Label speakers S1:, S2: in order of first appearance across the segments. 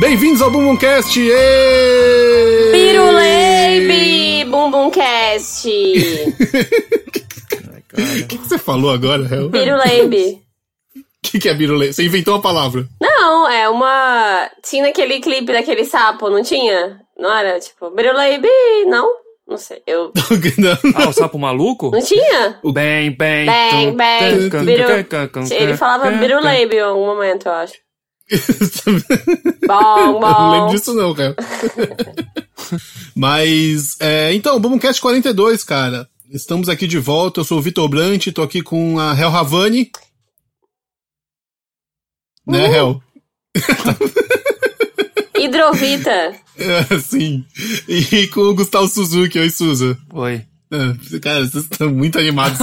S1: Bem-vindos ao Bumbumcast!
S2: Piruleibe! Bumbumcast!
S1: O que, que você falou agora, Hel?
S2: Piruleibe.
S1: O que, que é birulei? Você inventou a palavra.
S2: Não, é uma. Tinha naquele clipe daquele sapo, não tinha? Não era tipo, Biruleibe? Não? Não sei. Eu.
S1: Não.
S3: Ah, o sapo maluco?
S2: Não tinha?
S3: Bem, bem.
S2: Bem, bem, biru- Ele falava
S3: birulei.
S2: Biruleibe em algum momento, eu acho. Bom,
S1: Eu não
S2: bom.
S1: lembro disso não, cara. Mas, é, então, Boomcast 42, cara. Estamos aqui de volta, eu sou o Vitor Brant, tô aqui com a Hel Havani. Né, Hel?
S2: Hidrovita.
S1: É, sim. E com o Gustavo Suzuki, oi Suza.
S3: Oi.
S1: É, Cara, vocês estão muito animados.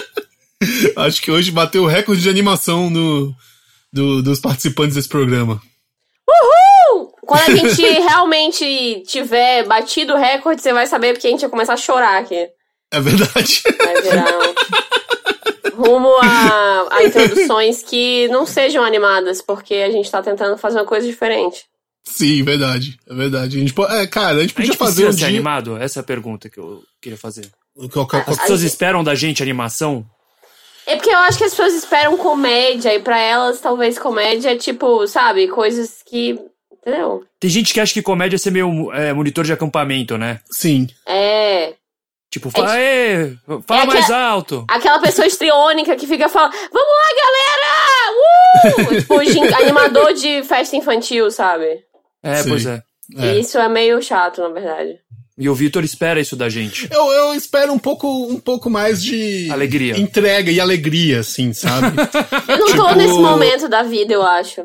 S1: Acho que hoje bateu o recorde de animação no, do- dos participantes desse programa.
S2: Uh, Quando a gente realmente tiver batido o recorde, você vai saber porque a gente vai começar a chorar aqui.
S1: É verdade.
S2: Vai virar um- Rumo a, a introduções que não sejam animadas, porque a gente tá tentando fazer uma coisa diferente.
S1: Sim, verdade. É verdade. A gente, po- é, cara, a gente
S3: A
S1: podia
S3: gente
S1: fazer
S3: precisa
S1: um
S3: ser
S1: dia...
S3: animado? Essa é a pergunta que eu queria fazer.
S1: Qual- qual- qual-
S3: As pessoas esperam da gente animação?
S2: É porque eu acho que as pessoas esperam comédia, e pra elas, talvez comédia é tipo, sabe, coisas que. Entendeu?
S3: Tem gente que acha que comédia é ser meio é, monitor de acampamento, né?
S1: Sim.
S2: É.
S3: Tipo, fala, "Aê, fala
S2: é que-
S3: mais alto.
S2: Aquela pessoa estriônica que fica falando: Vamos lá, galera! Uh! tipo, gin- animador de festa infantil, sabe?
S3: É,
S1: Sim.
S3: pois é.
S1: É.
S2: E isso é meio chato, na verdade.
S3: E o Vitor espera isso da gente.
S1: Eu, eu espero um pouco, um pouco mais de...
S3: Alegria.
S1: Entrega e alegria, assim, sabe?
S2: Eu não tô
S1: Tipo-
S2: nesse momento da vida, eu acho.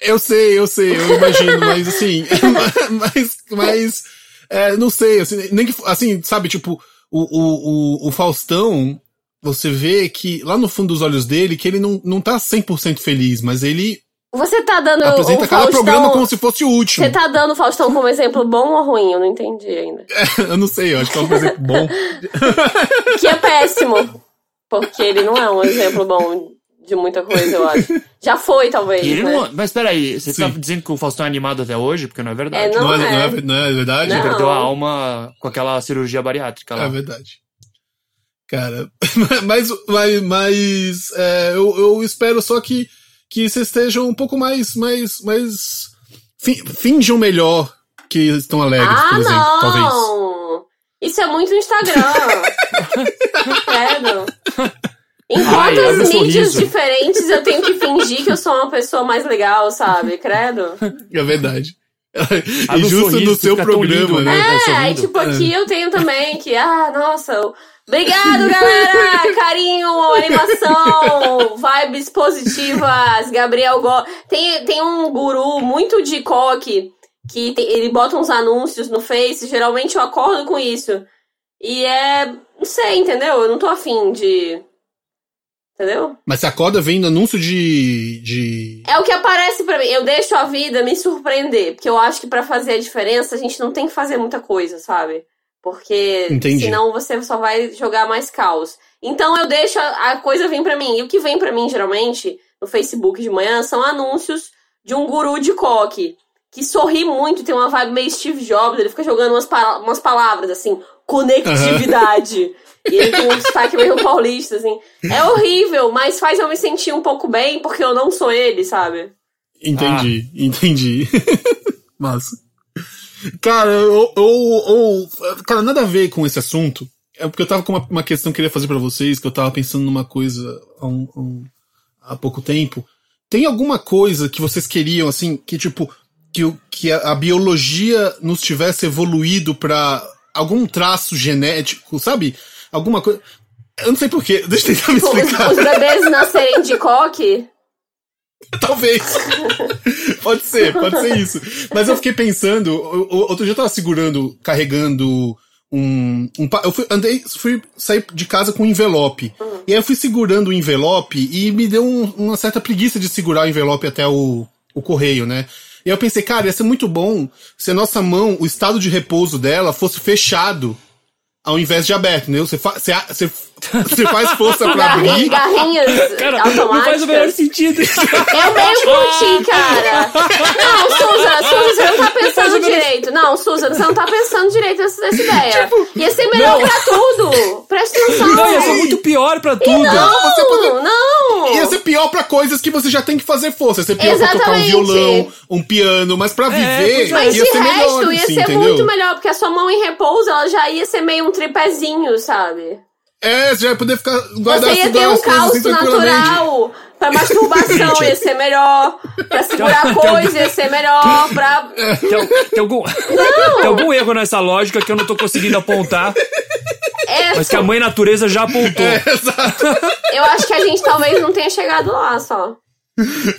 S1: eu sei, eu sei, eu imagino, mas assim... mas... mas é, não sei, assim, nem que... Assim, sabe, tipo, o, o, o, o Faustão... Você vê que lá no fundo dos olhos dele, que ele não, não tá 100% feliz, mas ele
S2: Você tá dando
S1: apresenta
S2: o
S1: cada
S2: Faustão.
S1: programa como se fosse o último.
S2: Você tá dando o Faustão como exemplo bom ou ruim? Eu não entendi ainda.
S1: Eu não sei, eu acho que é um exemplo bom.
S2: Que é péssimo. Porque ele não é um exemplo bom de muita coisa, eu acho. Já foi, talvez.
S3: E ele
S2: né?
S3: não... Mas peraí, você
S1: Sim.
S3: tá dizendo que o Faustão é animado até hoje? Porque não é verdade.
S2: É, não.
S1: Não, é, não, é, ver- não é verdade?
S2: Não.
S3: Ele perdeu a alma com aquela cirurgia bariátrica Tá lá.
S1: É verdade. Cara, mas, mas, mas é, eu, eu espero só que, que vocês estejam um pouco mais. mais, mais fi- finjam melhor que estão
S3: é.
S1: alegres,
S2: ah,
S1: por exemplo,
S2: não!
S1: talvez.
S2: Isso é muito Instagram. Credo. Em
S3: Ai,
S2: quantas
S3: abre o
S2: mídias
S3: sorriso.
S2: diferentes eu tenho que fingir que eu sou uma pessoa mais legal, sabe? Credo.
S1: É verdade.
S3: Abre
S1: e
S3: um
S1: justo
S3: sorriso,
S1: no
S3: tu
S1: seu
S3: fica tão
S1: programa,
S3: lindo,
S1: né?
S3: Tá
S2: É, aí,
S3: sorrindo?
S2: tipo, aqui eu tenho também que, ah, nossa. eu- Obrigado, galera! Carinho, animação, vibes positivas, Gabriel Go. Tem, tem um guru muito de coque que tem- ele bota uns anúncios no Face, geralmente eu acordo com isso. E é. Não sei, entendeu? Eu não tô afim de. Entendeu?
S1: Mas você acorda vendo anúncio de. de...
S2: É o que aparece pra mim. Eu deixo a vida me surpreender. Porque eu acho que pra fazer a diferença, a gente não tem que fazer muita coisa, sabe? Porque
S1: Entendi.
S2: senão você só vai jogar mais caos. Então eu deixo a, a coisa vir pra mim. E o que vem pra mim, geralmente, no Facebook de manhã, são anúncios de um guru de coque. Que sorri muito, tem uma vibe meio Steve Jobs. Ele fica jogando umas, pala- umas palavras assim, conectividade. E ele tem um destaque meio paulista, assim. É horrível, mas faz eu me sentir um pouco bem, porque eu não sou ele, sabe?
S1: Entendi, entendi. Massa. Cara, eu, eu- eu- Cara, nada a ver com esse assunto. É porque eu tava com uma, uma questão que eu queria fazer pra vocês, que eu tava pensando numa coisa há, um- um- há pouco tempo. Tem alguma coisa que vocês queriam, assim, que tipo. Que, o- que a, a biologia nos tivesse evoluído pra algum traço genético, sabe? Alguma coisa. Eu não sei porquê, deixa eu tentar me
S2: Tipo,
S1: explicar.
S2: os, os bebês nascerem de coque.
S1: Talvez. pode ser, pode ser isso. Mas eu fiquei pensando, o- o- outro dia eu tava segurando, carregando um. um pa- eu fui, andei, fui sair de casa com um envelope. E aí eu fui segurando o envelope e me deu um- uma certa preguiça de segurar o envelope até o, o correio, né? E aí eu pensei, cara, ia ser muito bom se a nossa mão, o estado de repouso dela, fosse fechado ao invés de aberto, entendeu? Você, fa você, a- você, você faz força pra
S2: Garri-
S1: abrir.
S2: Garrinhas
S3: Cara, não faz o menor
S2: automáticas.
S3: sentido.
S2: Eu meio curti, cara. Não, Suza, Suza, você não tá pensando direito. Não, Suza, você não tá pensando direito nessa, nessa ideia.
S1: Tipo,
S2: Ia ser melhor
S3: não.
S2: pra tudo. Presta atenção.
S3: Não, ia ser muito pior pra tudo.
S2: Não,
S1: você pode-
S2: não.
S1: Ia ser pior pra coisas que você já tem que fazer força. Ia ser pior pra tocar um
S2: Exatamente.
S1: violão, um piano, mas pra viver
S3: pois é.
S2: Mas
S1: ia
S2: de
S1: ser
S2: resto,
S1: melhor,
S2: ia
S1: assim,
S2: ser
S1: entendeu?
S2: muito melhor, porque a sua mão em repouso, ela já ia ser meio um tripézinho, sabe?
S1: É, você já ia poder ficar guardar
S2: Você ia
S1: guardar
S2: ter um
S1: as coisas assim
S2: calço
S1: tranquilamente.
S2: natural pra masturbação, ia ser melhor. Pra segurar coisa, ia ser melhor. Pra...
S1: É.
S3: Tem, al- tem algum, tem algum erro nessa lógica que eu não tô conseguindo apontar,
S2: É,
S3: mas que a mãe natureza já apontou.
S1: É,
S2: eu acho que a gente talvez não tenha chegado lá só.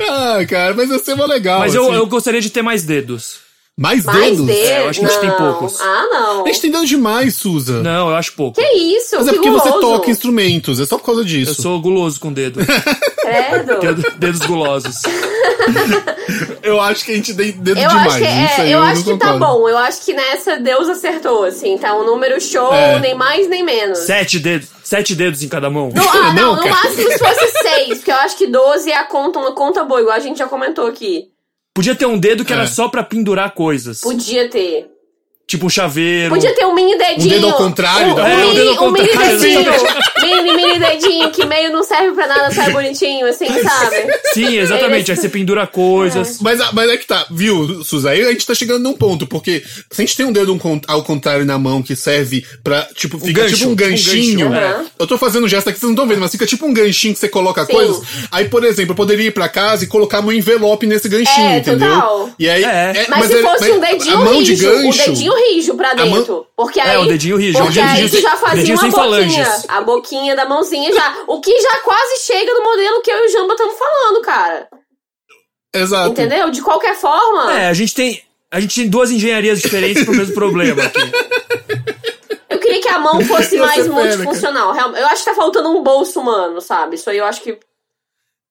S1: Ah, cara, mas ia ser mó legal.
S3: Mas eu,
S1: assim.
S3: eu gostaria de ter mais dedos.
S1: Mais,
S2: Mais
S1: dedos?
S2: dedos?
S3: É, eu acho que a gente tem
S2: Não.
S3: poucos.
S2: Ah, não.
S1: A gente tem dedo demais, Suza.
S3: Não, eu acho
S2: Que
S3: pouco.
S2: isso?
S1: Mas é
S2: que
S1: porque
S2: guloso.
S1: você toca instrumentos, é só por causa
S3: Eu
S1: disso.
S3: sou guloso com dedo.
S1: é
S2: Credo.
S3: Dedo- Dedos gulosos.
S1: Eu acho que a gente tem dedo
S2: Eu
S1: demais.
S2: acho que,
S1: isso aí
S2: é, eu
S1: não
S2: acho que tá
S1: concordo.
S2: bom. Eu acho que nessa Deus acertou, assim. Tá um número show,
S1: É.
S2: nem mais nem menos.
S3: Sete dedos. Sete dedos em cada mão.
S2: Não, ah,
S1: Não,
S2: não, no
S1: cara.
S2: máximo se fosse seis, porque eu acho que 12 é a conta, uma conta boa, igual a gente já comentou aqui.
S3: Podia ter um dedo que era
S1: É.
S3: só pra pendurar coisas.
S2: Podia ter.
S3: Tipo um chaveiro.
S2: Podia ter um mini dedinho.
S1: dedo ao contrário,
S2: Um,
S1: dá
S2: um
S1: pra-
S3: É, um
S2: mini,
S3: dedo
S2: um
S3: ao
S2: mini
S1: né?
S3: contrário,
S2: dedinho. mini, mini dedinho, que meio não serve pra nada, sai bonitinho, assim, sabe?
S3: Sim, exatamente. Aí você pendura coisas.
S1: Mas, a- mas é que tá, viu, Suza? Aí a gente tá chegando num ponto, porque se a gente tem um dedo um con- ao contrário na mão que serve pra, tipo, fica
S3: gancho,
S1: tipo um
S3: um
S1: ganchinho.
S3: gancho,
S2: é.
S1: Eu tô fazendo um gesto aqui, vocês não estão vendo, mas fica tipo um ganchinho que você coloca
S2: Sim.
S1: coisas. Aí, por exemplo, eu poderia ir pra casa e colocar meu envelope nesse ganchinho,
S2: É,
S1: entendeu?
S2: total.
S1: E aí,
S3: É.
S2: Mas, se
S1: é-
S2: fosse um dedinho
S1: a mão
S2: rijo,
S1: de gancho,
S2: um dedinho rijo pra
S1: mão-
S2: dentro. Porque aí,
S3: É, o dedinho rijo,
S2: Porque
S3: o dedinho
S2: aí
S3: rijo
S2: tu já
S3: sem-
S2: fazia
S3: dedinho
S2: uma
S3: sem
S2: boquinha.
S3: falanges.
S2: A boquinha da mãozinha já. O que já quase chega no modelo que eu e o Jamba estamos falando, cara.
S1: Exato.
S2: Entendeu? De qualquer forma,
S3: É, a gente tem. A gente tem duas engenharias diferentes pro mesmo problema aqui.
S2: eu queria que a mão
S1: Você
S2: fosse mais
S1: pega,
S2: multifuncional. Real- Eu acho que tá faltando um bolso humano, sabe? Isso aí eu acho que.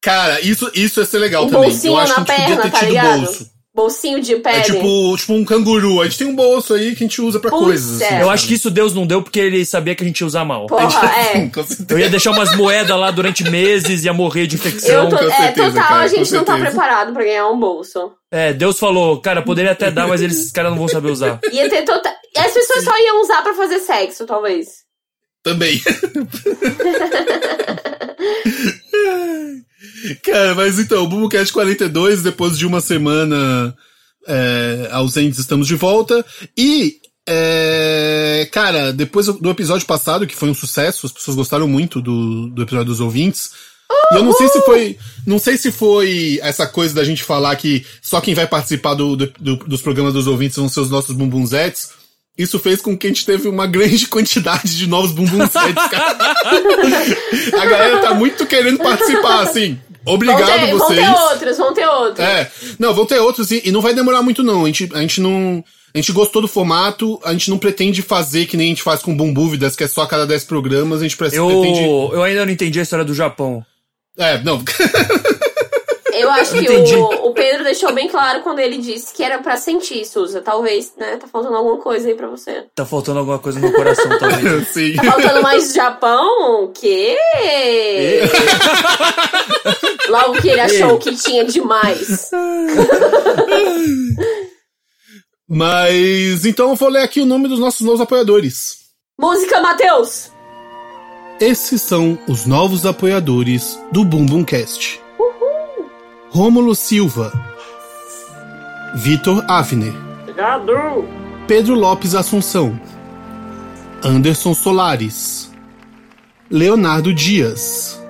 S1: Cara, isso, isso ia ser legal
S2: Um
S1: também.
S2: bolsinho
S1: eu acho
S2: na
S1: que a gente
S2: perna,
S1: podia ter
S2: tá
S1: tido
S2: ligado?
S1: bolso.
S2: Bolsinho de pele.
S1: É tipo, tipo um canguru. A gente tem um bolso aí que a gente usa pra
S2: Putz,
S1: coisas.
S2: é.
S1: assim,
S3: Eu
S1: sabe?
S3: acho que isso Deus não deu porque ele sabia que a gente ia usar mal.
S2: Porra, é.
S1: Sim, com certeza.
S3: Eu ia deixar umas moedas lá durante meses, ia morrer de infecção.
S2: Eu tô,
S1: com
S2: é,
S1: certeza,
S2: total,
S1: cara,
S2: a gente
S1: com
S2: não tá
S1: certeza.
S2: preparado pra ganhar um bolso.
S3: É, Deus falou, cara, poderia até dar, mas eles, esses caras não vão saber usar.
S2: Ia ter total. e As pessoas só iam usar pra fazer sexo, talvez.
S1: Também. Cara, mas então, o BubuCast 42, depois de uma semana é, ausentes, estamos de volta. E, é, cara, depois do episódio passado, que foi um sucesso, as pessoas gostaram muito do, do episódio dos ouvintes. E eu não sei se foi. Não sei se foi essa coisa da gente falar que só quem vai participar do, do- do- dos programas dos ouvintes vão ser os nossos bumbunzetes. Isso fez com que a gente teve uma grande quantidade de novos bumbunzetes, cara. A galera tá muito querendo participar, assim. Obrigado
S2: vão ter,
S1: vocês.
S2: Vão ter outros, vão ter outros.
S1: É. Não, vão ter outros e, e não vai demorar muito, não. A gente, a gente não. A gente gostou do formato, a gente não pretende fazer que nem a gente faz com Bumbúvidas, que é só a cada 10 programas, a gente pre- pretende.
S3: Eu, eu ainda não entendi a história do Japão.
S1: É, não.
S2: Eu acho que
S3: Entendi.
S2: o, o Pedro deixou bem claro quando ele disse que era pra sentir, Suza. Talvez, né? Tá faltando alguma coisa aí pra você.
S3: Tá faltando alguma coisa no meu coração, talvez.
S1: Sim.
S2: Tá faltando mais Japão? Que?
S3: É.
S2: Logo que ele achou que tinha demais.
S1: Mas então eu vou ler aqui o nome dos nossos novos apoiadores.
S2: Música, Matheus!
S1: Esses são os novos apoiadores do Bumbumcast. Rômulo Silva, Vitor Avner, Pedro Lopes Assunção, Anderson Solares, Leonardo Dias,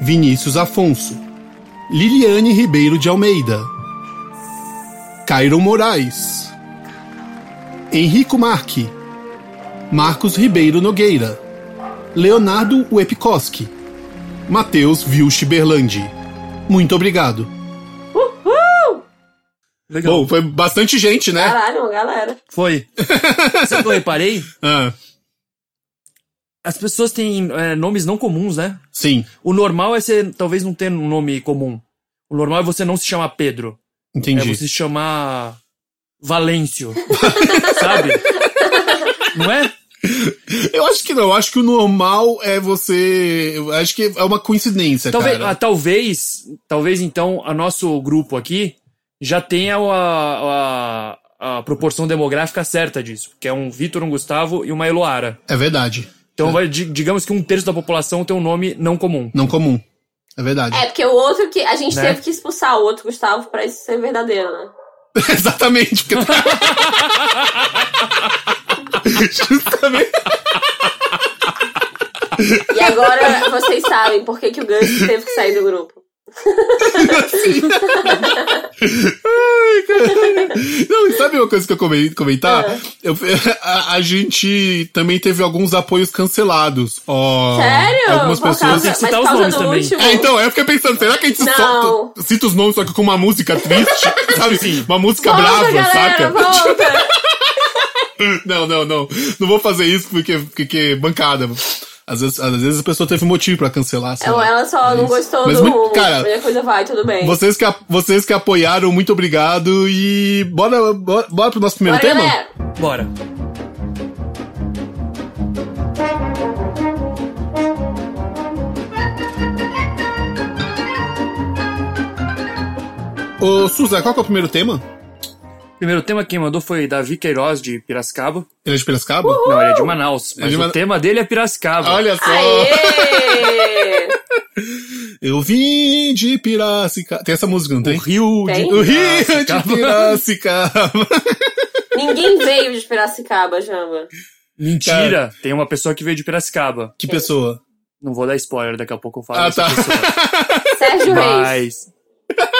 S1: Vinícius Afonso, Liliane Ribeiro de Almeida, Cairo Moraes, Henrico Marque, Marcos Ribeiro Nogueira, Leonardo Wepikoski, Matheus Vilch Berlandi. Muito obrigado.
S3: Legal.
S1: Bom, foi bastante gente, né?
S2: Caralho, galera.
S3: Foi. Sabe o que eu reparei?
S1: Ah,
S3: As pessoas têm é, nomes não comuns, né?
S1: sim,
S3: O normal é você talvez não ter um nome comum. O normal é você não se chamar Pedro.
S1: entendi.
S3: É você se chamar Valêncio. sabe? Não é?
S1: Eu acho que não, eu acho que o normal é você. Eu acho que é uma coincidência,
S3: Talvez,
S1: cara.
S3: ah, talvez, talvez então, o nosso grupo aqui já tenha a, a, a proporção demográfica certa disso, que é um Vitor, um Gustavo e uma Eloara.
S2: Ah.
S1: É verdade.
S3: Então, vai- di- digamos que um terço da população tem um nome não comum.
S1: Não comum. É verdade.
S2: É, porque o outro que. A gente
S3: Né?
S2: teve que expulsar o outro Gustavo pra isso ser verdadeiro, né?
S1: Exatamente, porque. tá- Justamente.
S2: E agora vocês sabem por que, que o Gus teve que sair do grupo.
S1: assim. Não, e sabe uma coisa que eu comen- comentar?
S2: É.
S1: Eu- a, a gente também teve alguns apoios cancelados. Ó,
S2: Sério?
S1: Algumas
S2: Por
S1: pessoas.
S2: causa-
S3: Tem que citar
S2: mas por causa
S3: os nomes
S2: do
S3: também.
S2: último.
S1: É, então, eu fiquei pensando, será que a gente
S2: Não.
S1: só cita os nomes, só que com uma música triste, sabe? Uma música
S2: volta,
S1: brava,
S2: galera,
S1: saca?
S2: volta.
S1: Não, não, não. Não vou fazer isso porque, porque bancada. Às vezes, às vezes a pessoa teve motivo pra cancelar. sei
S2: Não,
S1: lá.
S2: ela só não gostou
S1: Mas
S2: do
S1: muito-
S2: rumo.
S1: cara,
S2: Mas a coisa vai, tudo bem.
S1: Vocês que, a- vocês que apoiaram, muito obrigado. E bora, bora, bora pro nosso primeiro
S2: Bora,
S1: tema?
S2: galera.
S3: Bora.
S1: Ô, Suza, qual que é o primeiro tema?
S3: Primeiro tema quem mandou foi Davi Queiroz, de Piracicaba.
S1: Ele é de Piracicaba?
S3: Não, ele é de Manaus, mas
S1: Uh! de
S3: o
S1: Mana-
S3: tema dele é Piracicaba.
S1: Olha só.
S2: Aê!
S1: Eu vim de Piracicaba. Tem essa música, não
S3: O
S1: tem?
S3: Rio de
S2: Tem?
S1: O Rio de
S3: Piracicaba.
S1: Piracicaba.
S2: Ninguém veio de Piracicaba, Jamba.
S3: Mentira, tem uma pessoa que veio de Piracicaba.
S1: Que pessoa?
S3: Não vou dar spoiler, daqui a pouco eu falo.
S1: Ah,
S3: dessa
S1: tá.
S3: pessoa.
S2: Sérgio Reis.
S3: Mas.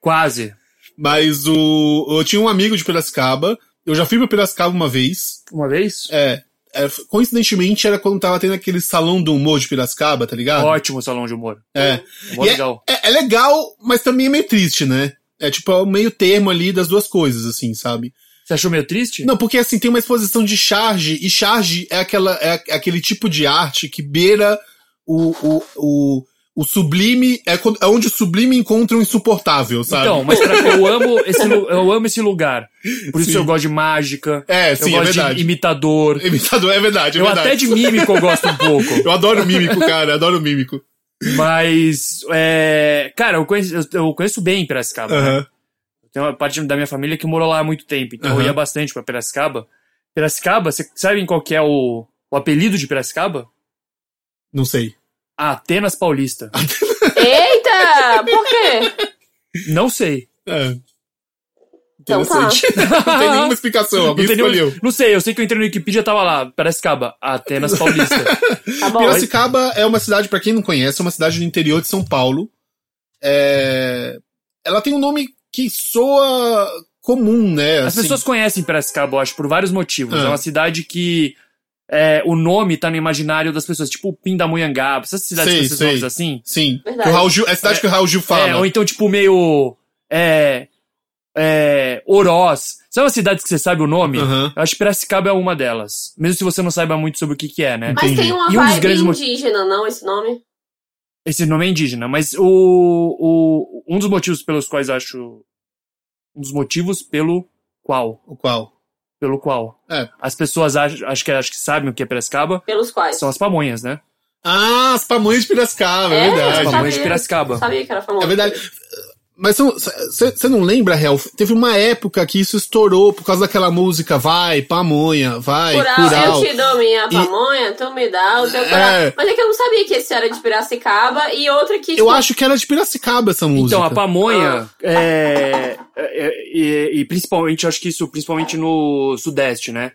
S3: Quase.
S1: Mas o. Eu tinha um amigo de Piracicaba. Eu já fui pra Piracicaba uma vez.
S3: Uma vez?
S1: É. é, coincidentemente era quando tava tendo aquele salão do humor de Piracicaba, tá ligado?
S3: Ótimo salão de humor. Um
S1: É.
S3: Humor
S1: E é-
S3: legal.
S1: É, é legal, mas também é meio triste, né? É tipo é o meio termo ali das duas coisas, assim, sabe?
S3: Você achou meio triste?
S1: Não, porque assim, tem uma exposição de charge, e charge é, aquela, é a- aquele tipo de arte que beira o, o, o, o sublime, é, quando- é onde o sublime encontra o insuportável, sabe?
S3: Então, mas pra- eu, amo esse, lu- eu amo esse lugar. Por isso
S1: Sim.
S3: eu gosto de mágica.
S1: é,
S3: eu
S1: sim, é
S3: gosto
S1: verdade.
S3: de imitador.
S1: Imitador, é verdade, é
S3: eu
S1: verdade.
S3: até de mímico eu gosto um pouco.
S1: Eu adoro mímico, cara, adoro mímico.
S3: Mas, é, cara, eu conheço, eu- eu conheço bem Piracicaba. né?
S1: Aham.
S3: Tem uma parte da minha família que morou lá há muito tempo, então
S1: Aham.
S3: eu ia bastante pra Piracicaba. Piracicaba, você sabe qual que é o, o apelido de Piracicaba?
S1: Não sei.
S3: A Atenas Paulista.
S2: Eita! Por quê?
S3: Não sei.
S1: É.
S2: Então tá.
S1: Interessante. Não tem nenhuma explicação, alguém
S3: tem nenhum-
S1: escolheu.
S3: não sei, eu sei que eu entrei no Wikipedia e tava lá, Piracicaba, Atenas Paulista.
S2: Tá bom.
S1: Piracicaba é uma cidade, pra quem não conhece, é uma cidade do interior de São Paulo. É, Ela tem um nome que soa comum, né?
S3: As
S1: assim.
S3: pessoas conhecem Piracicaba, eu acho, por vários motivos.
S1: Ah.
S3: É uma cidade que é, o nome tá no imaginário das pessoas, tipo Pindamonhangaba, essas cidades
S1: Sei,
S3: com esses
S1: sei.
S3: nomes assim.
S1: Sim.
S2: Verdade.
S1: Que o Raul Gil- é a cidade que o Raul Gil fala.
S3: É, ou então, tipo, meio. É. É. Oroz. Sabe uma cidade que você sabe o nome?
S1: Aham.
S3: Eu acho que Piracicaba é uma delas. Mesmo se você não saiba muito sobre o que, que é, né?
S2: Mas
S1: Entendi.
S2: tem uma
S3: E um dos
S2: vibe
S3: grandes mo-
S2: indígena, não, esse nome?
S3: Esse nome é indígena, mas o, o. Um dos motivos pelos quais eu acho. Um dos motivos pelo qual.
S1: O qual?
S3: Pelo qual.
S1: É.
S3: As pessoas acham, acho que, acho que sabem o que é Piracicaba.
S2: Pelos quais?
S3: São as pamonhas, né?
S1: Ah, as pamonhas de Piracicaba, é,
S2: É,
S1: verdade.
S3: As
S2: sabia.
S3: pamonhas de Piracicaba.
S2: Sabia que era famoso.
S1: É verdade. Mas você não lembra, Real? Teve uma época que isso estourou por causa daquela música Vai, Pamonha, vai,
S2: Cural,
S1: Cural.
S2: eu te dou minha pamonha, tu me dá o teu coral.
S1: É.
S2: Mas é que eu não sabia que esse era de Piracicaba e outra que.
S1: Eu acho que era de Piracicaba essa música.
S3: Então, a pamonha é, é- é- e, e principalmente, acho que isso principalmente no Sudeste, né?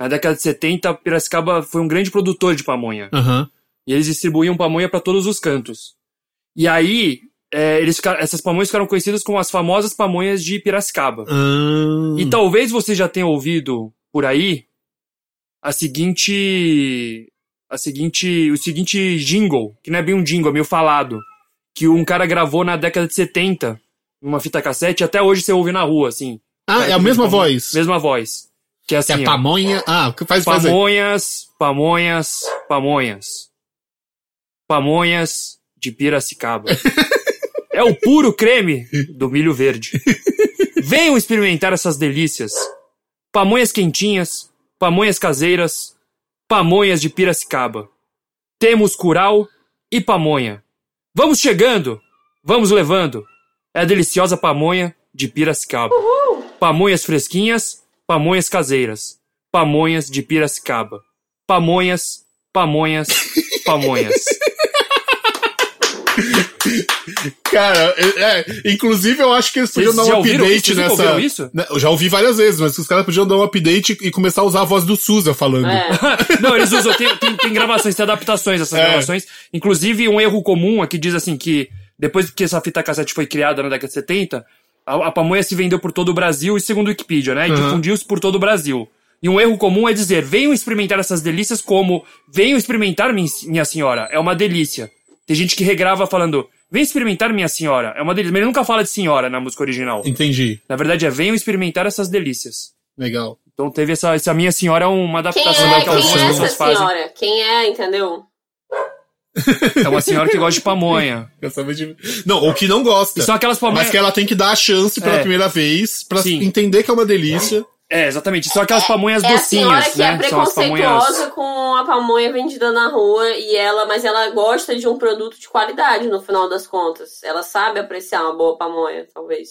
S3: Na década de 70, Piracicaba foi um grande produtor de pamonha.
S1: Aham.
S3: E eles distribuíam pamonha para todos os cantos. E aí, é, eles ficaram- essas pamonhas ficaram conhecidas como as famosas pamonhas de Piracicaba.
S1: Ah.
S3: E talvez você já tenha ouvido por aí a seguinte. A seguinte. O seguinte jingle, que não é bem um jingle, é meio falado. Que um cara gravou na década de 70, numa fita cassete, e até hoje você ouve na rua, assim.
S1: Ah, é a mesma voz.
S3: Mesma voz. Que é
S1: Que
S3: assim.
S1: é
S3: ó,
S1: pamonha. Ah, que faz, faz aí.
S3: pamonhas, pamonhas, pamonhas. Pamonhas de Piracicaba. é o puro creme do milho verde. Venham experimentar essas delícias. Pamonhas quentinhas, pamonhas caseiras, Pamonhas de Piracicaba. Temos curau e pamonha. Vamos chegando, vamos levando. É a deliciosa pamonha de Piracicaba. Pamonhas fresquinhas, pamonhas caseiras. Pamonhas de Piracicaba. Pamonhas, pamonhas, pamonhas.
S1: Cara, é, é, inclusive eu acho que eles podiam dar
S3: Vocês já
S1: um
S3: ouviram
S1: update
S3: isso? Vocês
S1: nessa.
S3: nunca ouviram isso?
S1: Né, Eu já ouvi várias vezes, mas os caras podiam dar um update e começar a usar a voz do Suza falando.
S2: É.
S3: Não, eles usam, tem, tem, tem gravações, tem adaptações dessas
S1: É.
S3: gravações. Inclusive, um erro comum aqui diz assim que depois que essa fita cassete foi criada na década de 70, a, a pamonha se vendeu por todo o Brasil e segundo o Wikipedia, né? E
S1: Uhum.
S3: difundiu-se por todo o Brasil. E um erro comum é dizer, venham experimentar essas delícias como, venham experimentar min- minha senhora, é uma delícia. Tem gente que regrava falando, vem experimentar minha senhora, é uma delícia. Mas ele nunca fala de senhora na música original.
S1: Entendi.
S3: Na verdade é, venham experimentar essas delícias.
S1: Legal.
S3: Então teve essa, essa minha senhora é uma
S2: Quem
S3: adaptação
S2: é,
S3: que algumas
S2: quem é essa
S3: pessoas fazem.
S2: senhora? Quem é, entendeu?
S3: É uma senhora que gosta de pamonha.
S1: Eu sabia de- Não, ou que não gosta.
S3: E são aquelas pamonhas.
S1: Mas que é- ela tem que dar a chance pela
S3: É.
S1: primeira vez pra
S3: Sim.
S1: entender que é uma delícia.
S3: É, exatamente. São aquelas pamonhas
S2: É a senhora
S3: docinhas,
S2: que
S3: né?
S2: é
S3: são as pamonhas.
S2: preconceituosa com a pamonha vendida na rua e ela, mas ela gosta de um produto de qualidade no final das contas. Ela sabe apreciar uma boa pamonha, talvez.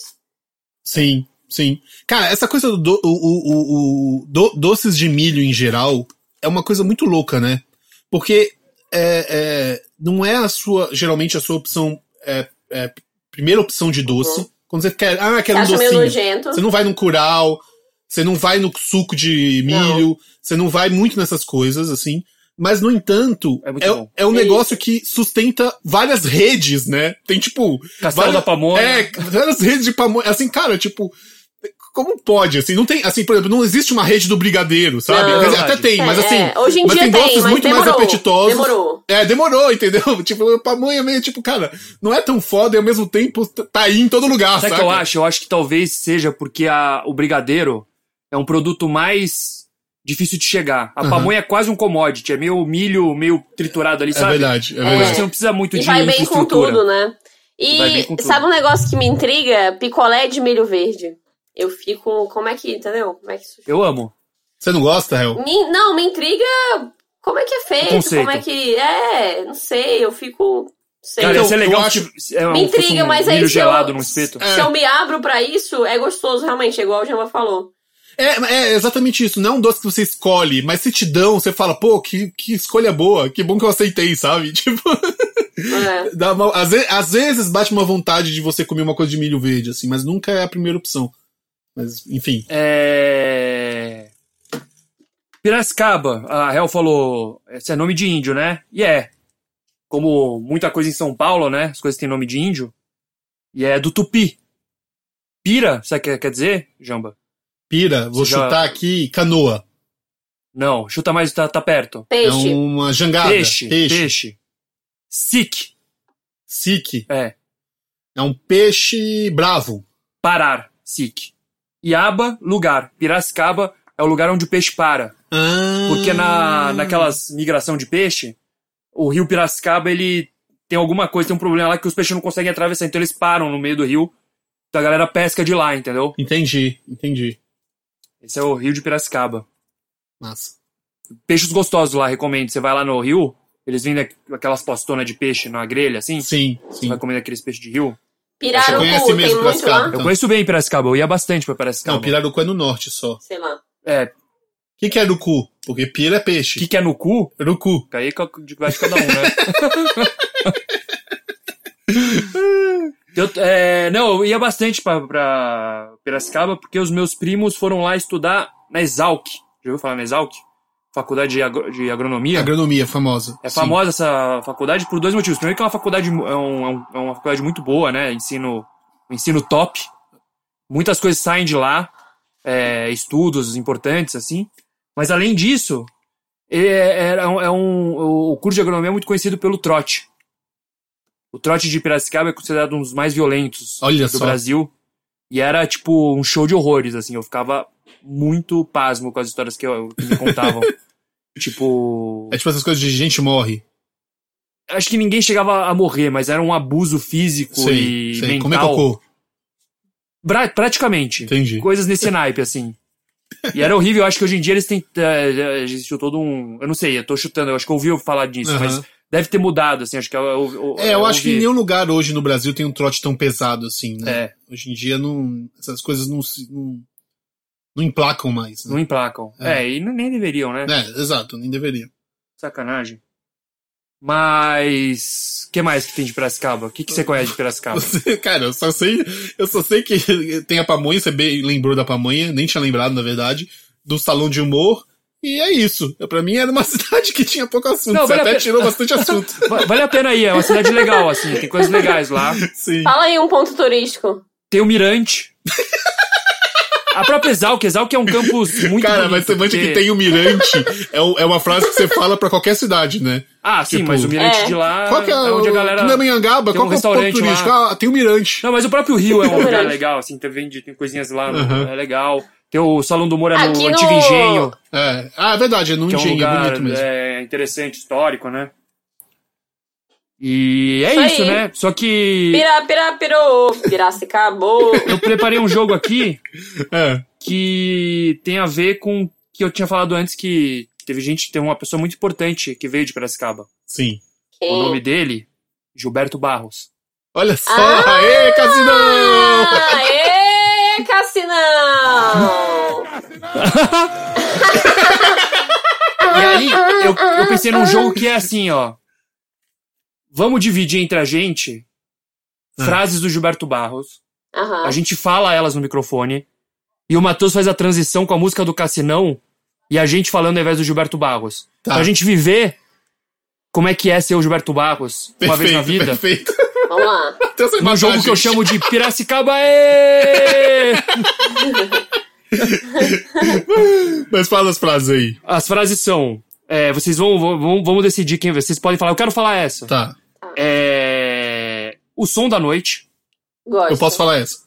S1: Sim, sim. Cara, essa coisa do, do- o, o, o- do- doces de milho em geral é uma coisa muito louca, né? Porque é, é, não é a sua, geralmente a sua opção, é, é, primeira opção de doce. Quando você quer, ah,
S2: Uhum.
S3: É
S2: Você
S1: quero um
S2: acha meio
S1: docinho.
S2: nojento?
S1: Você não vai no curau, você não vai no suco de
S2: Não.
S1: milho, você não vai muito nessas coisas, assim. Mas, no entanto,
S3: É muito
S1: é,
S3: bom.
S1: é um
S2: É
S1: negócio que sustenta várias redes, né? Tem, tipo,
S3: Castelo
S1: Várias-
S3: da pamonha.
S1: é, várias redes de pamonha. Assim, cara, tipo. Como pode, assim? Não tem, assim, por exemplo, não existe uma rede do brigadeiro, sabe?
S2: Não.
S1: Quer dizer, até tem,
S2: É,
S1: mas assim.
S2: é. Hoje em
S1: mas
S2: dia
S1: tem
S2: tem,
S1: gostos
S2: mas
S1: muito mais
S2: demorou,
S1: apetitosos.
S2: Demorou.
S1: É, demorou, entendeu? Tipo, pamonha meio, tipo, cara, não é tão foda e ao mesmo tempo tá aí em todo lugar,
S3: Sabe o
S1: sabe?
S3: que eu acho? Eu acho que talvez seja porque a, o brigadeiro é um produto mais difícil de chegar. A
S1: Aham.
S3: pamonha é quase um commodity, é meio milho, meio triturado ali,
S1: É
S3: sabe?
S1: verdade, é
S3: Eu acho
S1: verdade.
S3: que Você não precisa muito
S2: E
S3: de
S2: vai bem com
S3: infraestrutura.
S2: tudo, né?
S3: Vai bem com
S2: E
S3: tudo.
S2: sabe um negócio que me intriga? Picolé de milho verde. Eu fico. Como é que. Entendeu? Como é que isso.
S3: Eu amo.
S1: Você não gosta, Hel?
S2: Me- não, me intriga como é que é feito,
S3: conceito.
S2: como é que. É, não sei, eu fico. Sei.
S3: Cara,
S1: Então,
S3: isso é
S1: eu
S3: legal.
S1: acho-
S3: se- é um-
S2: me
S3: fosse
S2: intriga,
S3: um
S2: mas aí
S3: milho
S2: se
S3: gelado
S2: eu,
S3: num espeto.
S2: se eu me abro pra isso, é gostoso, realmente, é igual o Jamba falou.
S1: É, é exatamente isso. Não é um doce que você escolhe, mas se te dão, você fala, pô, que, que escolha boa, que bom que eu aceitei, sabe? Tipo,
S2: É.
S1: dá uma- às, ve- às vezes bate uma vontade de você comer uma coisa de milho verde, assim, mas nunca é a primeira opção. Mas, enfim.
S3: É... Piracicaba, a Hel falou, esse é nome de índio, né? E é. Como muita coisa em São Paulo, né? As coisas têm nome de índio. E é do tupi. Pira, sabe o que quer dizer, Jamba?
S1: Pira, vou
S3: Você já-
S1: chutar aqui, canoa.
S3: Não, chuta mais, tá, tá perto.
S1: É
S2: Peixe.
S1: uma jangada.
S3: Peixe, peixe. Sic,
S1: Sique.
S3: é.
S1: É um peixe bravo.
S3: Parar, sic. Iaba, lugar. Piracicaba é o lugar onde o peixe para.
S1: Ah.
S3: Porque na, naquelas migração de peixe, o rio Piracicaba, ele tem alguma coisa, tem um problema lá que os peixes não conseguem atravessar, então eles param no meio do rio. Então a galera pesca de lá, entendeu?
S1: Entendi, entendi.
S3: Esse é o rio de Piracicaba.
S1: Massa.
S3: Peixes gostosos lá, recomendo. Você vai lá no rio, eles vendem aquelas postonas de peixe na grelha, assim.
S1: Sim,
S3: Você
S1: sim.
S3: vai comendo aqueles peixes de rio.
S2: Pirarucu,
S1: Você conhece
S2: tem
S1: mesmo
S2: muito
S1: Piracicaba?
S2: lá?
S3: Eu
S1: Então.
S3: conheço bem Piracicaba, eu ia bastante pra Piracicaba.
S1: Não, pirarucu é no norte só. O
S2: Sei lá.
S3: É, o
S1: que, que é no cu? Porque pira é peixe.
S3: que, que é no cu?
S1: Urucu.
S3: Fica Aí ca- de- vai de cada um, né? Eu, é, não, eu ia bastante pra, pra Piracicaba porque os meus primos foram lá estudar na Exalc. Já ouviu falar na Exalc? Faculdade de, agro- de Agronomia.
S1: Agronomia famosa.
S3: É
S1: Sim.
S3: famosa essa faculdade por dois motivos. Primeiro que é uma faculdade mu- é, um- é um- é uma faculdade muito boa, né? Ensino, um ensino top. Muitas coisas saem de lá, é, estudos importantes assim. Mas além disso, é, era um- é um- o curso de agronomia é muito conhecido pelo trote. O trote de Piracicaba é considerado um dos mais violentos
S1: Olha
S3: do
S1: só.
S3: Brasil. E era tipo um show de horrores, assim. Eu ficava muito pasmo com as histórias que, eu, que me contavam. tipo
S1: É tipo essas coisas de gente morre.
S3: acho que ninguém chegava a morrer, mas era um abuso físico
S1: Sei,
S3: e
S1: sei. Comer
S3: mental.
S1: cocô.
S3: Pra- praticamente.
S1: Entendi.
S3: Coisas nesse naipe, assim. E era horrível, eu acho que hoje em dia eles têm. eh, Existiu todo um. Eu não sei, eu tô chutando, eu acho que eu ouvi falar disso,
S1: Aham.
S3: mas deve ter mudado, assim, acho que eu, eu-
S1: É, eu acho que em
S3: ouvi.
S1: nenhum lugar hoje no Brasil tem um trote tão pesado assim, né?
S3: É,
S1: Hoje em dia não, essas coisas não se. Não, não emplacam mais. Né?
S3: não emplacam. É, e n- nem deveriam, né?
S1: É, exato, nem deveria.
S3: Sacanagem. Mas. O que mais que tem de Piracicaba? O que, que você conhece de Piracicaba?
S1: Você- cara, eu só sei, eu só sei que tem a pamonha, você bem lembrou da pamonha, nem tinha lembrado, na verdade, do salão de humor. E é isso. Eu, Pra mim era uma cidade que tinha pouco assunto.
S3: Não,
S1: você
S3: vale a
S1: até
S3: pena.
S1: tirou bastante assunto.
S3: Va- Vale a pena ir, é uma cidade legal, assim, tem coisas legais lá.
S1: Sim.
S3: Tá
S2: Fala aí um ponto turístico.
S3: Tem o Mirante. A própria Exalc, Exalc é um campus muito
S1: Cara,
S3: bonito,
S1: mas você manja
S3: porque-
S1: que tem o mirante. É, um- é uma frase que você fala pra qualquer cidade, né?
S3: Ah, sim,
S1: tipo,
S3: mas o Mirante
S2: É.
S3: de lá
S1: Qual que é,
S3: é onde a galera...
S1: Na Manhangaba,
S3: tem
S1: qual
S3: um
S1: que é o ponto
S3: restaurante lá.
S1: turístico? Ah, tem o mirante.
S3: Não, mas o próprio Rio é um lugar
S2: Verdade.
S3: legal, assim, tem, vende, tem coisinhas lá,
S1: Uhum.
S3: é legal. Tem o Salão do Humor é no
S2: Aqui no-
S3: Antigo Engenho,
S1: É. Ah, é verdade, é no
S3: que é um
S1: engenho, é
S3: lugar
S1: bonito mesmo.
S3: é, interessante, histórico, né? E é
S2: Isso
S3: isso,
S2: aí.
S3: né? Só que
S2: Pira, pira, pirou. Piracicabou.
S3: eu preparei um jogo aqui
S1: É.
S3: que tem a ver com o que eu tinha falado antes que teve gente, tem uma pessoa muito importante que veio de Piracicaba.
S1: Sim.
S2: Quem?
S3: O nome dele, Gilberto Barros.
S1: Olha só!
S2: Ah!
S1: Aê, Casinão!
S2: Aê, Cassinão!
S3: E aí, eu, eu pensei num jogo que é assim, ó. Vamos dividir entre a gente
S1: Ah.
S3: frases do Gilberto Barros.
S2: Aham.
S3: A gente fala elas no microfone. E o Matheus faz a transição com a música do Cassinão e a gente falando ao invés do Gilberto Barros.
S1: Tá.
S3: Pra gente viver como é que é ser o Gilberto Barros uma vez na vida.
S1: perfeito.
S2: Vamos lá.
S1: Tem essa
S3: Num jogo
S1: vantagem.
S3: que eu chamo de Piracicaba. Ê!
S1: Mas fala as frases aí.
S3: As frases são. é, vocês vão, vão, vão decidir quem vocês podem falar. Eu quero falar essa.
S1: Tá.
S3: É, o som da noite.
S2: Gosto.
S1: Eu posso falar essa.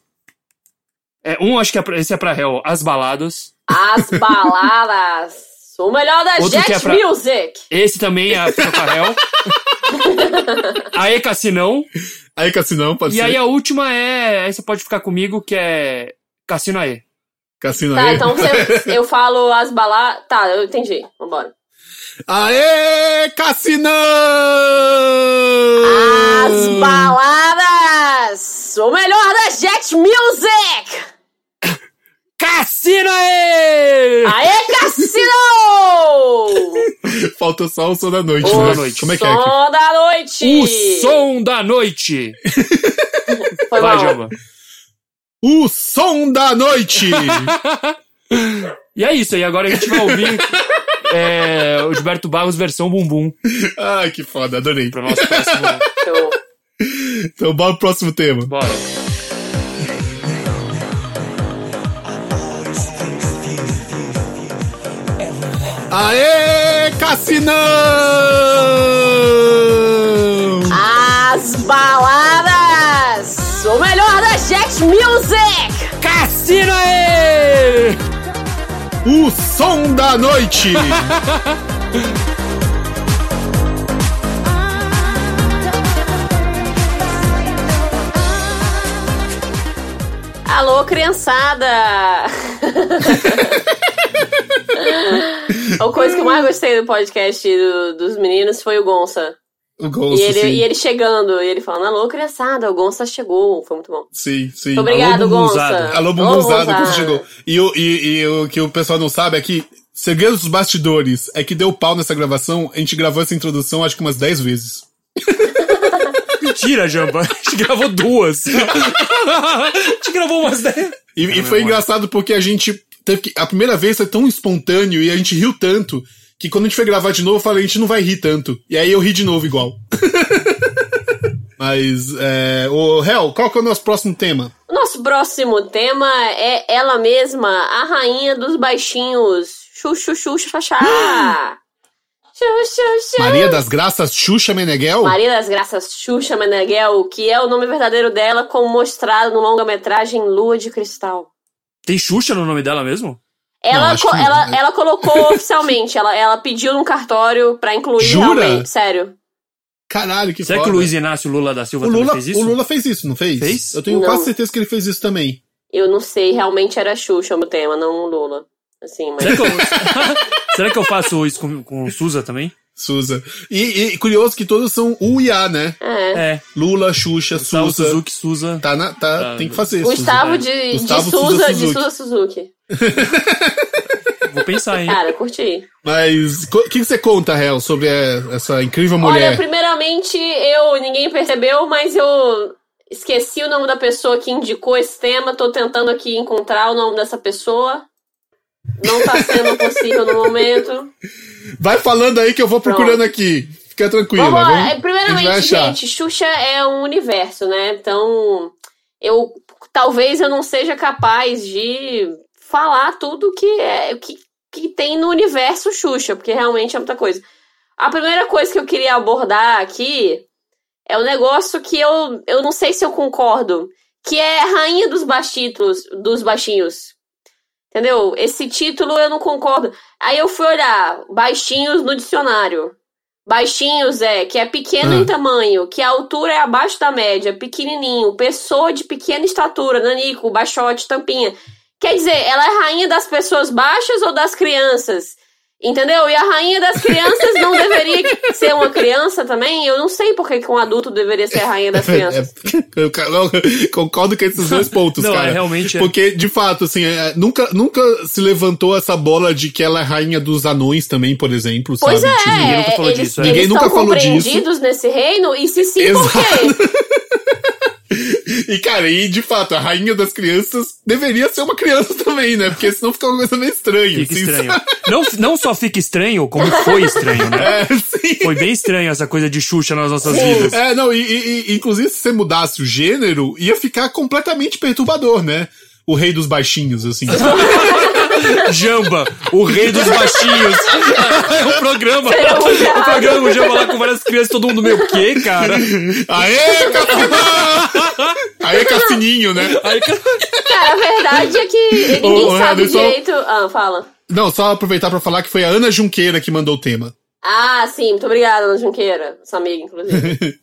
S3: É, um, acho que é pra, esse é pra Hell. As baladas.
S2: As baladas. O melhor da
S3: Outro
S2: Jet
S3: que é pra-
S2: Music.
S3: Esse também é pra pra Hell. Aê, Cassinão.
S1: Aí, Cassinão, pode
S3: E
S1: ser.
S3: aí a última é. Aí você pode ficar comigo, que é. Cassino Aê.
S1: Cassino
S2: Tá,
S1: aí.
S2: então você, eu falo as baladas. Tá, eu entendi. Vambora.
S1: Aê, Cassinão!
S2: As
S3: Hum.
S2: baladas. O melhor da Jet Music.
S3: Cassino Aê!
S2: Aê, Cassino!
S1: Falta só o som da noite,
S2: O
S1: né?
S3: da noite.
S1: Como é que é? aqui?
S2: som da noite.
S3: O som da noite.
S2: Foi
S3: Vai,
S2: mal.
S3: Jamba.
S1: O som da noite!
S3: E é isso aí. Agora a gente vai ouvir. é, o Gilberto Barros versão bumbum
S1: Ai, que foda, adorei.
S3: pro nosso próximo.
S2: Show.
S1: Então bora pro próximo tema.
S3: Bora.
S1: Aê, Cassinão!
S2: Ah. As baladas. O melhor da Jet Music.
S3: Cassino Aê!
S1: O som da noite!
S2: Alô, criançada. A coisa que eu mais gostei do podcast do- dos meninos foi o Gonça.
S1: o
S2: E
S1: Ghost,
S2: ele,
S1: sim.
S2: e ele chegando, e ele falando, alô, criançada, o Gonça chegou. Foi muito bom.
S1: Sim, sim.
S2: Muito obrigado,
S3: bumbunzada.
S2: Gonça.
S1: Alô, Bungonzada, que você chegou. E, o- e, e o que o pessoal não sabe é que Segredos dos Bastidores é que deu pau nessa gravação. A gente gravou essa introdução acho que umas 10 vezes.
S3: Mentira, Jamba. A gente gravou duas. A gente gravou umas né? dez.
S1: E, e foi engraçado porque a gente teve que. A primeira vez foi tão espontâneo e a gente riu tanto que quando a gente foi gravar de novo, eu falei, a gente não vai rir tanto. E aí eu ri de novo igual. Mas, é, o Hel, qual que é o nosso próximo tema?
S2: O nosso próximo tema é ela mesma, a rainha dos baixinhos. Xuxu, xuxu, xaxá. Xuxu, xuxu.
S1: Maria das Graças Xuxa Meneghel?
S2: Maria das Graças Xuxa Meneghel, que é o nome verdadeiro dela, como mostrado no longa-metragem Lua de Cristal.
S3: Tem Xuxa no nome dela mesmo?
S2: Ela,
S1: acho
S2: co-
S1: que não,
S2: ela,
S1: né?
S2: ela colocou oficialmente, ela, ela pediu num cartório pra incluir
S1: Jura?
S2: realmente, sério.
S1: Caralho, que
S3: Será
S1: foda.
S3: que o Luiz Inácio Lula da Silva
S1: O
S3: também
S1: Lula,
S3: fez isso?
S1: o Lula fez isso, não fez?
S3: Fez?
S1: Eu tenho
S2: Não.
S1: quase certeza que ele fez isso também.
S2: Eu não sei, realmente era Xuxa o tema, não Lula. Assim, mas.
S3: Será que eu, Será que eu faço isso com, com o Suza também?
S1: Suza. E, e curioso que todos são U e A, né?
S2: É.
S3: É.
S1: Lula, Xuxa,
S3: Gustavo
S1: Suza.
S3: Suzuki, Suza.
S1: Tá na, tá,
S3: Tá.
S1: tem que fazer.
S2: Gustavo
S1: Suza.
S2: de,
S1: é. Gustavo
S2: de Souza,
S1: Suza
S2: de
S1: Suzuki.
S2: Souza Suzuki.
S3: Vou pensar, hein?
S2: Cara, curti.
S1: Mas o que, que você conta, Hel, sobre eh, essa incrível mulher?
S2: Olha, primeiramente, eu, ninguém percebeu, mas eu esqueci o nome da pessoa que indicou esse tema. Tô tentando aqui encontrar o nome dessa pessoa. Não tá sendo possível no momento.
S1: Vai falando aí que eu vou procurando aqui. Fica tranquila.
S2: Vamos lá.
S1: vamos-
S2: É,
S1: a
S2: Primeiramente,
S1: gente vai achar.
S2: gente, Xuxa é um universo, né? Então, eu talvez eu não seja capaz de falar tudo que é que, que tem no universo Xuxa, porque realmente é muita coisa. A primeira coisa que eu queria abordar aqui é um negócio que eu, eu não sei se eu concordo, que é a rainha dos baixítulos, dos baixinhos. Entendeu? Esse título eu não concordo. Aí eu fui olhar baixinhos no dicionário. Baixinhos é, que é pequeno
S1: Ah.
S2: em tamanho, que a altura é abaixo da média, pequenininho, pessoa de pequena estatura, nanico, baixote, tampinha. Quer dizer, ela é rainha das pessoas baixas ou das crianças? Entendeu? E a rainha das crianças não deveria ser uma criança também? Eu não sei por que que um adulto deveria ser a rainha das crianças.
S1: É, eu ca- eu concordo com esses dois pontos,
S3: Não,
S1: cara.
S3: é, realmente é.
S1: Porque, de fato, assim, é, nunca, nunca se levantou essa bola de que ela é rainha dos anões também, por exemplo,
S2: Pois
S1: sabe?
S2: é,
S1: Tipo,
S3: ninguém nunca falou
S2: eles,
S3: disso, é.
S2: eles
S1: Ninguém nunca
S2: estão
S1: falou disso.
S2: compreendidos nesse reino? E se sim, por quê?
S1: E, cara, e de fato, a rainha das crianças deveria ser uma criança também, né? Porque senão fica uma coisa meio estranha.
S3: Fica
S1: assim,
S3: estranho.
S1: sabe?
S3: Não, não só fica estranho, como foi estranho, né?
S1: É, sim.
S3: Foi bem estranho essa coisa de Xuxa nas nossas
S2: Sim.
S3: vidas.
S1: É, não, e, e- e, inclusive se você mudasse o gênero, ia ficar completamente perturbador, né? O rei dos baixinhos, assim.
S3: Jamba, o rei dos baixinhos. É um programa.
S2: Seria muito
S3: Um
S2: errado.
S3: programa, o Jamba lá com várias crianças, todo mundo meio, o quê, cara?
S1: Aê, Cassininho! Aê, Cassininho, né?
S3: Aí, cara,
S2: Cara, a verdade é que ninguém
S1: Ô, ô,
S2: sabe
S1: Anderson.
S2: direito. Ah, fala.
S1: Não, só aproveitar pra falar que foi a Ana Junqueira que mandou o tema.
S2: Ah, sim, muito obrigada, Ana Junqueira. Sua amiga, inclusive.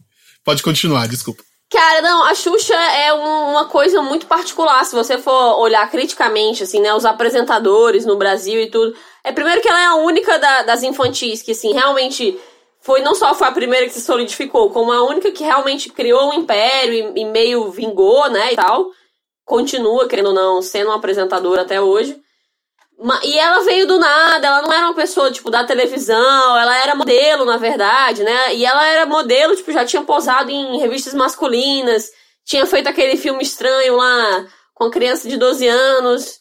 S1: Pode continuar, desculpa.
S2: Cara, não, a Xuxa é um- uma coisa muito particular, se você for olhar criticamente, assim, né? Os apresentadores no Brasil e tudo. É primeiro que ela é a única da- das infantis que, assim, realmente foi, não só foi a primeira que se solidificou, como a única que realmente criou um império e, e meio vingou, né, e tal. Continua, querendo ou não, sendo uma apresentadora até hoje. Ma- E ela veio do nada, ela não era uma pessoa, tipo, da televisão, ela era modelo, na verdade, né? E ela era modelo, tipo, já tinha posado em revistas masculinas, tinha feito aquele filme estranho lá com a criança de 12 anos,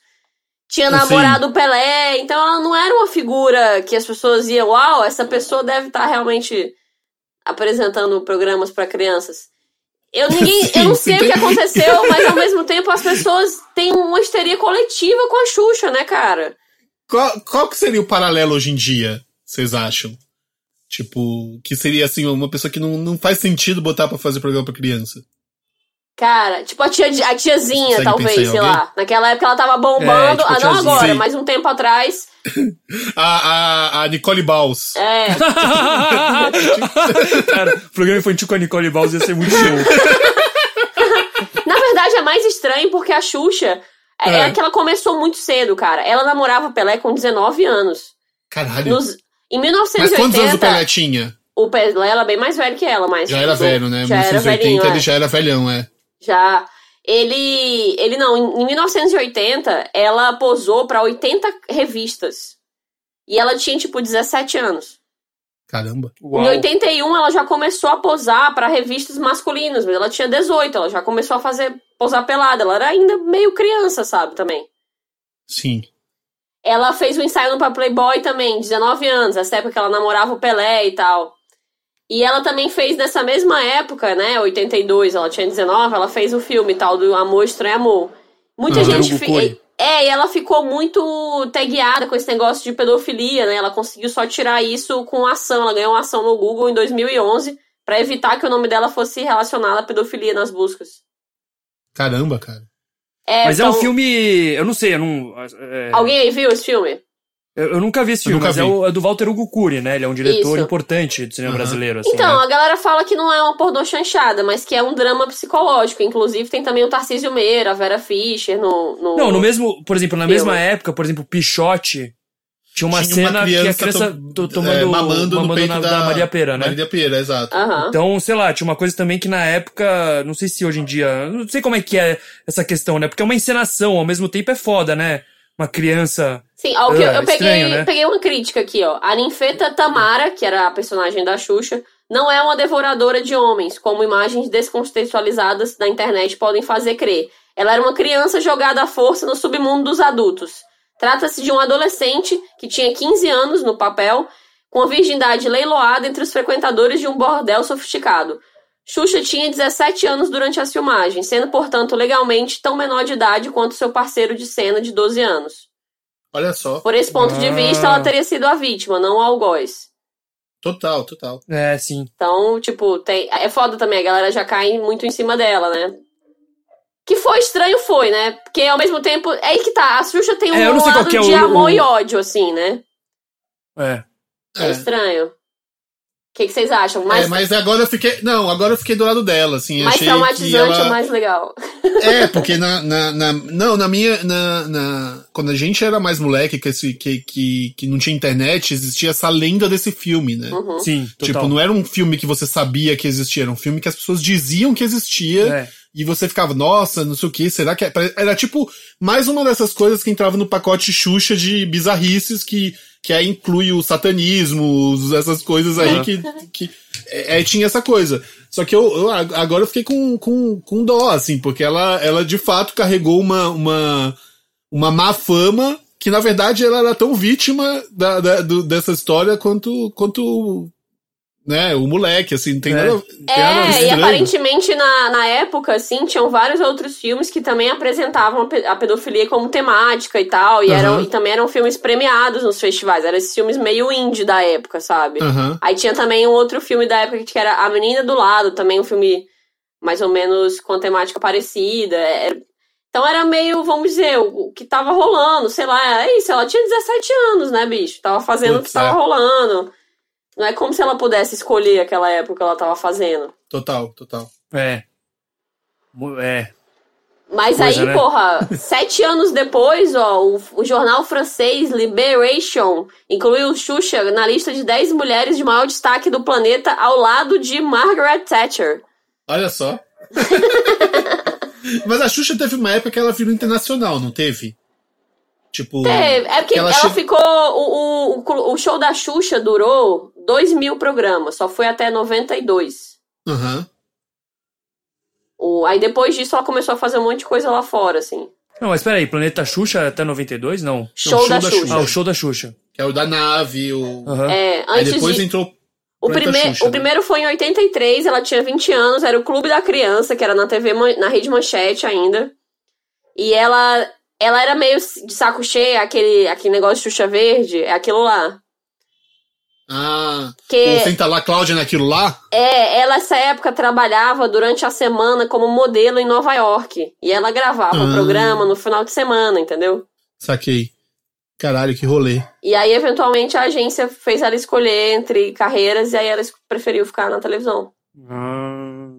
S2: tinha
S1: Sim.
S2: namorado o Pelé, então ela não era uma figura que as pessoas iam, uau, essa pessoa deve estar realmente apresentando programas pra crianças. Eu, ninguém, eu não
S1: Sim,
S2: sei o que
S1: tem-
S2: aconteceu, mas ao mesmo tempo as pessoas têm uma histeria coletiva com a Xuxa, né, cara?
S1: Qual, qual que seria o paralelo hoje em dia, vocês acham? Tipo, que seria assim, uma pessoa que não, não faz sentido botar pra fazer programa pra criança.
S2: Cara, tipo a, tia, a tiazinha,
S1: Consegue
S2: talvez,
S1: pensar
S2: sei
S1: em
S2: lá. Naquela época ela tava bombando.
S3: É, tipo
S2: ah, não
S3: tiazinha,
S2: agora,
S1: sim.
S2: mas um tempo atrás.
S1: A, a, a Nicole Baus.
S2: É.
S3: o programa infantil com a Nicole Baus ia ser muito show.
S2: Na verdade, é mais estranho porque a Xuxa é,
S1: É.
S2: que ela começou muito cedo, cara. Ela namorava Pelé com 19 anos.
S1: Caralho.
S2: Nos, em
S1: Mas
S2: 1980,
S1: quantos anos o Pelé tinha?
S2: o Pelé era bem mais velho que ela, mas.
S1: Já era velho, né?
S2: Já era
S1: 1980
S2: velhinho, é.
S1: ele já era velhão, é.
S2: Já. Ele. Ele não, em em 1980, ela posou pra 80 revistas. E ela tinha, tipo, 17 anos.
S1: Caramba.
S3: Uau.
S2: Em 81 ela já começou a posar pra revistas masculinas, mas ela tinha 18, ela já começou a fazer posar pelada, ela era ainda meio criança, sabe, também.
S1: Sim.
S2: Ela fez o ensaio pra Playboy também, 19 anos, essa época que ela namorava o Pelé e tal. E ela também fez nessa mesma época, né, 82, ela tinha 19, ela fez o filme tal do Amor Estranho Amor. Muita
S1: Ah,
S2: gente...
S3: Hugo
S2: fi-
S3: Cole.
S2: É, e ela ficou muito tagueada com esse negócio de pedofilia, né? Ela conseguiu só tirar isso com ação. Ela ganhou uma ação no Google em 2011 pra evitar que o nome dela fosse relacionado à pedofilia nas buscas.
S1: Caramba, cara.
S2: É,
S3: Mas é um
S2: então,
S3: filme. Eu não sei, eu não. é,
S2: Alguém aí viu esse filme?
S3: Eu, eu nunca vi esse
S1: Eu
S3: filme,
S1: nunca
S3: mas é,
S1: vi.
S3: o, é do Walter Hugo Cury, né? Ele é um diretor
S2: Isso.
S3: importante do cinema
S1: Aham.
S3: brasileiro, assim,
S2: Então,
S3: né?
S2: a galera fala que não é uma pornô chanchada, mas que é um drama psicológico. Inclusive, tem também o Tarcísio Meira, a Vera Fischer no. no...
S3: Não, no mesmo, por exemplo, na
S2: Filme.
S3: mesma época, por exemplo, Pichote tinha uma
S1: Tinha
S3: cena
S1: uma
S3: que a
S1: criança
S3: criança
S1: tom-
S3: to- tomando,
S1: é,
S3: mamando,
S1: mamando no peito
S3: na,
S1: da-
S3: Maria Pera, né?
S1: Maria Pera, exato.
S2: Aham.
S3: Então, sei lá, tinha uma coisa também que na época, não sei se hoje em dia, não sei como é que é essa questão, né? Porque é uma encenação, ao mesmo tempo é foda, né? Uma criança.
S2: Sim, ó, o que
S3: É,
S2: eu, eu peguei,
S3: estranho, né?
S2: peguei uma crítica aqui, ó. A ninfeta Tamara, que era a personagem da Xuxa, não é uma devoradora de homens, como imagens descontextualizadas na internet podem fazer crer. Ela era uma criança jogada à força no submundo dos adultos. Trata-se de um adolescente que tinha 15 anos no papel, com a virgindade leiloada entre os frequentadores de um bordel sofisticado. Xuxa tinha 17 anos durante as filmagens, sendo, portanto, legalmente tão menor de idade quanto seu parceiro de cena de 12 anos.
S1: Olha só.
S2: Por esse ponto de
S3: Ah.
S2: vista, ela teria sido a vítima, não o algoz.
S1: Total, total.
S3: É, sim.
S2: Então, tipo, tem... é foda também, a galera já cai muito em cima dela, né? Que foi estranho, foi, né? Porque ao mesmo tempo. É aí que tá, a Xuxa tem um
S3: É, eu não sei qual
S2: lado
S3: que é
S2: de
S3: o-
S2: amor
S3: o-
S2: e ódio, assim, né?
S3: É.
S2: É,
S1: É.
S2: estranho. O que, que vocês acham?
S1: Mas,
S2: Mais,
S1: é, mas agora eu fiquei. Não, agora eu fiquei do lado dela, assim.
S2: mais
S1: achei que
S2: traumatizante
S1: ela...
S2: ou mais legal?
S1: É, porque na, na, na- não, na minha, na, na- quando a gente era mais moleque, que, esse- que, que, que não tinha internet, existia essa lenda desse filme, né?
S2: Uhum.
S3: Sim, total.
S1: Tipo, não era um filme que você sabia que existia, era um filme que as pessoas diziam que existia
S3: É.
S1: e você ficava, nossa, não sei o que, será que é? Pare- Era tipo, mais uma dessas coisas que entrava no pacote Xuxa de bizarrices que, que aí inclui o satanismo, os- essas coisas aí
S3: Uhum.
S1: que, que é, é, tinha essa coisa. Só que eu, eu ag- agora eu fiquei com, com, com dó, assim, porque ela, ela de fato carregou uma, uma, uma má fama que na verdade ela era tão vítima da, da- do- dessa história quanto, quanto né, o moleque, assim, não tem
S3: É.
S1: nada. não tem nada
S2: É, e
S1: estranho.
S2: aparentemente na, na época, assim, tinham vários outros filmes que também apresentavam a pe- a pedofilia como temática e tal. E,
S1: Aham.
S2: eram, e também eram filmes premiados nos festivais. Eram esses filmes meio indie da época, sabe?
S1: Aham.
S2: Aí tinha também um outro filme da época que era A Menina do Lado, também um filme mais ou menos com temática parecida. É- Então era meio, vamos dizer, o o que tava rolando, sei lá, é isso, ela tinha 17 anos, né, bicho? Tava fazendo o que
S1: Putz,
S2: tava
S1: é.
S2: rolando. Não é como se ela pudesse escolher aquela época que ela tava fazendo.
S1: Total, total.
S3: É. Mu- É.
S2: Mas
S3: Coisa,
S2: aí,
S3: né?
S2: porra, sete anos depois, ó, o, o jornal francês Liberation incluiu Xuxa na lista de 10 mulheres de maior destaque do planeta ao lado de Margaret Thatcher.
S1: Olha só. Mas a Xuxa teve uma época que ela virou internacional, não teve? Tipo.
S2: É, é porque ela,
S1: Ela che-
S2: ficou. O, o, o show da Xuxa durou 2 mil programas, só foi até 92.
S1: Aham.
S2: O, aí depois disso ela começou a fazer um monte de coisa lá fora, assim.
S3: Não, mas peraí, Planeta Xuxa até 92? Não.
S2: Show,
S1: show
S2: da,
S1: da
S2: Xuxa.
S1: Xuxa.
S3: Ah, o show da Xuxa.
S1: Que é o da nave, o.
S3: Aham.
S2: É,
S1: Aí
S2: antes
S1: depois
S2: de...
S1: entrou.
S2: O,
S1: Planeta
S2: prime-
S1: Xuxa,
S2: o
S1: né?
S2: primeiro foi em 83, ela tinha 20 anos, era o Clube da Criança, que era na TV, Man- na Rede Manchete ainda. E ela ela era meio de saco cheio, aquele, aquele negócio de Xuxa Verde, é aquilo lá.
S1: Ah. O
S2: Que
S1: Senta lá, Cláudia, naquilo lá?
S2: é, ela essa época trabalhava durante a semana como modelo em Nova York. E ela gravava o
S1: Ah.
S2: programa no final de semana, entendeu?
S1: Saquei. Caralho, que rolê.
S2: E aí, eventualmente, a agência fez ela escolher entre carreiras e aí ela es- preferiu ficar na televisão.
S3: Ah.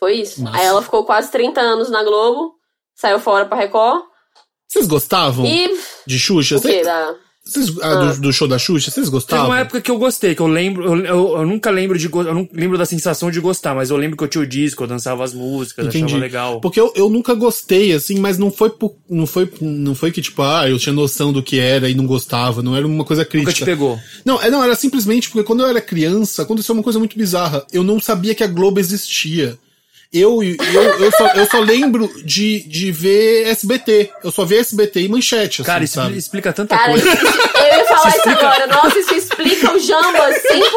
S2: Foi isso.
S1: Massa.
S2: Aí ela ficou quase 30 anos na Globo, saiu fora pra Record.
S1: Vocês gostavam
S2: e
S1: de Xuxa?
S2: o quê?
S1: Vocês,
S2: Da...
S1: vocês- ah, do, do show da Xuxa? Vocês
S3: Teve
S1: gostavam?
S3: uma época que eu gostei, que eu lembro, eu, eu- eu nunca lembro de, go- eu não lembro da sensação de gostar, mas eu lembro que eu tinha o disco, eu dançava as músicas, achava
S1: Entendi.
S3: legal.
S1: Porque eu, eu nunca gostei, assim, mas não foi, por- não foi não foi que, tipo, ah, eu tinha noção do que era e não gostava. Não era uma coisa
S3: Nunca te
S1: crítica.
S3: pegou.
S1: Não, é, não, era simplesmente porque quando eu era criança, aconteceu uma coisa muito bizarra. Eu não sabia que a Globo existia. Eu, eu, eu, só, eu só lembro de, de ver SBT. Eu só vi SBT e manchete, assim,
S3: Cara, isso
S1: sabe?
S3: explica tanta
S2: Cara,
S3: coisa.
S2: isso- eu ia falar isso agora. Nossa, isso explica o Jamba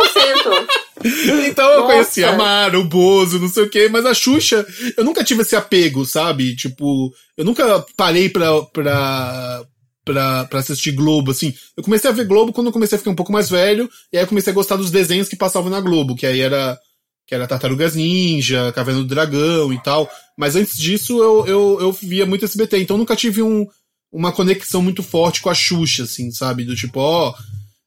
S2: 100%.
S1: Então eu
S2: Nossa.
S1: conhecia Amaro, Bozo, não sei o quê, mas a Xuxa, eu nunca tive esse apego, sabe? Tipo, eu nunca parei pra, pra, pra, pra assistir Globo, assim. Eu comecei a ver Globo quando eu comecei a ficar um pouco mais velho, e aí eu comecei a gostar dos desenhos que passavam na Globo, que aí era, que era Tartarugas Ninja, Caverna do Dragão e tal. Mas antes disso eu, eu, eu via muito SBT, então eu nunca tive um, uma conexão muito forte com a Xuxa, assim, sabe? Do tipo, ó,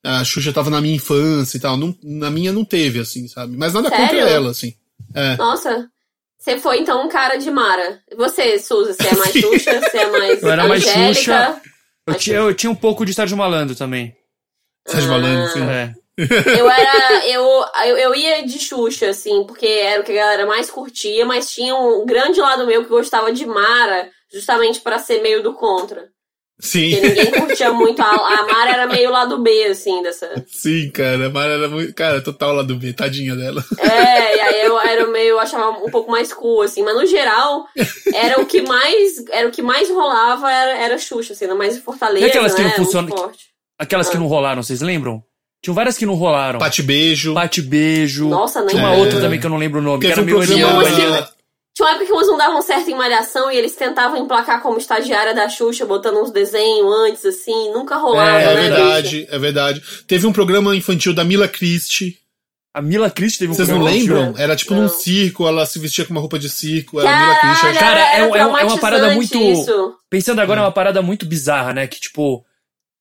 S1: a Xuxa tava na minha infância e tal. Não- na minha não teve, assim, sabe? Mas nada
S2: Sério?
S1: contra ela, assim. É.
S2: Nossa. Você foi então um cara de Mara. Você, Suza, você é mais
S1: Sim.
S2: Xuxa, você é mais
S3: Eu era mais
S2: Angélica.
S3: Eu,
S1: é.
S3: tinha, eu tinha um pouco de Sérgio Malandro também.
S1: Sérgio Malandro, assim.
S3: É.
S2: Eu era. Eu, eu, eu ia de Xuxa, assim, porque era o que a galera mais curtia, mas tinha um grande lado meu que gostava de Mara, justamente pra ser meio do contra.
S1: Sim,
S2: Porque ninguém curtia muito. A, a Mara era meio lado B, assim, dessa.
S1: sim, cara. Mas era muito. Cara, total lá do B, tadinha dela.
S2: É, e aí eu era meio, eu achava um pouco mais cool, assim, mas no geral, era o que mais, era o que mais rolava, era, era Xuxa, assim, ainda mais em Fortaleza,
S3: E aquelas que
S2: né,
S3: não funcionam-
S2: muito forte.
S3: Aquelas
S1: É.
S3: que não rolaram, vocês lembram? Tinham várias que não rolaram.
S1: Pate beijo.
S3: Bate beijo.
S2: Nossa, nem
S3: Tinha uma
S1: um. É.
S3: outra também que eu não lembro o nome, que
S1: Teve
S3: era né?
S1: um
S3: meio
S1: programa.
S2: original,
S3: original.
S2: mas- Tinha uma época que umas não davam certo em Malhação e eles tentavam emplacar como estagiária da Xuxa, botando uns desenhos antes, assim, nunca rolava,
S1: É
S2: né? bicho?
S1: verdade, é verdade. Teve um programa infantil da Mila Christie.
S3: A Mila Christie teve um
S1: Vocês não
S3: programa infantil.
S1: lembram? Era tipo num
S2: Não.
S1: circo, ela se vestia com uma roupa de circo. Era tipo, a Mila Christie.
S2: Caralho,
S1: acho-
S3: Cara,
S2: era
S3: é um- é um- é uma
S2: traumatizante
S3: parada muito-
S2: Isso.
S3: Pensando agora é uma parada muito bizarra, né? Que, tipo,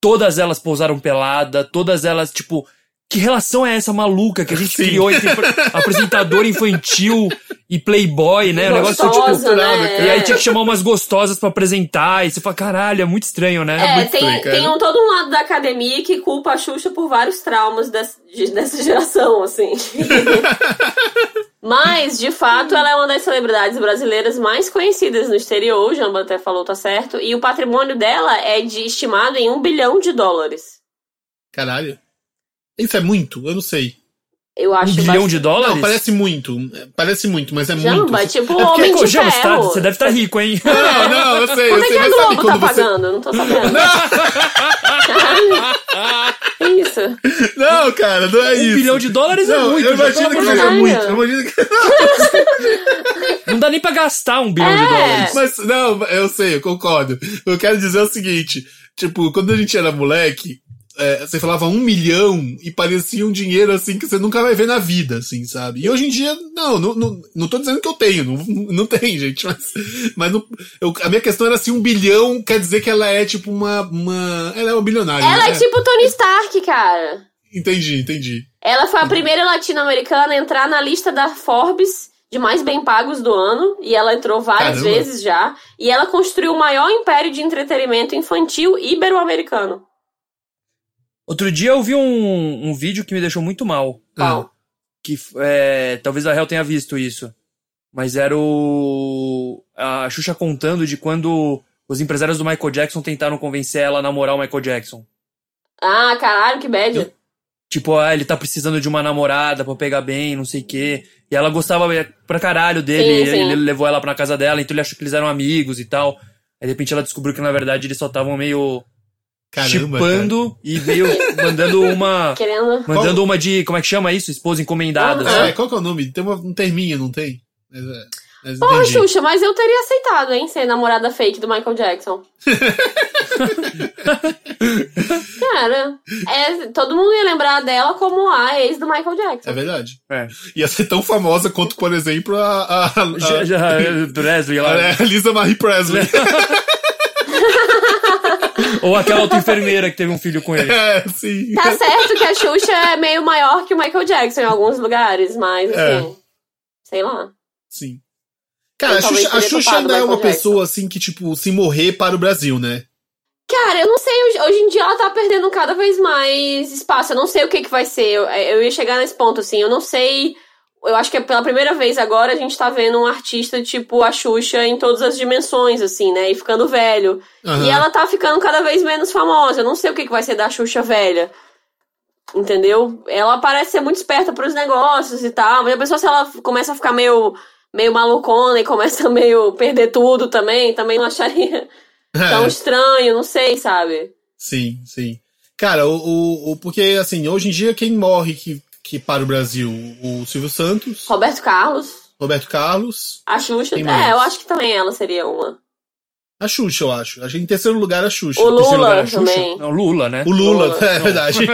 S3: todas elas pousaram pelada, todas elas, tipo, que relação é essa maluca que a gente
S1: Sim.
S3: criou entre apresentador infantil e playboy, né? O negócio, tipo.
S2: Gostosa,
S1: cultural, né,
S2: né?
S1: cara?
S3: E aí tinha que chamar umas gostosas pra apresentar, e você fala, caralho, é muito estranho, né?
S2: É,
S1: muito
S2: tem,
S1: estranho, cara.
S2: tem um, todo um lado da academia que culpa a Xuxa por vários traumas des- de- dessa geração, assim. Mas, de fato, ela é uma das celebridades brasileiras mais conhecidas no exterior, o Jamba até falou, tá certo, e o patrimônio dela é de, estimado em um bilhão de dólares.
S1: Caralho. Isso é muito? Eu não sei.
S2: Eu
S3: Um
S2: acho
S3: bilhão
S2: bastante-
S3: de dólares?
S1: Não, parece muito. Parece muito, mas é muito.
S2: Jamba,
S1: assim.
S2: tipo
S1: É porque-
S2: homem
S3: Ô,
S2: de
S3: Jamba, você tá-
S2: ferro.
S3: você deve estar rico, hein?
S1: Não, não, eu sei. eu
S2: Quanto é
S1: sei,
S2: que a
S1: mas sabe
S2: Globo tá
S1: quando você...
S2: pagando? Eu Não tô sabendo. Isso.
S1: Não, cara, não é
S3: Um
S1: isso.
S3: bilhão de dólares é
S1: Não,
S3: muito,
S1: eu
S3: já,
S1: imagino
S3: pelo
S1: que
S3: amor de
S1: seja
S2: caralho.
S1: muito. Eu imagino que...
S3: Deus. Não dá nem pra gastar um bilhão de
S2: É.
S3: dólares.
S1: Mas, não, eu sei, eu concordo. Eu quero dizer o seguinte: tipo, quando a gente era moleque, é, você falava um milhão e parecia um dinheiro assim que você nunca vai ver na vida, assim, sabe? E hoje em dia, não, não, não, não tô dizendo que eu tenho, não, não tem, gente, mas, mas não- eu- a minha questão era assim: um bilhão quer dizer que ela é tipo uma. uma ela é uma bilionária.
S2: Ela é
S1: né?
S2: tipo Tony Stark, cara.
S1: Entendi, entendi.
S2: Ela
S1: Uhum.
S2: foi a primeira latino-americana a entrar na lista da Forbes de mais bem pagos do ano. E ela entrou várias
S1: Caramba.
S2: vezes já. E ela construiu o maior império de entretenimento infantil ibero-americano.
S3: Outro dia eu vi um, um vídeo que me deixou muito mal.
S1: Ah.
S2: Qual?
S3: que é, talvez a Hel tenha visto isso. Mas era o. A Xuxa contando de quando os empresários do Michael Jackson tentaram convencer ela a namorar o Michael Jackson.
S2: Ah, caralho, que bad.
S3: Tipo, ah, ele tá precisando de uma namorada pra pegar bem, não sei o quê. E ela gostava pra caralho dele,
S2: Sim,
S3: ele-
S2: sim.
S3: ele levou ela pra casa dela, então ele achou que eles eram amigos e tal. Aí de repente ela descobriu que na verdade eles só estavam meio
S1: Caramba. cara.
S3: chipando e meio mandando uma.
S2: Querendo.
S3: Mandando uma de. Como é que chama isso? Esposa encomendada.
S2: Ah,
S3: sabe?
S1: É, qual que é o nome? Tem uma, um terminho, não tem? Mas, é, mas
S2: Porra,
S1: entendi.
S2: Xuxa, mas eu teria aceitado, hein, ser namorada fake do Michael Jackson. Cara, é, todo mundo ia lembrar dela como a ex do Michael
S1: É
S2: Jackson.
S1: verdade.
S3: É.
S1: Ia ser tão famosa quanto, por exemplo, a, a, a-
S3: Já, É. já,
S1: Ah.
S3: Presley lá.
S1: a- a Lisa Marie Presley.
S3: Ou aquela outra enfermeira que teve um filho com ele.
S1: É, sim.
S2: Tá certo que a Xuxa é meio maior que o Michael Jackson em alguns lugares, mas assim. Sei lá.
S1: Sim. Cara,
S2: Eu
S1: a
S2: Então, talvez
S1: Xuxa, a
S2: teria
S1: Xuxa
S2: topado
S1: ainda é
S2: Michael
S1: uma
S2: Jackson.
S1: pessoa assim que, tipo, se morrer para o Brasil, né?
S2: Cara, eu não sei, hoje- hoje em dia ela tá perdendo cada vez mais espaço. Eu não sei o que, que vai ser. Eu, é, eu ia chegar nesse ponto, assim, eu não sei. Eu acho que é pela primeira vez agora a gente tá vendo um artista tipo a Xuxa em todas as dimensões, assim, né? E ficando velho.
S1: Aham.
S2: E ela tá ficando cada vez menos famosa. Eu não sei o que, que vai ser da Xuxa velha. Entendeu? Ela parece ser muito esperta pros negócios e tal. Mas a pessoa, se ela começa a ficar meio, meio malucona e começa a meio perder tudo também, também não acharia tão
S1: É,
S2: estranho, não sei, sabe?
S1: sim, sim. Cara, o, o, o- porque assim, hoje em dia quem morre que, que para o Brasil? O Silvio Santos,
S2: Roberto Carlos,
S1: Roberto Carlos,
S2: a Xuxa.
S1: Quem mais?
S2: É, eu acho que também ela seria uma.
S1: a Xuxa, eu acho. Acho que em terceiro lugar a Xuxa.
S2: O
S3: Terceiro um lugar,
S2: Lula
S3: a Xuxa?
S2: também.
S3: Não, Lula, né?
S1: O Lula,
S2: Lula.
S1: é verdade.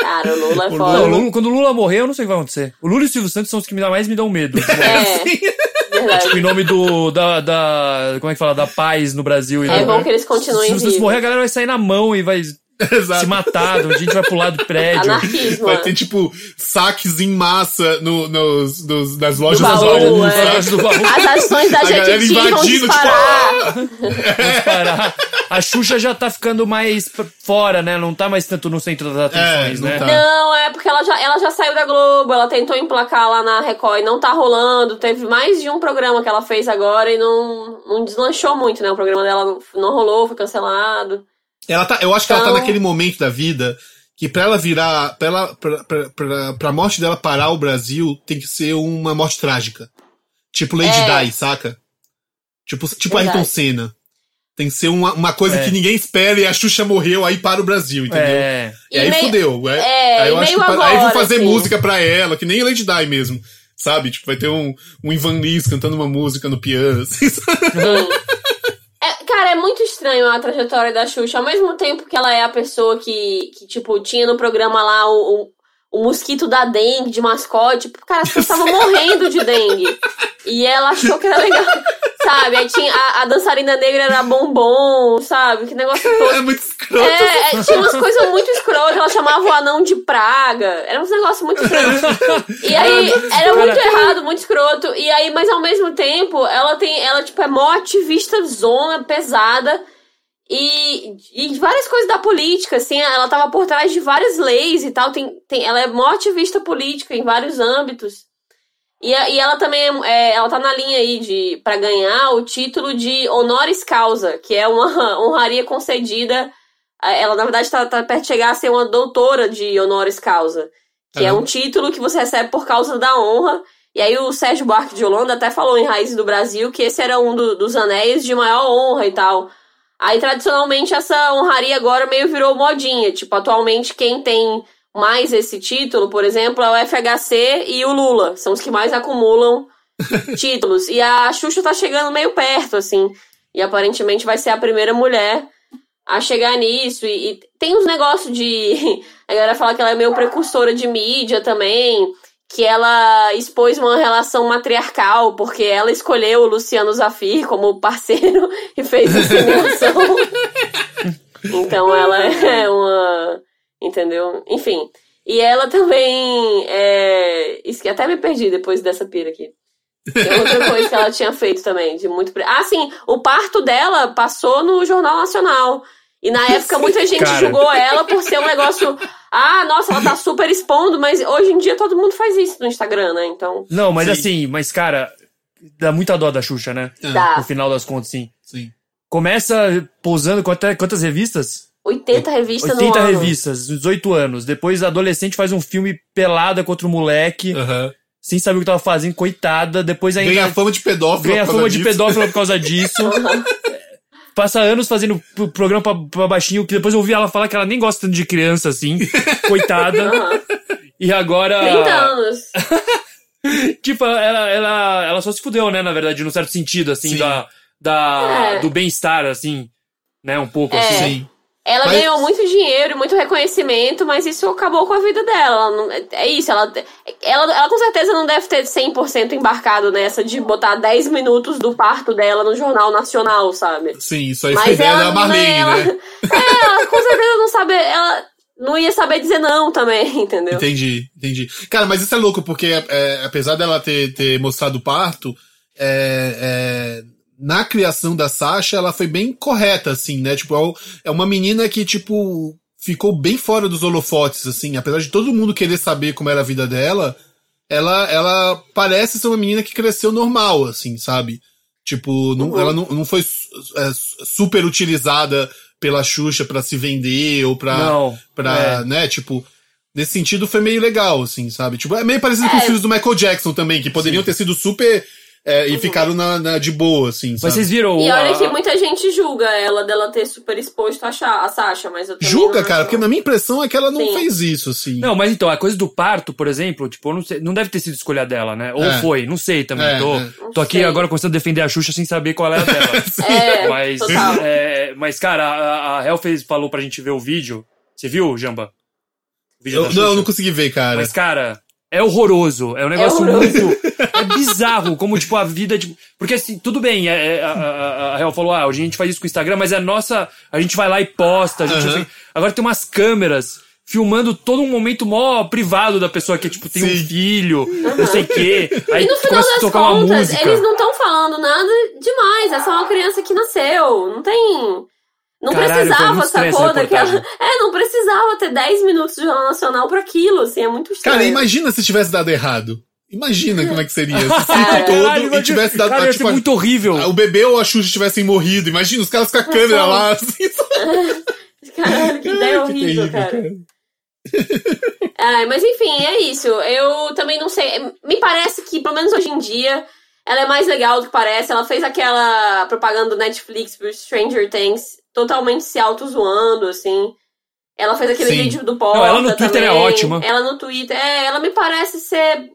S2: Cara, o Lula é
S1: O um assim.
S2: foda.
S3: Não, o Lula- quando o Lula morrer, eu não sei o que vai acontecer. O Lula e o Silvio Santos são os que me dá mais me dão medo.
S2: É, verdade.
S3: Em nome do. Da, da- Como é que fala? Da paz no Brasil. e
S2: É
S3: da-
S2: bom que eles continuem
S3: Se vocês
S2: vivos.
S3: morrer, a galera vai sair na mão e vai se
S1: Exato.
S3: matar. A gente vai pular do prédio.
S2: Tá Anarquismo.
S1: Vai ter, tipo, saques em massa no, nos, nos- nas lojas
S2: baú,
S1: Baú,
S2: é.
S1: sabe?
S3: Atrás do baú,
S2: As ações da
S1: A galera
S2: gente vão
S1: invadindo, tipo,
S2: disparar.
S3: parar. A Xuxa já tá ficando mais pra- fora, né? Não tá mais tanto no centro das atenções,
S1: É, não
S3: né?
S1: tá.
S2: Não, é porque ela já, ela já saiu da Globo, ela tentou emplacar lá na Record e não tá rolando. Teve mais de um programa que ela fez agora e não, não deslanchou muito, né? O programa dela não, não rolou, foi cancelado.
S1: Ela tá, eu acho que ela
S2: Então-
S1: tá naquele momento da vida que pra ela virar, pra, ela, pra, pra, pra, pra morte dela parar o Brasil, tem que ser uma morte trágica. Tipo Lady
S2: É.
S1: Di, saca? Tipo, tipo
S2: Verdade.
S1: Ayrton Senna. Tem que ser uma, uma coisa
S3: É.
S1: que ninguém espera e a Xuxa morreu, aí para o Brasil, entendeu?
S3: É.
S1: E, aí
S2: meio-
S1: fudeu. É,
S2: é,
S1: aí
S2: e
S1: eu acho que
S2: meio
S1: para- aí vão
S2: agora,
S1: fazer
S2: assim.
S1: música pra ela, que nem Lady Di mesmo. Sabe? Tipo, vai ter um, um Ivan Lins cantando uma música no piano. assim, sabe?
S2: É, cara, é muito estranho a trajetória da Xuxa. Ao mesmo tempo que ela é a pessoa que, que tipo, tinha no programa lá o, o, o mosquito da dengue de mascote. Tipo, cara, as pessoas estavam morrendo de dengue. E ela achou que era legal. Sabe? Aí tinha a, a dançarina negra era bombom, sabe? Que negócio todo.
S1: é muito escroto.
S2: É, é, tinha umas coisas muito escrotas, ela chamava o anão de praga. Era uns negócios muito estranhos. E aí, era muito errado, muito escroto. E aí, mas ao mesmo tempo, ela tem. Ela, tipo, é mó ativista zona, pesada. E, e várias coisas da política, assim, ela tava por trás de várias leis e tal. Tem, tem, ela é mó ativista política em vários âmbitos. E, a- e ela também é- é, ela tá na linha aí de para ganhar o título de honoris causa, que é uma honraria concedida. a- Ela, na verdade, tá, tá perto de chegar a ser uma doutora de honoris causa, que é
S1: Caramba.
S2: um título que você recebe por causa da honra. E aí o Sérgio Buarque de Holanda até falou em Raízes do Brasil que esse era um do- dos anéis de maior honra e tal. Aí, tradicionalmente, essa honraria agora meio virou modinha. Tipo, atualmente, quem tem mais esse título, por exemplo, é o FHC e o Lula. São os que mais acumulam títulos. E a Xuxa tá chegando meio perto, assim. E aparentemente vai ser a primeira mulher a chegar nisso. E, e tem uns negócios de. A galera fala que ela é meio precursora de mídia também. Que ela expôs uma relação matriarcal, porque ela escolheu o Luciano Zafir como parceiro e fez inseminação. então ela é uma. Entendeu? Enfim. E ela também. É... esque- Até me perdi depois dessa pira aqui. Tem outra coisa que ela tinha feito também, de muito. pre- Ah, sim, o parto dela passou no Jornal Nacional. E na época muita gente
S3: Cara.
S2: julgou ela por ser um negócio. Ah, nossa, ela tá super expondo, mas hoje em dia todo mundo faz isso no Instagram, né? Então.
S3: Não, mas
S1: Sim.
S3: assim, mas cara, dá muita dó da Xuxa, né?
S2: Dá.
S3: No final das contas, sim.
S1: Sim.
S3: Começa posando quantas, quantas revistas?
S2: 80 revistas no
S3: 80
S2: ano.
S3: revistas, 18 anos. Depois, adolescente faz um filme pelada contra o moleque,
S1: Aham.
S3: sem saber o que tava fazendo, coitada. Depois ainda
S1: Ganha fama de pedófilo.
S3: ganha
S1: por
S3: fama
S1: causa
S3: de
S1: disso.
S3: pedófilo por causa disso. Passa anos fazendo pro- programa pra, pra baixinho, que depois eu ouvi ela falar que ela nem gosta tanto de criança assim, coitada.
S2: Aham.
S3: e agora.
S2: 30 anos.
S3: Tipo, ela, ela, ela só se fudeu, né, na verdade, num certo sentido, assim,
S1: Sim.
S3: da, da,
S2: É.
S3: do bem-estar, assim, né, um pouco,
S2: É.
S3: assim.
S1: Sim.
S2: Ela
S1: Mas-
S2: ganhou muito dinheiro e muito reconhecimento, mas isso acabou com a vida dela. Ela não- é isso, ela, ela, ela com certeza não deve ter 100% embarcado nessa de botar 10 minutos do parto dela no Jornal Nacional, sabe?
S1: Sim, isso aí foi
S2: Mas
S1: ideia
S2: ela,
S1: da Marlene,
S2: né, ela,
S1: né?
S2: É, ela com certeza não sabe. Ela não ia saber dizer não também, entendeu?
S1: Entendi, entendi. Cara, mas isso é louco, porque é, apesar dela ter, ter mostrado o parto, é, é, na criação da Sasha, ela foi bem correta, assim, né? Tipo, é o- é uma menina que, tipo, ficou bem fora dos holofotes, assim. Apesar de todo mundo querer saber como era a vida dela, ela, ela parece ser uma menina que cresceu normal, assim, sabe? Tipo, não-
S2: Uhum.
S1: ela não, não foi su- é, su- super utilizada pela Xuxa pra se vender ou pra
S3: Não.
S1: pra,
S3: É.
S1: né, tipo, nesse sentido foi meio legal, assim, sabe? Tipo, é meio parecido com
S2: É.
S1: os filhos do Michael Jackson também, que poderiam ter sido super, é, e ficaram na, na- de boa, assim,
S3: Mas
S1: sabe?
S3: vocês viram.
S2: E
S3: a-
S2: olha que muita gente julga ela dela ter super exposto a, Sha- a Sasha, mas eu também
S1: Julga,
S2: não
S1: cara,
S2: acho-
S1: porque na minha impressão é que ela não
S2: Sim.
S1: fez isso, assim.
S3: Não, mas então, a coisa do parto, por exemplo, tipo, eu não, sei, não deve ter sido escolha dela, né? Ou
S1: É.
S3: foi, não sei também.
S1: É,
S3: tô,
S1: é.
S3: tô aqui
S2: Não sei.
S3: agora começando a defender a Xuxa sem saber qual era a dela.
S2: É,
S3: mas,
S2: total.
S3: é, mas, cara, a, a Hel fez, falou pra gente ver o vídeo. Você viu, Jamba? O vídeo
S1: Eu-
S3: da Xuxa?
S1: não, eu não consegui ver, cara.
S3: Mas, cara, É horroroso. É um negócio
S2: horroroso.
S3: muito. É bizarro. Como, tipo, a vida. Tipo, porque, assim, tudo bem. é- é- a, a, a Real falou, ah, hoje a gente faz isso com o Instagram, mas é a nossa. A gente vai lá e posta. A gente
S1: Aham.
S3: Agora tem umas câmeras filmando todo um momento mó privado da pessoa que, tipo, tem
S1: Sim.
S3: um filho, não sei o quê. Aí
S2: E no final
S3: começa a
S2: das
S3: tocar uma
S2: contas,
S3: música.
S2: eles não estão falando nada demais. É só uma criança que nasceu. Não tem. Não
S3: Caralho, foi
S2: precisava,
S3: muito estranha
S2: sacou?
S3: essa
S2: Daquela...
S3: reportagem.
S2: É, não precisava ter 10 minutos de Jornal Nacional pra aquilo, assim, é muito estranho.
S1: Cara, imagina se tivesse dado errado. Imagina como é que seria. Se ciclo
S2: Caralho,
S1: todo e
S3: imagina-
S1: tivesse dado
S3: cara, ia ser
S1: tipo, a-
S3: muito horrível.
S1: a- o bebê ou a Xuxa tivessem morrido. Imagina os caras com a câmera lá. Assim,
S2: Caralho, que
S1: Ai,
S2: ideia é horrível, cara. Ah, mas enfim, é isso. Eu também não sei. Me parece que, pelo menos hoje em dia, ela é mais legal do que parece. Ela fez aquela propaganda do Netflix pro Stranger Things totalmente se auto-zoando, assim. Ela fez aquele
S1: Sim.
S2: vídeo do Porta
S3: ela no Twitter
S2: também.
S3: é ótima.
S2: Ela no Twitter, é, ela me parece ser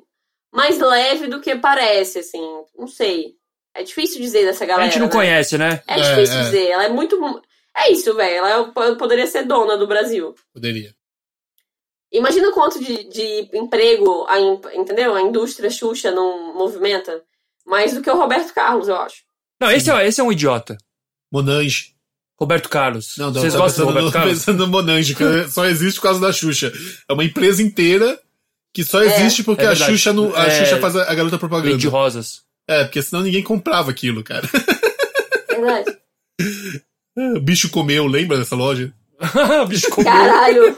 S2: mais leve do que parece, assim. Não sei. É difícil dizer dessa
S3: A
S2: galera.
S3: gente não
S2: né?
S3: conhece, né?
S2: É
S1: É,
S2: difícil
S1: é.
S2: dizer. Ela é muito. É isso, velho. Ela p- poderia ser dona do Brasil.
S1: Poderia.
S2: Imagina o quanto de, de emprego, a, im- entendeu? A indústria Xuxa não movimenta. Mais do que o Roberto Carlos, eu acho.
S3: Não, esse é, esse é um idiota.
S1: Monange.
S3: Roberto Carlos.
S1: Não, não,
S3: Vocês
S1: tô
S3: gostam
S1: pensando,
S3: do Roberto
S1: no, tô
S3: Carlos?
S1: pensando no Monange, que é- só existe por causa da Xuxa. É uma empresa inteira que só existe porque
S3: é
S1: a,
S3: verdade.
S1: Xuxa não, a
S3: É.
S1: Xuxa faz a, a garota propaganda.
S3: Lei de rosas.
S1: É, porque senão ninguém comprava aquilo, cara.
S2: Verdade.
S1: O bicho comeu, lembra dessa loja?
S3: Bicho comum.
S2: Caralho.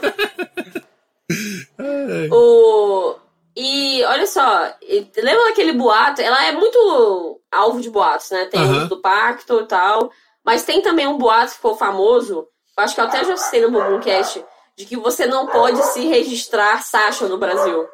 S2: o... E olha só, e- lembra daquele boato? Ela é muito alvo de boatos, né? Tem
S1: Aham.
S2: os do pacto e tal. Mas tem também um boato que ficou famoso, eu acho que eu até já citei no Bumbumcast, de que você não pode se registrar Sasha no Brasil.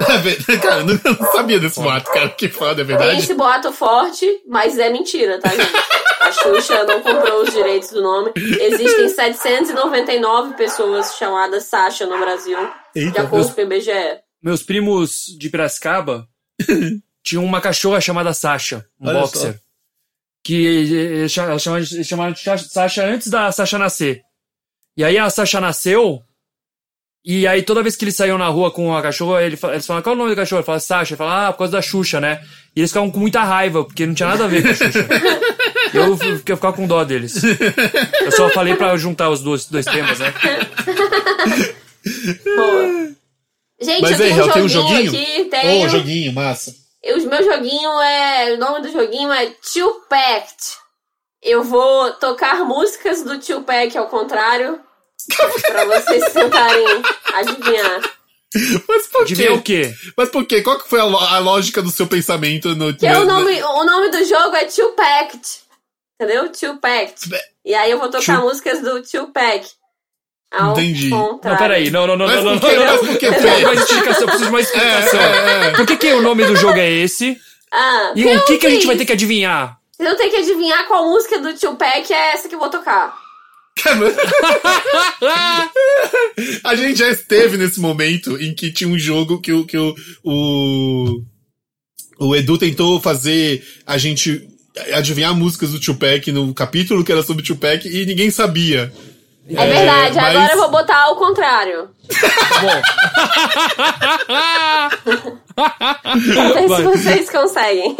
S1: É cara, eu não, eu não sabia desse boato, cara. Que foda, é
S2: Tem
S1: verdade?
S2: esse boato forte, mas é mentira, tá, gente? A Xuxa não comprou os direitos do nome. Existem 799 pessoas chamadas Sasha no Brasil, de
S1: Eita,
S2: acordo com o IBGE.
S3: Meus primos de Piracicaba tinham uma cachorra chamada Sasha, um
S1: Olha
S3: boxer. Que eh, cha- chama- eles chamaram de Sasha- Sasha antes da Sasha nascer. E aí a Sasha nasceu. E aí toda vez que eles saíam na rua com a cachorra, ele fa- eles falavam, qual é o nome da cachorra? Ele fala, Sasha. Ele fala, ah, por causa da Xuxa, né? E eles ficavam com muita raiva, porque não tinha nada a ver com a Xuxa. eu, fi- eu ficava com dó deles. Eu só falei pra juntar os dois, dois temas, né?
S2: Boa. Gente,
S1: Mas aí,
S2: eu
S1: Hel, tem
S2: tenho um
S1: um
S2: joguinho,
S1: joguinho?
S2: aqui,
S1: Ô,
S2: tenho.
S1: joguinho, massa.
S2: E O meu joguinho é. O nome do joguinho é Two Pact. Eu vou tocar músicas do Two Pack ao contrário. pra vocês tentarem adivinhar.
S1: Mas por
S3: De ver o
S1: quê?
S3: quê?
S1: Mas por quê? Qual que foi a, lo- a lógica do seu pensamento no.
S2: Que é
S1: no-
S2: o nome, o nome do jogo é Two Pact. Entendeu? Two Pact. E aí eu vou tocar músicas do Two Pack. Ao
S1: Entendi.
S3: Não,
S2: contrário.
S3: peraí, não, não, não,
S1: Mas
S3: não, não,
S1: por que?
S3: não, não.
S1: Mas por que?
S3: Eu preciso de mais É, explicação, eu preciso de mais explicação.
S1: É, é, é.
S3: Por que, que o nome do jogo é esse?
S2: Ah,
S3: E o que, que a gente vai ter que adivinhar?
S2: Vocês vão ter que adivinhar qual música do Two Pack é essa que eu vou tocar.
S1: Ah! A gente já esteve nesse momento em que tinha um jogo que, o, que o, o, o Edu tentou fazer a gente adivinhar músicas do Tupac no capítulo que era sobre Tupac e ninguém sabia.
S2: É, verdade,
S1: mas-
S2: agora eu vou botar ao contrário.
S3: Tá Bom,
S2: Vamos ver se
S3: Vai.
S2: vocês conseguem.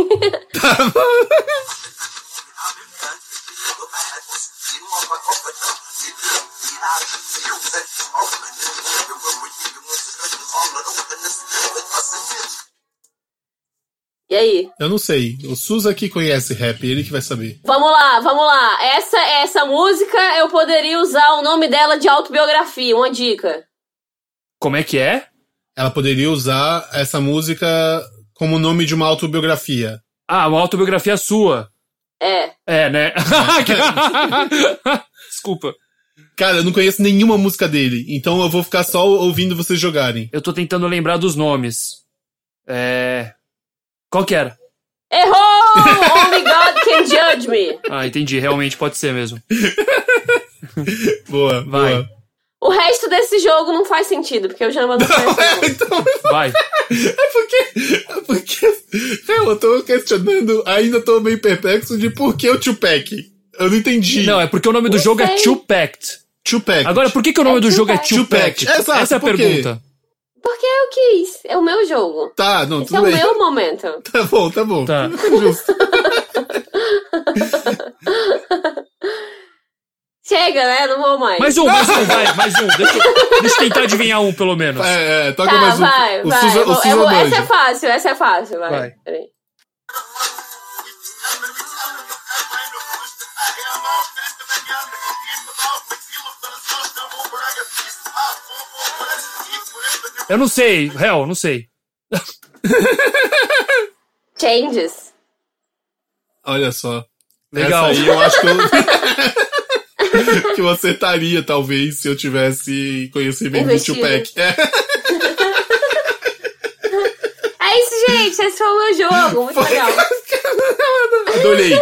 S2: E aí?
S1: Eu não sei. O Suza que conhece rap, ele que vai saber.
S2: Vamos lá, vamos lá. Essa essa música eu poderia usar o nome dela de autobiografia, uma dica.
S3: como é que é?
S1: Ela poderia usar essa música como nome de uma autobiografia.
S3: Ah, uma autobiografia sua.
S2: É.
S3: É, né? Desculpa.
S1: Cara, eu não conheço nenhuma música dele, então eu vou ficar só ouvindo vocês jogarem.
S3: Eu tô tentando lembrar dos nomes. É. Qual que era?
S2: Errou! Only God can judge me.
S3: Ah, entendi. Realmente pode ser mesmo.
S1: Boa,
S3: Vai.
S1: boa.
S2: O resto desse jogo não faz sentido, porque o Jamba não faz
S1: É,
S2: sentido.
S1: então,
S3: Vai.
S1: é porque, é porque cara, eu tô questionando, ainda tô meio perplexo de por que o Tupac. Eu não entendi.
S3: Não, é porque o nome do jogo é
S2: sei.
S3: Two Pact.
S1: Tupac.
S3: Agora, por que, que o nome
S2: É
S3: do
S2: Two
S3: jogo é
S2: Pact.
S3: Two
S1: Two Pact.
S3: Pact?
S1: Exato,
S3: Essa é a
S1: por quê?
S3: pergunta.
S2: Porque eu quis. É o meu jogo.
S1: Tá, não,
S2: Esse é
S1: tudo
S2: o
S1: bem.
S2: meu momento.
S1: Tá bom, tá bom.
S3: Tá.
S1: Justo.
S2: Chega, né? Não vou mais.
S3: Mais um, mais um, vai, mais um. Deixa, eu- deixa eu tentar adivinhar um, pelo menos.
S1: É, é, toca
S2: Tá,
S1: mais um.
S2: vai,
S1: o
S2: vai.
S1: Susan,
S2: Eu
S1: o
S2: vou-
S1: Susan
S2: eu vou-
S1: Boyd.
S2: essa é fácil, essa é fácil, vai.
S3: Vai.
S2: Peraí.
S3: Eu não sei, réu, não sei.
S2: Changes.
S1: Olha só.
S3: Legal.
S1: Essa aí eu acho que eu... que eu acertaria, talvez, se eu tivesse conhecimento do
S2: Investido.
S1: Tupac. É,
S2: É isso, gente. Esse foi o meu jogo. Muito legal.
S1: adorei,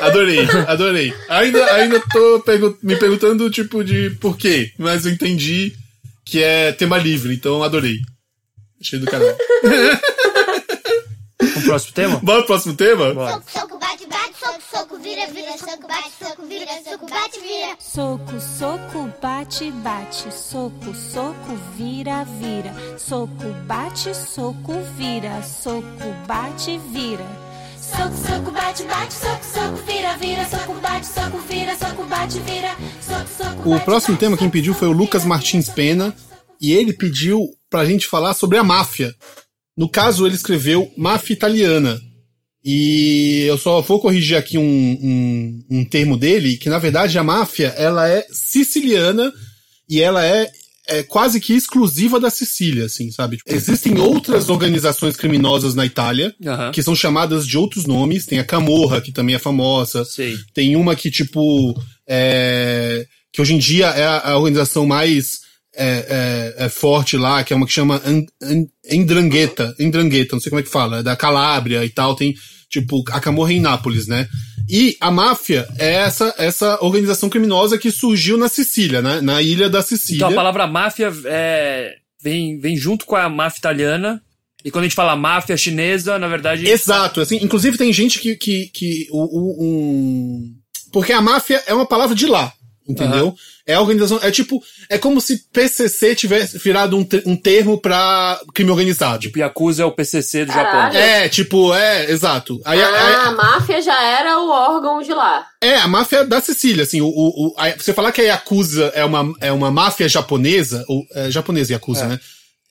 S1: adorei, adorei. Ainda, ainda tô pergu- me perguntando, tipo, de por quê, mas eu entendi que é tema livre, então adorei. Achei do canal.
S3: O Um próximo tema?
S1: Bora pro próximo tema?
S3: Bora.
S4: Soco, soco, bate, bate, soco, soco, vira, vira, soco, bate, soco, vira, soco, bate, vira.
S5: Soco, soco, bate, bate. Soco, soco, vira, vira. Soco, bate, soco, vira. Soco, bate, vira. Soco, soco, bate, bate. Soco, soco, vira, vira. Soco, bate, soco, vira. Soco, bate, vira. Soco, soco,
S1: O próximo tema quem pediu foi o Lucas Martins Pena e ele pediu pra gente falar sobre a máfia. No caso, ele escreveu máfia italiana. E eu só vou corrigir aqui um, um, um termo dele, que na verdade a máfia ela é siciliana e ela é, é quase que exclusiva da Sicília, assim, sabe? Tipo, Existem outras organizações criminosas na Itália
S3: Aham.
S1: que são chamadas de outros nomes. Tem a Camorra, que também é famosa.
S3: Sei.
S1: Tem uma que, tipo, é, que hoje em dia é a, a organização mais é, é, é forte lá, que é uma que chama An- An- Ndrangheta, Ndrangheta, não sei como é que fala, é da Calábria e tal, tem, tipo, a Camorra em Nápoles, né? E a máfia é essa, essa organização criminosa que surgiu na Sicília, né? Na ilha da Sicília.
S3: Então a palavra máfia é, vem, vem junto com a máfia italiana. E quando a gente fala máfia chinesa, na verdade.
S1: Exato, assim, inclusive tem gente que. que, que o, o- um... Porque a máfia é uma palavra de lá, entendeu? É a organização. É tipo. É como se PCC tivesse virado um, te- um termo pra crime organizado.
S3: Tipo, Yakuza é o PCC do Japão.
S2: Caralho.
S1: É, tipo, é, exato. Aí,
S2: Ah, a
S1: a-
S2: máfia já era o órgão de lá.
S1: a- é, a máfia da Sicília, assim, o, o, o- a- você falar que a Yakuza é uma, é uma máfia japonesa, ou é japonesa Yakuza,
S3: É.
S1: né?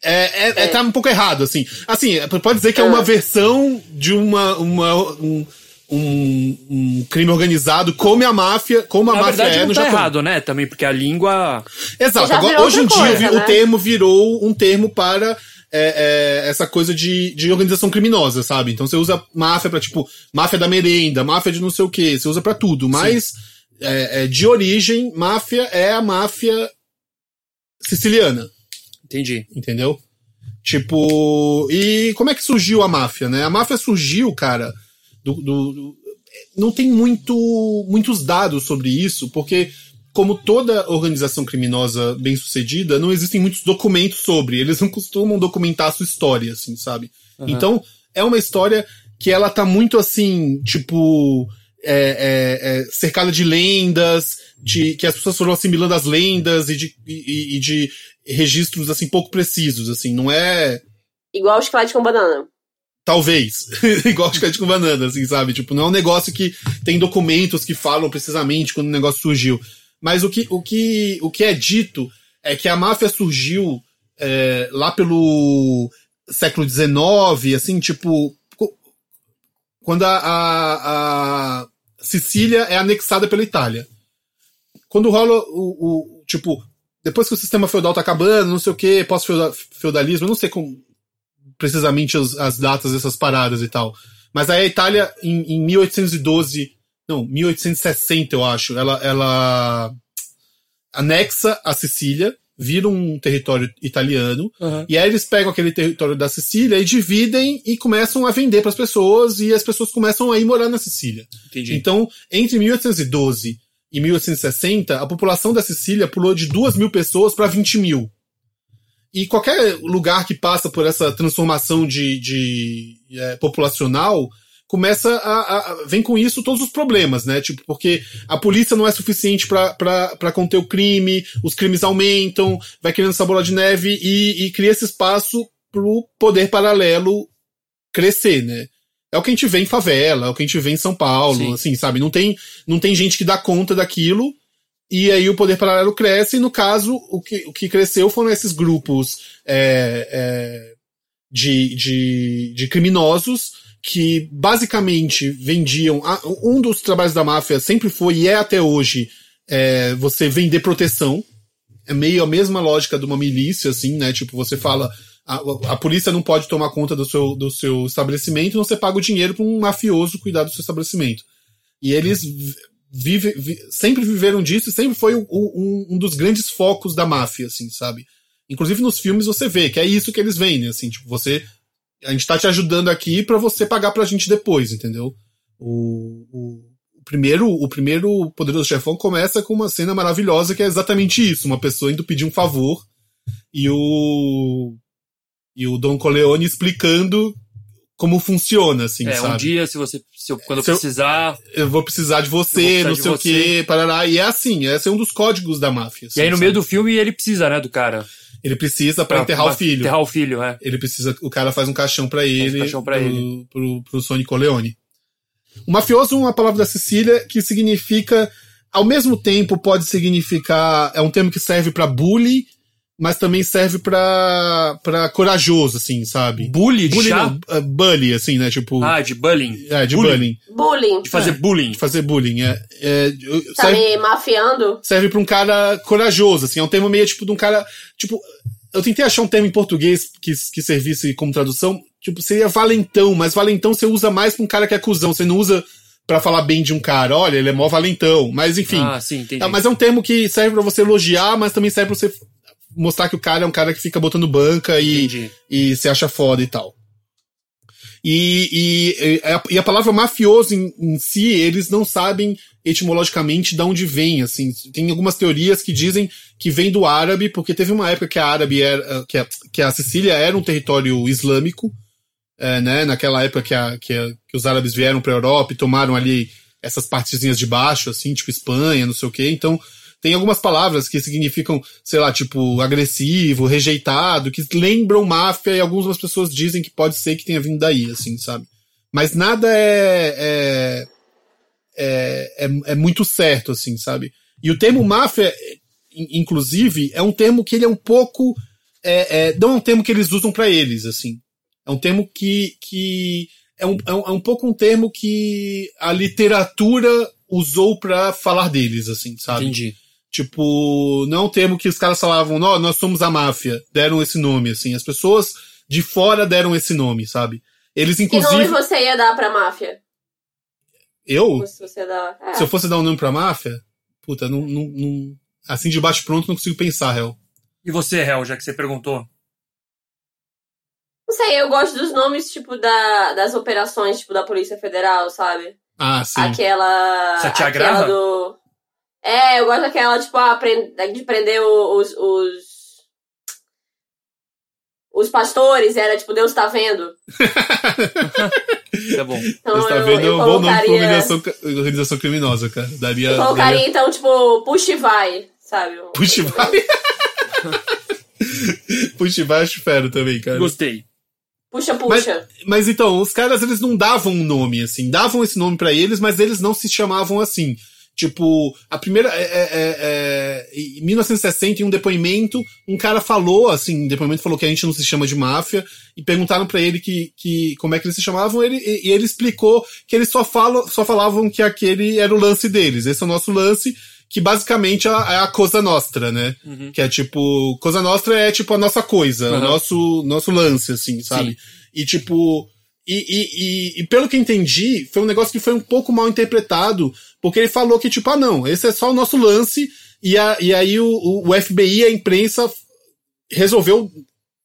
S1: É, é, é, tá um pouco errado, assim. Assim, pode dizer que é uma
S2: Ah.
S1: versão de uma, uma um, um, um crime organizado como a máfia, como a
S3: Na
S1: máfia
S3: verdade,
S1: é
S3: não
S1: no
S3: tá
S1: Japão.
S3: errado, né? Também, porque a língua.
S1: Exato.
S2: Já
S1: Agora,
S2: virou
S1: hoje em
S2: outra
S1: dia
S2: coisa,
S1: vi- o
S2: né?
S1: termo virou um termo para é, é, essa coisa de, de organização criminosa, sabe? Então você usa máfia pra, tipo, máfia da merenda, máfia de não sei o quê, você usa pra tudo. Mas é, é, de origem, máfia é a máfia siciliana,
S3: Entendi.
S1: entendeu? Tipo. E como é que surgiu a máfia, né? A máfia surgiu, cara, do. do- do- não tem muito, muitos dados sobre isso, porque, como toda organização criminosa bem sucedida, não existem muitos documentos sobre. Eles não costumam documentar a sua história, assim, sabe? Então, é uma história que ela tá muito assim, tipo. é, é, é, cercada de lendas, de que as pessoas foram assimilando as lendas e de, e- e- e de registros assim pouco precisos, assim, não é
S2: Igual o chocolate com banana.
S1: Talvez. Igual chiclete com banana, assim, sabe? Tipo, não é um negócio que tem documentos que falam precisamente quando o negócio surgiu. Mas o que, o que, o que é dito é que a máfia surgiu é, lá pelo século XIX, assim, tipo. co- Quando a, a, a Sicília é anexada pela Itália. Quando rola o, o. Tipo, depois que o sistema feudal tá acabando, não sei o quê, pós-feudalismo, eu não sei como, precisamente as, as datas dessas paradas e tal. Mas aí a Itália, em, em 1812, não, 1860, eu acho, ela, ela anexa a Sicília, vira um território italiano, e aí eles pegam aquele território da Sicília e dividem e começam a vender para as pessoas, e as pessoas começam a ir morar na Sicília.
S3: Entendi.
S1: Então, entre 1812 e 1860, a população da Sicília pulou de 2 mil pessoas para 20 mil. E qualquer lugar que passa por essa transformação de, de, eh, é, populacional começa a, a- vem com isso todos os problemas, né? Tipo, porque a polícia não é suficiente pra- pra pra conter o crime, os crimes aumentam, vai criando essa bola de neve e, e cria esse espaço pro poder paralelo crescer, né? É o que a gente vê em favela, é o que a gente vê em São Paulo,
S3: Sim.
S1: assim, sabe? Não tem, não tem gente que dá conta daquilo, e aí o poder paralelo cresce, e no caso, o que, o que cresceu foram esses grupos é, é, de, de, de criminosos que basicamente vendiam. a- um dos trabalhos da máfia sempre foi, e é até hoje, é, você vender proteção. É meio a mesma lógica de uma milícia, assim, né? Tipo, você fala. A, a polícia não pode tomar conta do seu, do seu estabelecimento, então você paga o dinheiro para um mafioso cuidar do seu estabelecimento. E eles vi- vive, vi- sempre viveram disso e sempre foi o- o- um, um dos grandes focos da máfia, assim, sabe? Inclusive nos filmes você vê que é isso que eles vendem, assim, tipo, você. A gente tá te ajudando aqui para você pagar pra gente depois, entendeu? O, o, o primeiro o primeiro Poderoso Chefão começa com uma cena maravilhosa que é exatamente isso: uma pessoa indo pedir um favor e o. E o Don Corleone explicando como funciona, assim,
S3: é,
S1: sabe?
S3: um dia, se você. Se eu, quando eu
S1: Se eu-
S3: precisar.
S1: eu vou precisar de você,
S3: Eu vou precisar
S1: não
S3: de
S1: sei o quê, parará. E é assim, esse é um dos códigos da máfia. assim,
S3: E aí no meio do filme ele precisa, né, do cara.
S1: Ele precisa pra enterrar o filho.
S3: Enterrar o filho, é.
S1: Ele precisa, o cara faz um caixão pra ele,
S3: caixão pra
S1: pro,
S3: ele.
S1: Pro, pro Sonny Corleone. O mafioso é uma palavra da Sicília que significa, ao mesmo tempo, pode significar, é um termo que serve pra bully, mas também serve pra pra corajoso, assim, sabe?
S3: Bully, de
S1: Bully
S3: chá?
S1: não, é, bully, assim, né? Tipo,
S3: Ah, de bullying.
S1: é, de
S3: bullying.
S1: bullying.
S2: Bullying.
S3: De fazer bullying.
S1: De fazer bullying, é. é
S2: Tá me mafiando?
S1: serve pra um cara corajoso, assim, é um termo meio tipo de um cara, tipo, eu tentei achar um termo em português que, que servisse como tradução, tipo, seria valentão, mas valentão você usa mais pra um cara que é cuzão, você não usa pra falar bem de um cara, olha, ele é mó valentão, mas enfim.
S3: Ah, sim, entendi.
S1: É, mas é um termo que serve pra você elogiar, mas também serve pra você mostrar que o cara é um cara que fica botando banca e,
S3: Entendi.
S1: e se acha foda e tal. E, e- e, a, e a palavra mafioso em, em si, eles não sabem etimologicamente de onde vem, assim. Tem algumas teorias que dizem que vem do árabe, porque teve uma época que a árabe era, eh, que a, que a Sicília era um território islâmico, é, né? Naquela época que, a, que, a- que os árabes vieram pra Europa e tomaram ali essas partezinhas de baixo, assim, tipo Espanha, não sei o quê. Então, tem algumas palavras que significam, sei lá, tipo, agressivo, rejeitado, que lembram máfia e algumas pessoas dizem que pode ser que tenha vindo daí, assim, sabe? Mas nada é. é, é, é, é muito certo, assim, sabe? E o termo máfia, in- inclusive, é um termo que ele é um pouco. É, é, não é um termo que eles usam pra eles, assim. É um termo que. que é, um, é, um, é um pouco um termo que a literatura usou pra falar deles, assim, sabe?
S3: Entendi.
S1: Tipo, não é um termo que os caras falavam, "Nó- nós somos a máfia. Deram esse nome, assim. As pessoas de fora deram esse nome, sabe? Eles,
S2: Que nome
S1: inclusive.
S2: você ia dar pra máfia?
S1: Eu?
S2: Se você ia dar... É.
S1: Se eu fosse dar um nome pra máfia? Puta, não. não, não- assim de baixo pronto, não consigo pensar, réu.
S3: E você, Hel, já que você perguntou?
S2: Não sei, eu gosto dos nomes, tipo, da, das operações, tipo, da Polícia Federal, sabe?
S1: Ah, sim.
S2: Aquela.
S3: Você te
S2: aquela
S3: agrada?
S2: do. É, eu gosto daquela, tipo, ah, prend- de prender o- os. os... Os pastores, era tipo, Deus tá vendo.
S3: Tá bom.
S2: Então
S1: Você tá
S2: eu,
S1: vendo?
S2: eu
S1: É um bom nome pra
S2: colocaria.
S1: organização, ca- organização criminosa, cara. Daria.
S2: Eu
S1: daria...
S2: colocaria, então, tipo, puxa e vai, sabe?
S1: né?
S2: Um
S1: Puxa, vai. Puxa, vai, acho fero também, cara.
S3: Gostei.
S2: Puxa, puxa.
S1: Mas então, os caras eles não davam um nome, assim, davam esse nome pra eles, mas eles não se chamavam assim. Tipo, a primeira. É, é, é, em 1960, em um depoimento, um cara falou, assim, em depoimento falou que a gente não se chama de máfia, e perguntaram pra ele que, que como é que eles se chamavam, ele, e, e ele explicou que eles só, falam, só falavam que aquele era o lance deles, esse é o nosso lance, que basicamente é a, é a Cosa Nostra, né?
S3: Uhum.
S1: Que é tipo. Cosa Nostra é tipo a nossa coisa, o
S3: Aham.
S1: nosso, nosso lance, assim, sabe? E tipo. E, e, e, e pelo que entendi, foi um negócio que foi um pouco mal interpretado, porque ele falou que, tipo, ah, não, esse é só o nosso lance, e, a, e aí o, o- o FBI e a imprensa resolveu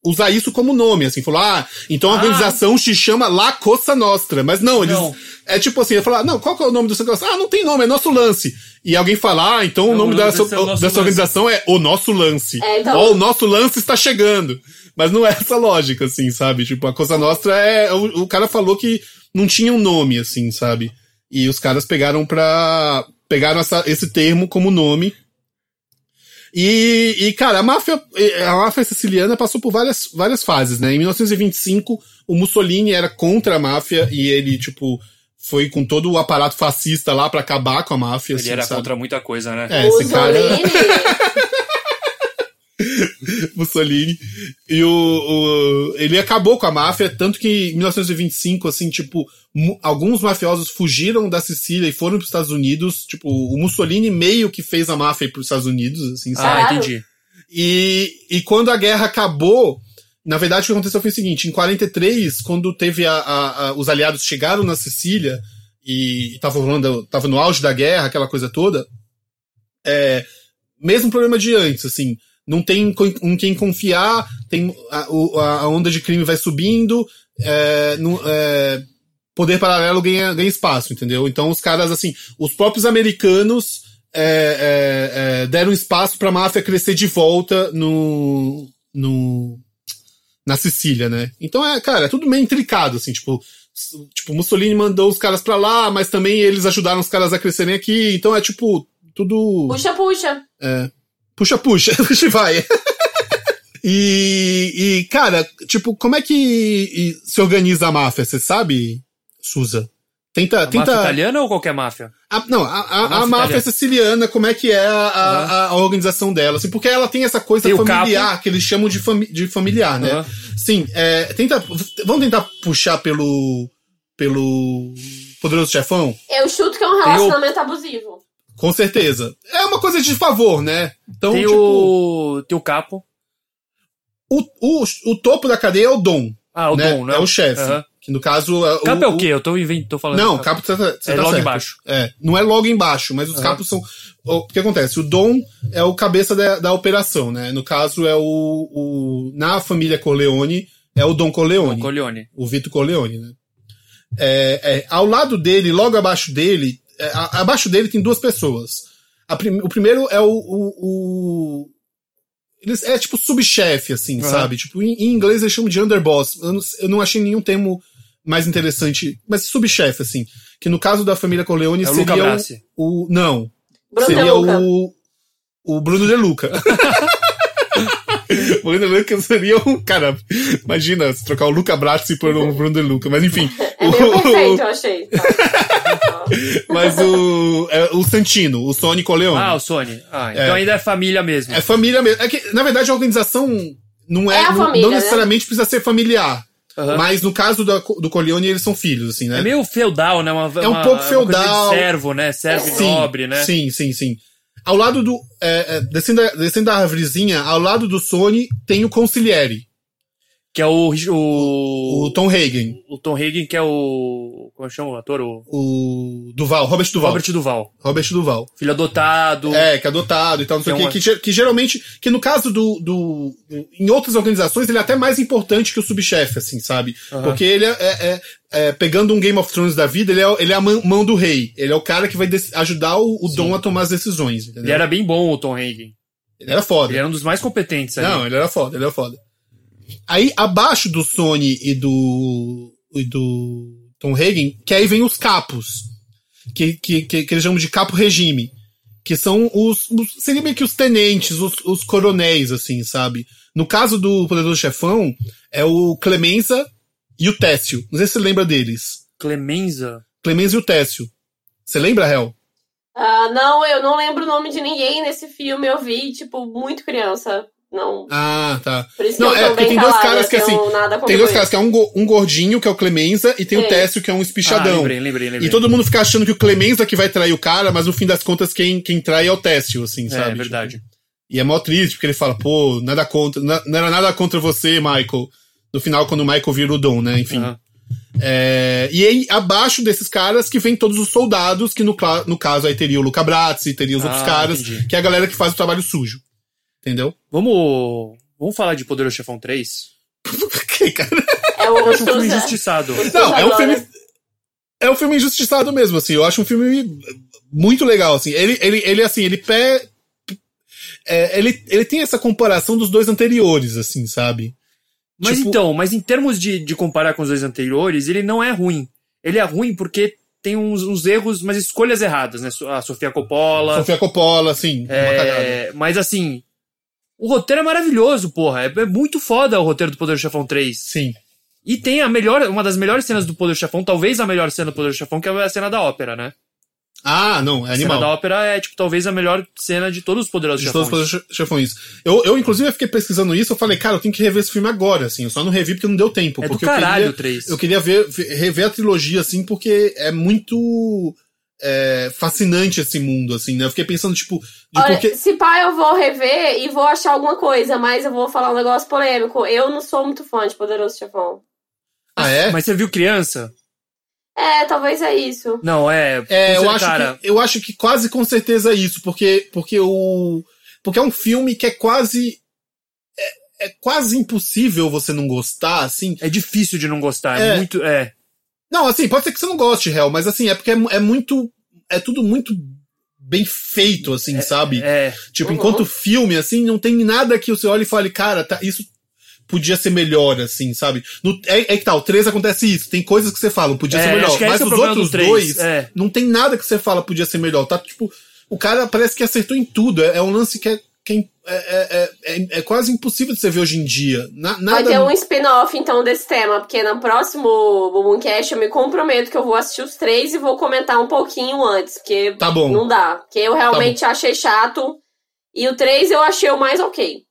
S1: usar isso como nome, assim, falou, ah, então a organização se chama La Coça Nostra. Mas não, eles.
S3: Não.
S1: É tipo assim, ele fala, não, qual que é o nome do seu negócio? Ah, não tem nome, é nosso lance. E alguém fala, ah, então o
S3: Não,
S1: nome
S3: o nome
S1: dessa,
S3: desse é o Nosso
S1: dessa
S3: Lance.
S1: organização é O Nosso Lance.
S2: É, então-
S1: Ó, o nosso lance está chegando. Mas não é essa lógica, assim, sabe? Tipo, a Coça Nostra é. O, o cara falou que não tinha um nome, assim, sabe? E os caras pegaram pra. pegaram essa- esse termo como nome. E, e, cara, a máfia, a máfia siciliana passou por várias, várias fases, né? Em 1925, o Mussolini era contra a máfia e ele, tipo, foi com todo o aparato fascista lá pra acabar com a máfia.
S3: Ele
S1: assim,
S3: era
S1: sabe?
S3: contra muita coisa, né?
S1: É, esse cara,
S2: Mussolini.
S1: Mussolini. E o, o- ele acabou com a máfia, tanto que em 1925, assim, tipo, mu- alguns mafiosos fugiram da Sicília e foram pros Estados Unidos. Tipo, o Mussolini meio que fez a máfia ir pros Estados Unidos, assim, sabe?
S3: Ah,
S2: Caralho.
S3: entendi.
S1: E, e quando a guerra acabou, na verdade o que aconteceu foi o seguinte: em 43, quando teve a, a- a- os aliados chegaram na Sicília e estavam rolando, tava no auge da guerra, aquela coisa toda, é, mesmo problema de antes, assim, não tem co- em quem confiar, tem a, o- a- a onda de crime vai subindo, é, não- é, poder paralelo ganha, ganha espaço, entendeu? Então os caras, assim, os próprios americanos é, é, é, deram espaço pra máfia crescer de volta no, no na Sicília, né? Então é, cara, é tudo meio intricado, assim, tipo, s- tipo Mussolini mandou os caras pra lá, mas também eles ajudaram os caras a crescerem aqui, então é tipo tudo
S2: Puxa, puxa.
S1: puxa, puxa, puxa e vai. e, e, cara, tipo, como é que e- se organiza a máfia? Você sabe, Suza? Tenta,
S3: A
S1: tenta.
S3: máfia italiana ou qualquer máfia?
S1: A- não, a, a- a
S3: máfia
S1: máfia
S3: italiana.
S1: siciliana, como é que é a, a-
S3: Uhum.
S1: a- a organização dela? Assim, porque ela tem essa coisa
S3: Tem o
S1: familiar, que eles chamam de, fami- de familiar, né?
S3: Aham.
S1: Sim, é, tenta, vamos tentar puxar pelo, pelo Poderoso Chefão?
S2: Eu chuto que é um relacionamento abusivo.
S1: Com certeza. É uma coisa de favor, né? Então,
S3: tem,
S1: tipo,
S3: o... tem o capo.
S1: o, o, o topo da cadeia é o dom.
S3: Ah, o
S1: né?
S3: dom, né?
S1: É o chefe.
S3: Aham.
S1: Que no caso. é
S3: Capo é o quê? Eu tô, inventando, tô falando.
S1: Não,
S3: do
S1: capo você tá, você
S3: É
S1: tá
S3: logo
S1: certo.
S3: embaixo.
S1: É, não é logo embaixo, mas os
S3: Aham.
S1: capos são. O que acontece? O dom é o cabeça da, da operação, né? No caso é o, o. Na família Corleone, é o Dom Corleone.
S3: Corleone.
S1: O Vito Corleone, né? É, é, ao lado dele, logo abaixo dele, é, a- abaixo dele tem duas pessoas. A prim- o primeiro é o. o- o- eles, é tipo subchefe, assim,
S3: Aham.
S1: sabe? Tipo, em, em inglês eles chamam de underboss. Eu não, eu não achei nenhum termo mais interessante, mas subchefe, assim. Que no caso da família Corleone
S3: É o Luca
S1: seria um o-
S3: Brasi.
S1: o. Não.
S2: Bruno
S1: seria
S2: Luca.
S1: o. O Bruno De Luca. o Bruno De Luca seria um. Cara, imagina se trocar o Luca Brasi por um Bruno De Luca. Mas enfim.
S2: É meio perfeito, eu achei. Tá.
S1: mas o. é, o Santino, o Sonic Leone.
S3: Ah, o Sony. Ah, então ainda é família mesmo.
S1: É família mesmo. É que, na verdade, a organização não é.
S2: É a
S1: não,
S2: família,
S1: não
S2: né?
S1: necessariamente precisa ser familiar.
S3: Aham.
S1: Mas no caso da- do Corleone, eles são filhos, assim, né?
S3: É meio feudal, né?
S1: um
S3: Uma- uma-
S1: pouco
S3: uma coisa de
S1: feudal.
S3: servo, né? Servo e nobre, né?
S1: Sim, sim, sim. Ao lado do. é, é, descendo, a- descendo da árvorezinha, ao lado do Sony tem o Conciliere,
S3: Que é o, o,
S1: o Tom Hagen,
S3: o Tom Hagen, que é o. Como chama o ator? O
S1: o Duval, Robert Duval.
S3: Robert Duval.
S1: Robert Duval.
S3: Filho adotado.
S1: É, que é adotado e tal, não sei o
S3: Tem
S1: quê.
S3: uma-
S1: Que, ge- que geralmente. Que no caso do, do. Em outras organizações, ele é até mais importante que o subchefe, assim, sabe?
S3: Aham.
S1: Porque ele é, é- é- é, Pegando um Game of Thrones da vida, ele é, o- ele é a mão, mão do rei. Ele é o cara que vai des- ajudar o, o Dom a tomar as decisões, entendeu?
S3: Ele era bem bom, o Tom Hagen.
S1: ele era foda.
S3: Ele era um dos mais competentes ali.
S1: Não, ele era foda, ele era foda. Aí, abaixo do Sony e do. e do Tom Hagen, que aí vem os capos. Que, que, que, que eles chamam de capo regime. Que são os. os seria meio que os tenentes, os, os coronéis, assim, sabe? No caso do Poderoso Chefão, é o Clemenza e o Técio. Não sei se você lembra deles.
S3: Clemenza.
S1: Clemenza e o Técio. Você lembra, Hel?
S2: Ah, não, eu não lembro o nome de ninguém nesse filme. Eu vi, tipo, muito criança. Não.
S1: Ah, tá.
S2: Por isso
S1: Não,
S2: que eu
S1: é,
S2: tô
S1: porque
S2: bem
S1: tem dois
S2: calada,
S1: caras que,
S2: eu
S1: assim,
S2: nada
S1: Tem
S2: comigo
S1: dois
S2: aí.
S1: caras, que é um, go- um gordinho, que é o Clemenza, e tem o
S2: Sei.
S1: Técio, que é um
S3: Ah,
S1: espichadão.
S3: lembrei, lembrei, lembrei.
S1: E todo mundo fica achando que o Clemenza que vai trair o cara, mas no fim das contas quem, quem trai é o Técio, assim,
S3: É,
S1: sabe?
S3: é verdade.
S1: Tipo, e é mó triste, porque ele fala, pô, nada contra, na- não era nada contra você, Michael. No final, quando o Michael vira o Dom, né? Enfim.
S3: Aham.
S1: É, e aí, abaixo desses caras que vem todos os soldados, que no, cla- no caso aí teria o Luca Brazzi, teria os outros
S3: Ah,
S1: caras,
S3: entendi.
S1: que é a galera que faz o trabalho sujo. Entendeu?
S3: Vamos. Vamos falar de Poderoso Chefão 3?
S1: Por que, tipo cara?
S2: É o
S3: É um filme
S2: Sousa-
S3: injustiçado.
S1: Não, é um
S2: Adoro.
S1: filme. É um filme injustiçado mesmo, assim. Eu acho um filme muito legal, assim. Ele, ele, ele assim, ele pé. é, ele, ele tem essa comparação dos dois anteriores, assim, sabe?
S3: Mas
S1: Tipo-
S3: então, mas em termos de, de comparar com os dois anteriores, ele não é ruim. Ele é ruim porque tem uns, uns erros, mas escolhas erradas, né? A Sofia Coppola.
S1: Sofia Coppola, assim, uma cagada.
S3: É, mas assim, o roteiro é maravilhoso, porra. É, é muito foda o roteiro do Poder do Chefão 3.
S1: Sim.
S3: E tem a melhor, uma das melhores cenas do Poder do Chefão, talvez a melhor cena do Poder do Chefão, que é a cena da ópera, né?
S1: Ah, não, é
S3: A cena da
S1: animal.
S3: ópera é, tipo, talvez a melhor cena de todos os Poderosos
S1: De
S3: Chefões.
S1: todos os chefões. Eu, eu, inclusive, eu fiquei pesquisando isso, eu falei, cara, eu tenho que rever esse filme agora, assim. Eu só não revi porque não deu tempo.
S3: É do
S1: porque
S3: caralho
S1: eu
S3: o
S1: queria,
S3: 3.
S1: eu queria ver, ver- rever a trilogia, assim, porque é muito é, fascinante esse mundo, assim, né? Eu fiquei pensando, tipo, de
S2: Olha,
S1: porque.
S2: se pá, eu vou rever e vou achar alguma coisa, mas eu vou falar um negócio polêmico. Eu não sou muito fã de Poderoso Chefão.
S1: Ah, é?
S3: Mas você viu criança?
S2: É, talvez é isso.
S3: Não, é.
S1: É, eu acho,
S3: cara,
S1: que, eu acho que quase com certeza é isso, porque, porque o. Porque é um filme que é quase. É, é quase impossível você não gostar, assim.
S3: É difícil de não gostar. É,
S1: É.
S3: muito. É.
S1: Não, assim, pode ser que você não goste, real, mas assim, é porque é, mu- é muito. É tudo muito bem feito, assim, sabe?
S3: É.
S1: Tipo,
S2: Uhum.
S1: enquanto filme, assim, não tem nada que você olhe e fale, cara, tá, isso podia ser melhor, assim, sabe? No- é, é que tal, o 3 acontece isso, tem coisas que você fala, podia
S3: É,
S1: ser melhor,
S3: acho que esse
S1: mas
S3: é o
S1: os
S3: problema do
S1: outros
S3: três,
S1: dois,
S3: é.
S1: não tem nada que você fala podia ser melhor, tá? Tipo, o cara parece que acertou em tudo, é, é um lance que é, que é, é- é- é- é quase impossível de você ver hoje em dia. Na-
S2: Vai
S1: nada
S2: ter um spin-off, então, desse tema, porque no próximo Bumbumcast eu me comprometo que eu vou assistir os três e vou comentar um pouquinho antes, porque
S1: Tá bom. Tá
S2: não dá. Porque eu realmente achei chato. E o três eu achei o mais ok.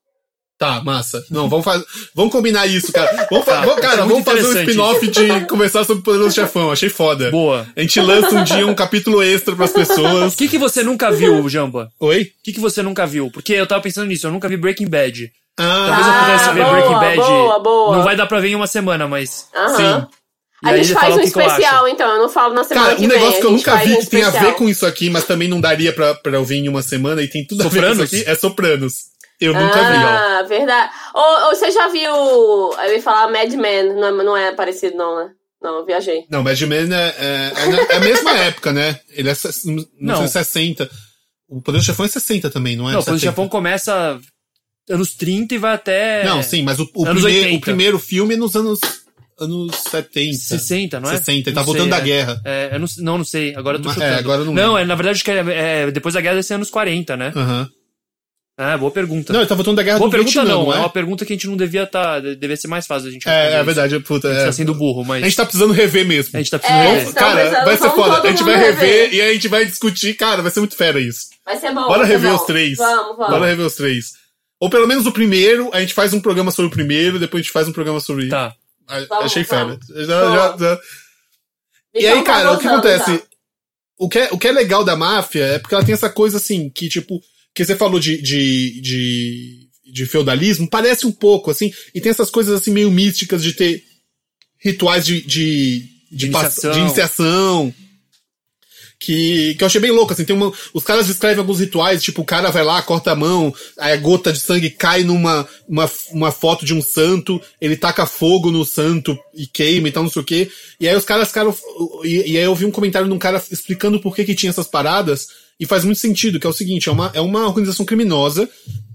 S1: Tá, massa. Não, vamos fazer. Vamos combinar isso, cara. Vamos, fa-
S3: Tá,
S1: vamos- cara,
S3: isso é
S1: vamos
S3: muito
S1: fazer um
S3: interessante.
S1: spin-off de conversar sobre o Poderoso Chefão. Achei foda.
S3: Boa.
S1: A gente lança um dia um capítulo extra pras
S3: O
S1: pessoas.
S3: que, que você nunca viu, Jamba?
S1: Oi?
S3: O que, que você nunca viu? Porque eu tava pensando nisso, eu nunca vi Breaking Bad. Talvez eu
S1: Ah,
S3: pudesse ver
S2: boa,
S3: Breaking Bad.
S2: boa, boa.
S3: Não vai dar pra ver em uma semana, mas.
S2: Aham.
S1: Sim.
S3: E
S2: A
S3: aí
S2: gente
S3: ele
S2: faz
S3: fala
S2: um
S3: o que que eu
S2: especial,
S3: acho.
S2: então. Eu não falo na semana
S1: cara,
S2: que
S1: um
S2: vem.
S1: negócio que eu
S2: a gente
S1: nunca
S2: faz
S1: vi
S2: um
S1: que tem a ver
S2: especial.
S1: com isso aqui, mas também não daria pra, pra eu vir em uma semana e tem tudo a ver com
S3: Sopranos?
S1: isso aqui. É Sopranos. Eu nunca vi, ó.
S2: Ah, verdade. Ou, ou você já viu. Eu ia falar Mad Men, não é, não é parecido, não, né? Não, eu viajei.
S1: Não, Mad Men é, é, é na- é a mesma época, né? Ele é se- nos
S3: Não.
S1: anos 60. O Poderoso Chefão é 60 também, não é?
S3: não, quando o
S1: 70.
S3: Japão começa anos 30 e vai até.
S1: Não, sim, mas o, o
S3: é Anos
S1: primeiro,
S3: 80.
S1: o primeiro filme é nos anos, anos 70.
S3: 60, não é?
S1: 60, ele tá
S3: Não sei,
S1: voltando da
S3: é.
S1: guerra.
S3: É, eu não, não, não sei. Agora eu tô
S1: Mas- é,
S3: chutando.
S1: agora eu não
S3: não
S1: lembro.
S3: é, na verdade, acho que é, é, depois da guerra deve ser anos 40, né?
S1: Aham.
S3: Ah, boa pergunta.
S1: Não, ele tá voltando da guerra
S3: boa
S1: do
S3: pergunta
S1: Vietnã,
S3: não,
S1: não,
S3: é uma
S1: é?
S3: pergunta que a gente não devia estar. devia ser mais fácil a gente
S1: É,
S3: responder
S1: é
S3: isso.
S1: verdade, é puta.
S3: A gente
S1: É.
S3: tá sendo burro, mas.
S1: A gente tá precisando rever mesmo.
S3: a gente tá
S2: É,
S3: precisando.
S2: isso tá-
S1: cara,
S2: precisando,
S1: vai ser
S2: vamos
S1: foda.
S2: todo
S1: A gente vai
S2: mundo
S1: rever
S2: rever.
S1: e a gente vai discutir, cara, vai ser muito fera isso.
S2: Vai ser bom.
S1: Bora
S2: vai ser
S1: rever
S2: bom.
S1: os três.
S2: Vamos, vamos.
S1: Bora rever os três. Ou pelo menos o primeiro, a gente faz um programa sobre o primeiro, depois a gente faz um programa sobre.
S3: Tá.
S1: A-
S2: Vamos,
S1: Achei fera.
S2: vamos.
S1: Já- já- já- E
S2: Então
S1: aí,
S2: tá
S1: cara, o que
S2: voltando,
S1: acontece?
S2: tá.
S1: O que, é, o que é legal da máfia é porque ela tem essa coisa assim, que tipo, que você falou de, de, de, de feudalismo, parece um pouco, assim, e tem essas coisas assim meio místicas de ter rituais de, de, de,
S3: De
S1: pass-
S3: iniciação.
S1: de iniciação. Que, que eu achei bem louco, assim, tem uma, os caras descrevem alguns rituais, tipo, o cara vai lá, corta a mão, aí a gota de sangue cai numa uma, uma foto de um santo, ele taca fogo no santo e queima e tal, não sei o quê. E aí os caras ficaram. E, e aí eu vi um comentário de um cara explicando por que, que tinha essas paradas, e faz muito sentido, que é o seguinte, é uma, é uma organização criminosa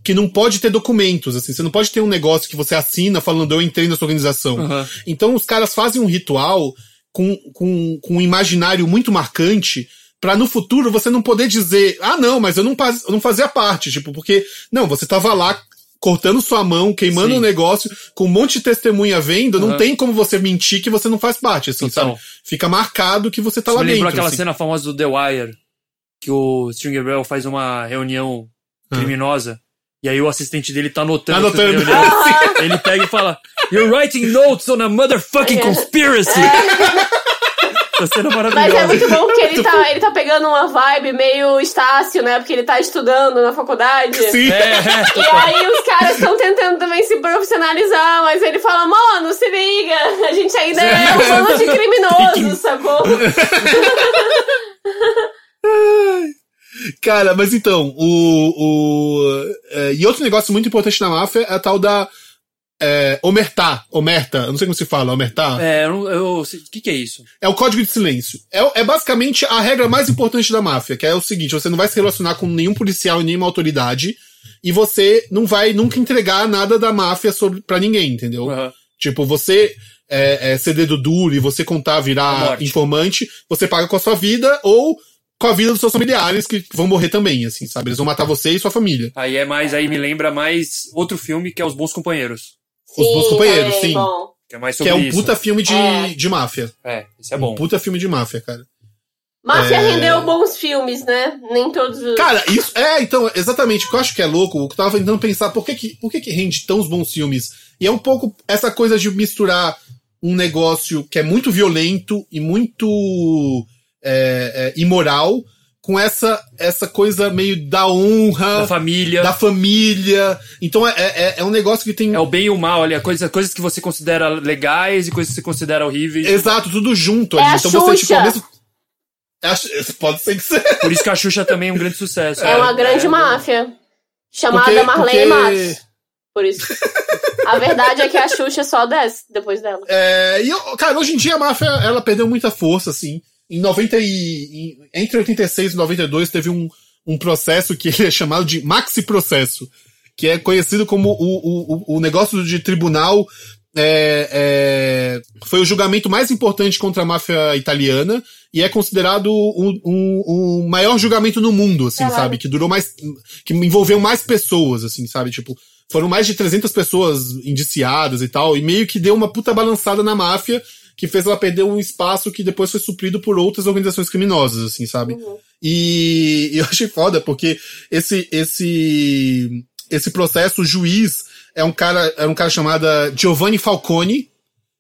S1: que não pode ter documentos, assim, você não pode ter um negócio que você assina falando eu entrei nessa organização.
S3: Aham.
S1: Então os caras fazem um ritual com, com, com um imaginário muito marcante pra no futuro você não poder dizer, ah não, mas eu não, pas- eu não fazia parte, tipo, porque, não, você tava lá cortando sua mão, queimando o
S3: Sim.
S1: negócio, com um monte de testemunha vendo, não
S3: Aham.
S1: tem como você mentir que você não faz parte, assim,
S3: Total.
S1: sabe? Fica marcado que você tá
S3: Você
S1: lá
S3: me
S1: dentro.
S3: lembrou Tipo, aquela
S1: assim.
S3: cena famosa do The Wire, que o Stringer Bell faz uma reunião
S1: Ah.
S3: criminosa, e aí o assistente dele tá anotando.
S1: Tá anotando.
S3: essas reuniões. Ele pega e fala, You're writing notes on a motherfucking conspiracy! Essa cena
S2: É.
S3: é
S2: Mas é
S3: maravilhosa.
S2: muito bom porque ele tá, ele tá pegando uma vibe meio Estácio, né? Porque ele tá estudando na faculdade.
S1: Sim.
S3: É,
S2: E aí os caras estão tentando também se profissionalizar, mas ele fala, mano, se liga, a gente ainda é um bando de criminosos, sacou?
S1: Cara, mas então, o. o é, e outro negócio muito importante na máfia é a tal da é, omertá, omerta, eu não sei como se fala, omertá, é,
S3: É, eu. não- eu- O que, que é isso?
S1: o código de silêncio. É, é basicamente a regra mais importante da máfia, que é o seguinte, você não vai se relacionar com nenhum policial e nenhuma autoridade, e você não vai nunca entregar nada da máfia sobre, pra ninguém, entendeu?
S3: Aham.
S1: Tipo, você é, é, ser dedo duro e você contar,
S3: A
S1: virar
S3: morte.
S1: informante, você paga com a sua vida ou com a vida dos seus familiares, que vão morrer também, assim, sabe? Eles vão matar você e sua família.
S3: Aí é mais, aí me lembra mais outro filme que é Os Bons Companheiros.
S1: Os bons companheiros,
S2: também,
S1: sim.
S2: é bom.
S3: Que é mais
S1: Que
S3: sobre
S1: é um
S3: isso.
S1: puta filme de,
S2: É.
S1: de máfia.
S3: É, isso é
S1: Um
S3: bom.
S1: puta filme de máfia, cara.
S2: Máfia
S1: É.
S2: rendeu bons filmes, né? Nem todos os.
S1: Cara, isso. É, então, exatamente. O que eu acho que é louco, o que eu tava tentando pensar, por que, que, por que, que rende tão os bons filmes? E é um pouco essa coisa de misturar um negócio que é muito violento e muito é, é, imoral com essa, essa coisa meio da honra,
S3: Da família.
S1: da família. Então é, é, é um negócio que tem.
S3: É o bem e o mal, olha, coisa, coisas que você considera legais e coisas que você considera horríveis.
S1: Exato, tudo junto.
S2: É
S1: ali.
S2: a
S1: então você, tipo, ao
S2: Xuxa.
S1: mesmo. É a Xu- Pode ser que seja.
S3: Por isso que a Xuxa também é um grande sucesso.
S2: é uma grande máfia. Chamada
S1: Porque- porque-
S2: Marlene Matos. Por isso. a verdade é que a Xuxa só desce depois dela.
S1: É, e eu- cara, hoje em dia a máfia ela perdeu muita força, assim. Em 90 e, em- entre 86 e 92 teve um, um processo que ele é chamado de maxi processo, que é conhecido como o, o, o- o negócio de tribunal. é, é, foi o julgamento mais importante contra a máfia italiana e é considerado o um, um maior julgamento no mundo, assim,
S2: Caralho.
S1: sabe? Que durou mais, que envolveu mais pessoas, assim, sabe? Tipo, foram mais de 300 pessoas indiciadas e tal, e meio que deu uma puta balançada na máfia, que fez ela perder um espaço que depois foi suprido por outras organizações criminosas, assim, sabe? E eu achei foda, porque esse, esse, esse processo, o juiz é um cara, era um cara chamado Giovanni Falcone,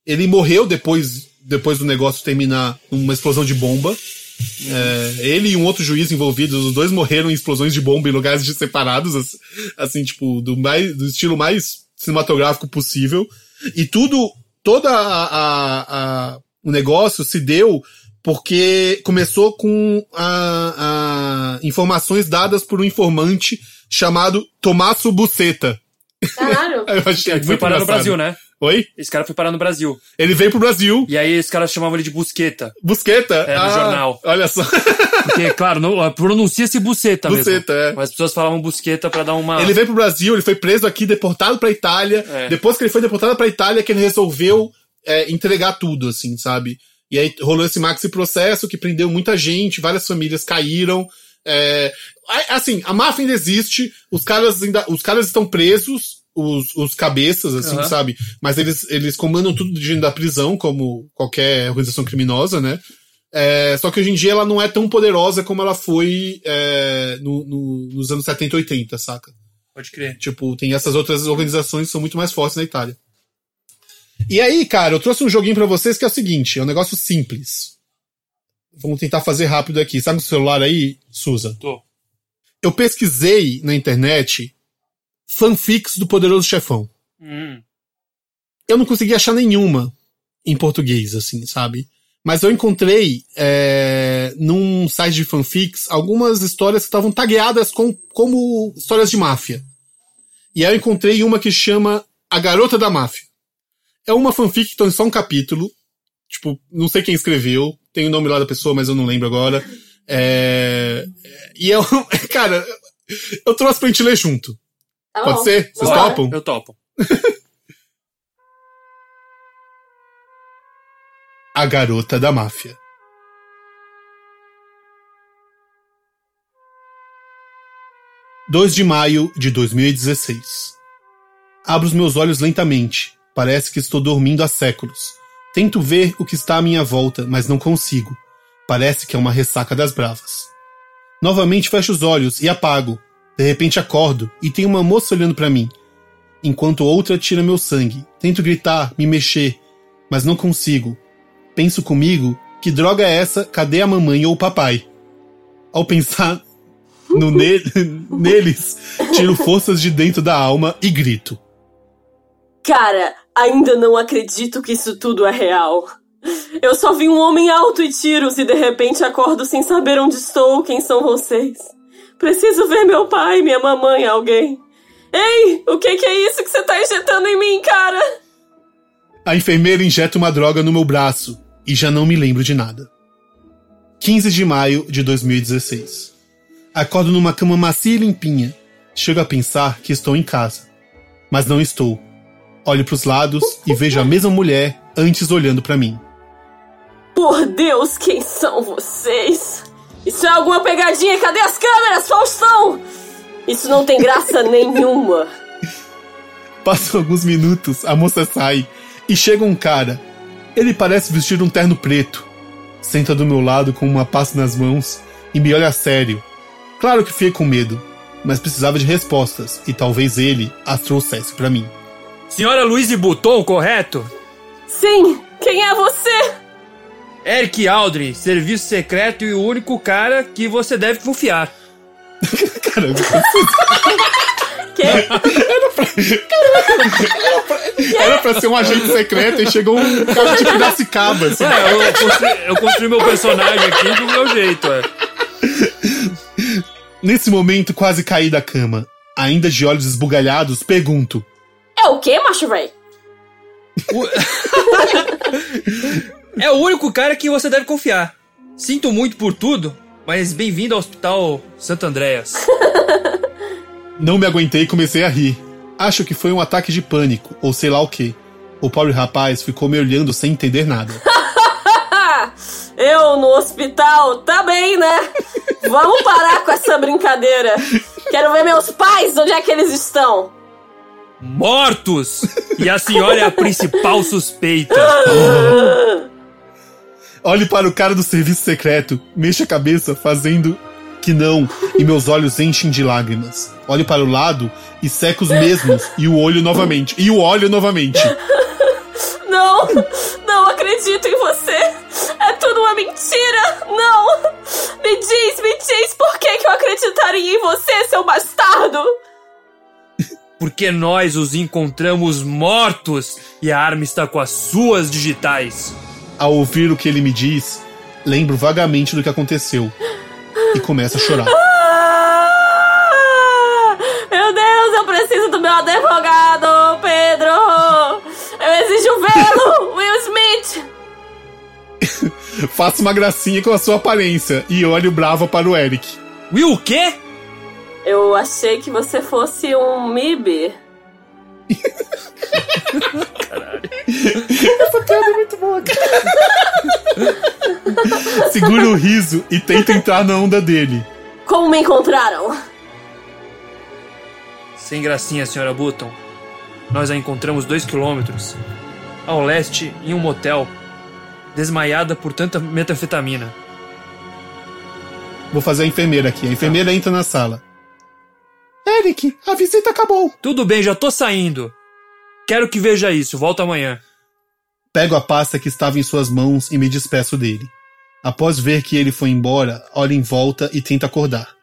S1: ele morreu depois, depois do negócio terminar numa explosão de bomba. É, ele e um outro juiz envolvidos, os dois morreram em explosões de bomba em lugares de- separados, ass- assim, tipo, do, mais, do estilo mais cinematográfico possível. E tudo, toda a, a- a- o negócio se deu porque começou com a, a informações dadas por um informante chamado Tomasso Buceta.
S2: Caralho. tá
S1: Eu achei
S3: Ele foi
S1: muito
S3: parar no
S1: engraçado.
S3: Brasil, né?
S1: Oi?
S3: Esse cara foi parar no Brasil.
S1: Ele veio pro Brasil,
S3: E aí os caras chamavam ele de Busqueta.
S1: Busqueta.
S3: É, no
S1: ah,
S3: jornal.
S1: Olha só,
S3: Porque, claro, não- eh, pronuncia-se Buceta mesmo.
S1: Buceta, é.
S3: Mas as pessoas falavam Busqueta pra dar uma...
S1: Ele veio pro Brasil, ele foi preso aqui, deportado pra Itália.
S3: É.
S1: Depois que ele foi deportado pra Itália, que ele resolveu é, entregar tudo, assim, sabe? E aí rolou esse maxi processo que prendeu muita gente, várias famílias caíram. É, a- assim, a máfia ainda existe, os caras ainda, os caras estão presos, os, os cabeças, assim,
S3: Aham.
S1: sabe? Mas eles, eles comandam tudo dentro da prisão, como qualquer organização criminosa, né? É, só que hoje em dia ela não é tão poderosa como ela foi é, no- no- nos anos 70 e 80, saca?
S3: Pode crer.
S1: Tipo, tem essas outras organizações que são muito mais fortes na Itália. E aí, cara, eu trouxe um joguinho pra vocês que é o seguinte, é um negócio simples. Vamos tentar fazer rápido aqui. Sabe o celular aí, Susan?
S3: Tô.
S1: Eu pesquisei na internet fanfics do Poderoso Chefão.
S3: Hum.
S1: Eu não consegui achar nenhuma em português, assim, sabe? Mas eu encontrei é, num site de fanfics algumas histórias que estavam tagueadas com, como histórias de máfia. E aí eu encontrei uma que chama A Garota da Máfia. É uma fanfic que tem só um capítulo. Tipo, não sei quem escreveu. Tem o nome lá da pessoa, mas eu não lembro agora. É, e é um- Cara, eu trouxe pra gente ler junto.
S2: Tá
S1: Pode
S2: bom.
S1: ser? Vocês
S2: Bora.
S1: topam?
S3: Eu topo.
S1: A Garota da Máfia. Dois de maio de 2016. Abro os meus olhos lentamente. Parece que estou dormindo há séculos. Tento ver o que está à minha volta, mas não consigo. Parece que é uma ressaca das bravas. Novamente fecho os olhos e apago. De repente acordo e tem uma moça olhando para mim, enquanto outra tira meu sangue. Tento gritar, me mexer, mas não consigo. Penso comigo, que droga é essa? Cadê a mamãe ou o papai? Ao pensar no ne- neles, tiro forças de dentro da alma e grito.
S2: Cara, ainda não acredito que isso tudo é real. Eu só vi um homem alto e tiros e de repente acordo sem saber onde estou, quem são vocês. Preciso ver meu pai, minha mamãe, alguém. Ei, o que que é isso que você tá injetando em mim, cara?
S1: A enfermeira injeta uma droga no meu braço e já não me lembro de nada. 15 de maio de 2016. Acordo numa cama macia e limpinha. Chego a pensar que estou em casa. Mas não estou. Olho para os lados e vejo a mesma mulher antes olhando para mim.
S2: Por Deus, quem são vocês? Isso é alguma pegadinha? Cadê as câmeras, Faustão? Isso não tem graça nenhuma.
S1: Passam alguns minutos, a moça sai e chega um cara. Ele parece vestir um terno preto. Senta do meu lado com uma pasta nas mãos e me olha sério. Claro que fiquei com medo, mas precisava de respostas e talvez ele as trouxesse pra mim.
S3: Senhora Luiz Buton, correto?
S2: Sim, quem é você?
S3: Eric Aldrin, serviço secreto e o único cara que você deve confiar.
S1: Caramba,
S2: Que?
S1: era pra ser um agente secreto e chegou um cara de Piracicaba. Assim.
S3: Ué, eu, eu construí, eu construí meu personagem aqui do meu jeito, ué.
S1: Nesse momento, quase caí da cama. Ainda de olhos esbugalhados, pergunto:
S2: É o que, macho véi?
S3: O- é o único cara que você deve confiar. Sinto muito por tudo, mas bem-vindo ao Hospital Santo Andréas.
S1: Não me aguentei e comecei a rir. Acho que foi um ataque de pânico, ou sei lá o que. O pobre rapaz ficou me olhando sem entender nada.
S2: Ah, eu no hospital, tá bem, né? Vamos parar com essa brincadeira. Quero ver meus pais, onde é que eles estão?
S3: Mortos! E a senhora é a principal suspeita.
S1: Olho para o cara do serviço secreto, mexo a cabeça, fazendo que não, e meus olhos enchem de lágrimas. Olho para o lado e seco os mesmos, e o olho novamente. E o olho novamente.
S2: Não, não acredito em você. É tudo uma mentira. Não. Me diz, me diz por que, que eu acreditaria em você, seu bastardo.
S3: Porque nós os encontramos mortos e a arma está com as suas digitais.
S1: Ao ouvir o que ele me diz, lembro vagamente do que aconteceu. E começo a chorar.
S2: Ah, meu Deus, eu preciso do meu advogado, Pedro. Eu exijo vê-lo, Will Smith.
S1: Faço uma gracinha com a sua aparência e olho brava para o Eric.
S3: Will, o quê?
S2: Eu achei que você fosse um MIB.
S1: Seguro o riso e tento entrar na onda dele.
S2: Como me encontraram?
S3: Sem gracinha, senhora Button. Nós a encontramos dois quilômetros. Ao leste, em um motel. Desmaiada por tanta metanfetamina.
S1: Vou fazer a enfermeira aqui. A enfermeira entra na sala. Eric, a visita acabou.
S3: Tudo bem, já tô saindo. Quero que veja isso, volta amanhã.
S1: Pego a pasta que estava em suas mãos e me despeço dele. Após ver que ele foi embora, olho em volta e tento acordar.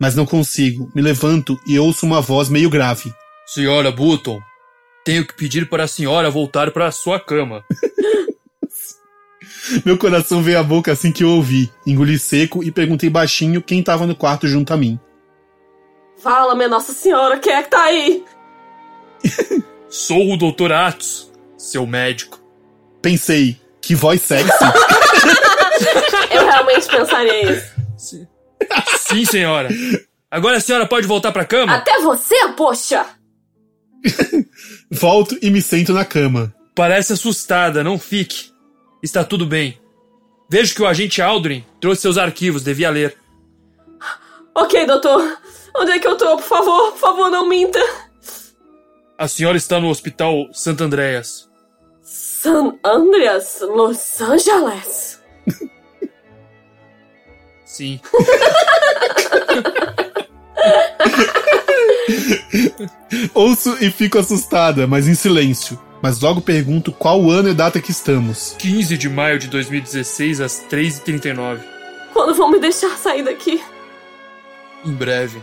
S1: Mas não consigo, me levanto e ouço uma voz meio grave.
S3: Senhora Button, tenho que pedir para a senhora voltar para sua cama.
S1: Meu coração veio à boca assim que eu ouvi. Engoli seco e perguntei baixinho quem estava no quarto junto a mim.
S2: Fala, minha Nossa Senhora, quem é que tá aí?
S3: Sou o Dr. Atos, seu médico.
S1: Pensei, que voz sexy.
S2: Eu realmente pensaria isso.
S3: Sim, senhora. Agora a senhora pode voltar para cama?
S2: Até você, poxa!
S1: Volto e me sento na cama.
S3: Parece assustada, não fique. Está tudo bem. Vejo que o agente Aldrin trouxe seus arquivos, devia ler.
S2: Ok, doutor. Onde é que eu tô? Por favor, por favor, não minta.
S3: A senhora está no Hospital Santo Andréas.
S2: San Andreas, Los Angeles.
S3: Sim.
S1: Ouço e fico assustada, mas em silêncio. Mas logo pergunto qual ano e data que estamos.
S3: 15 de maio de 2016, às 3h39.
S2: Quando vão me deixar sair daqui?
S3: Em breve.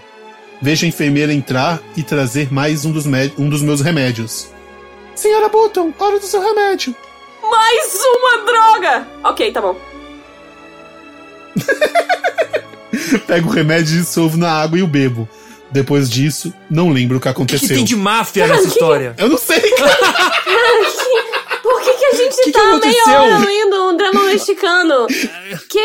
S1: Vejo a enfermeira entrar e trazer mais um dos, mé- um dos meus remédios. Senhora Button, hora do seu remédio.
S2: Mais uma droga! Ok, tá bom.
S1: Pego o remédio, dissolvo na água e o bebo. depois disso, não lembro o que
S3: O que, que
S1: aconteceu.
S3: tem de máfia nessa história?
S1: Eu não sei, cara.
S2: Que- Por que, que a gente
S3: que
S2: tá meia
S3: aconteceu?
S2: hora lendo um drama mexicano? que?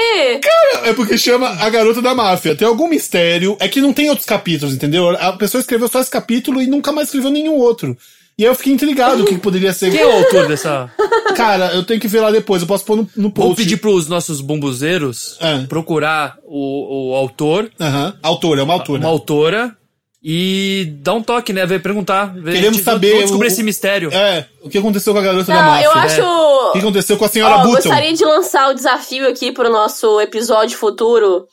S1: É porque chama A Garota da Máfia. Tem algum mistério. É que não tem outros capítulos, entendeu? A pessoa escreveu só esse capítulo e nunca mais escreveu nenhum outro. E aí eu fiquei intrigado o que que poderia ser.
S3: Quem é o autor dessa?
S1: Cara, eu tenho que ver lá depois. Eu posso pôr no, no post.
S3: Vou pedir pros nossos bombuzeiros
S1: Ah.
S3: procurar o, o autor,
S1: Aham. Autora, é uma autora.
S3: uma autora, e dar um toque, né? Ver, perguntar. Ver,
S1: Queremos
S3: te-
S1: saber
S3: Vamos descobrir
S1: o-
S3: esse mistério.
S1: É, o que aconteceu com a Garota da
S2: Não,
S1: Máfia?
S2: eu acho.
S1: O que
S3: né?
S1: aconteceu com a
S2: Ó,
S1: Senhora Button?
S2: gostaria de lançar o desafio aqui pro nosso episódio futuro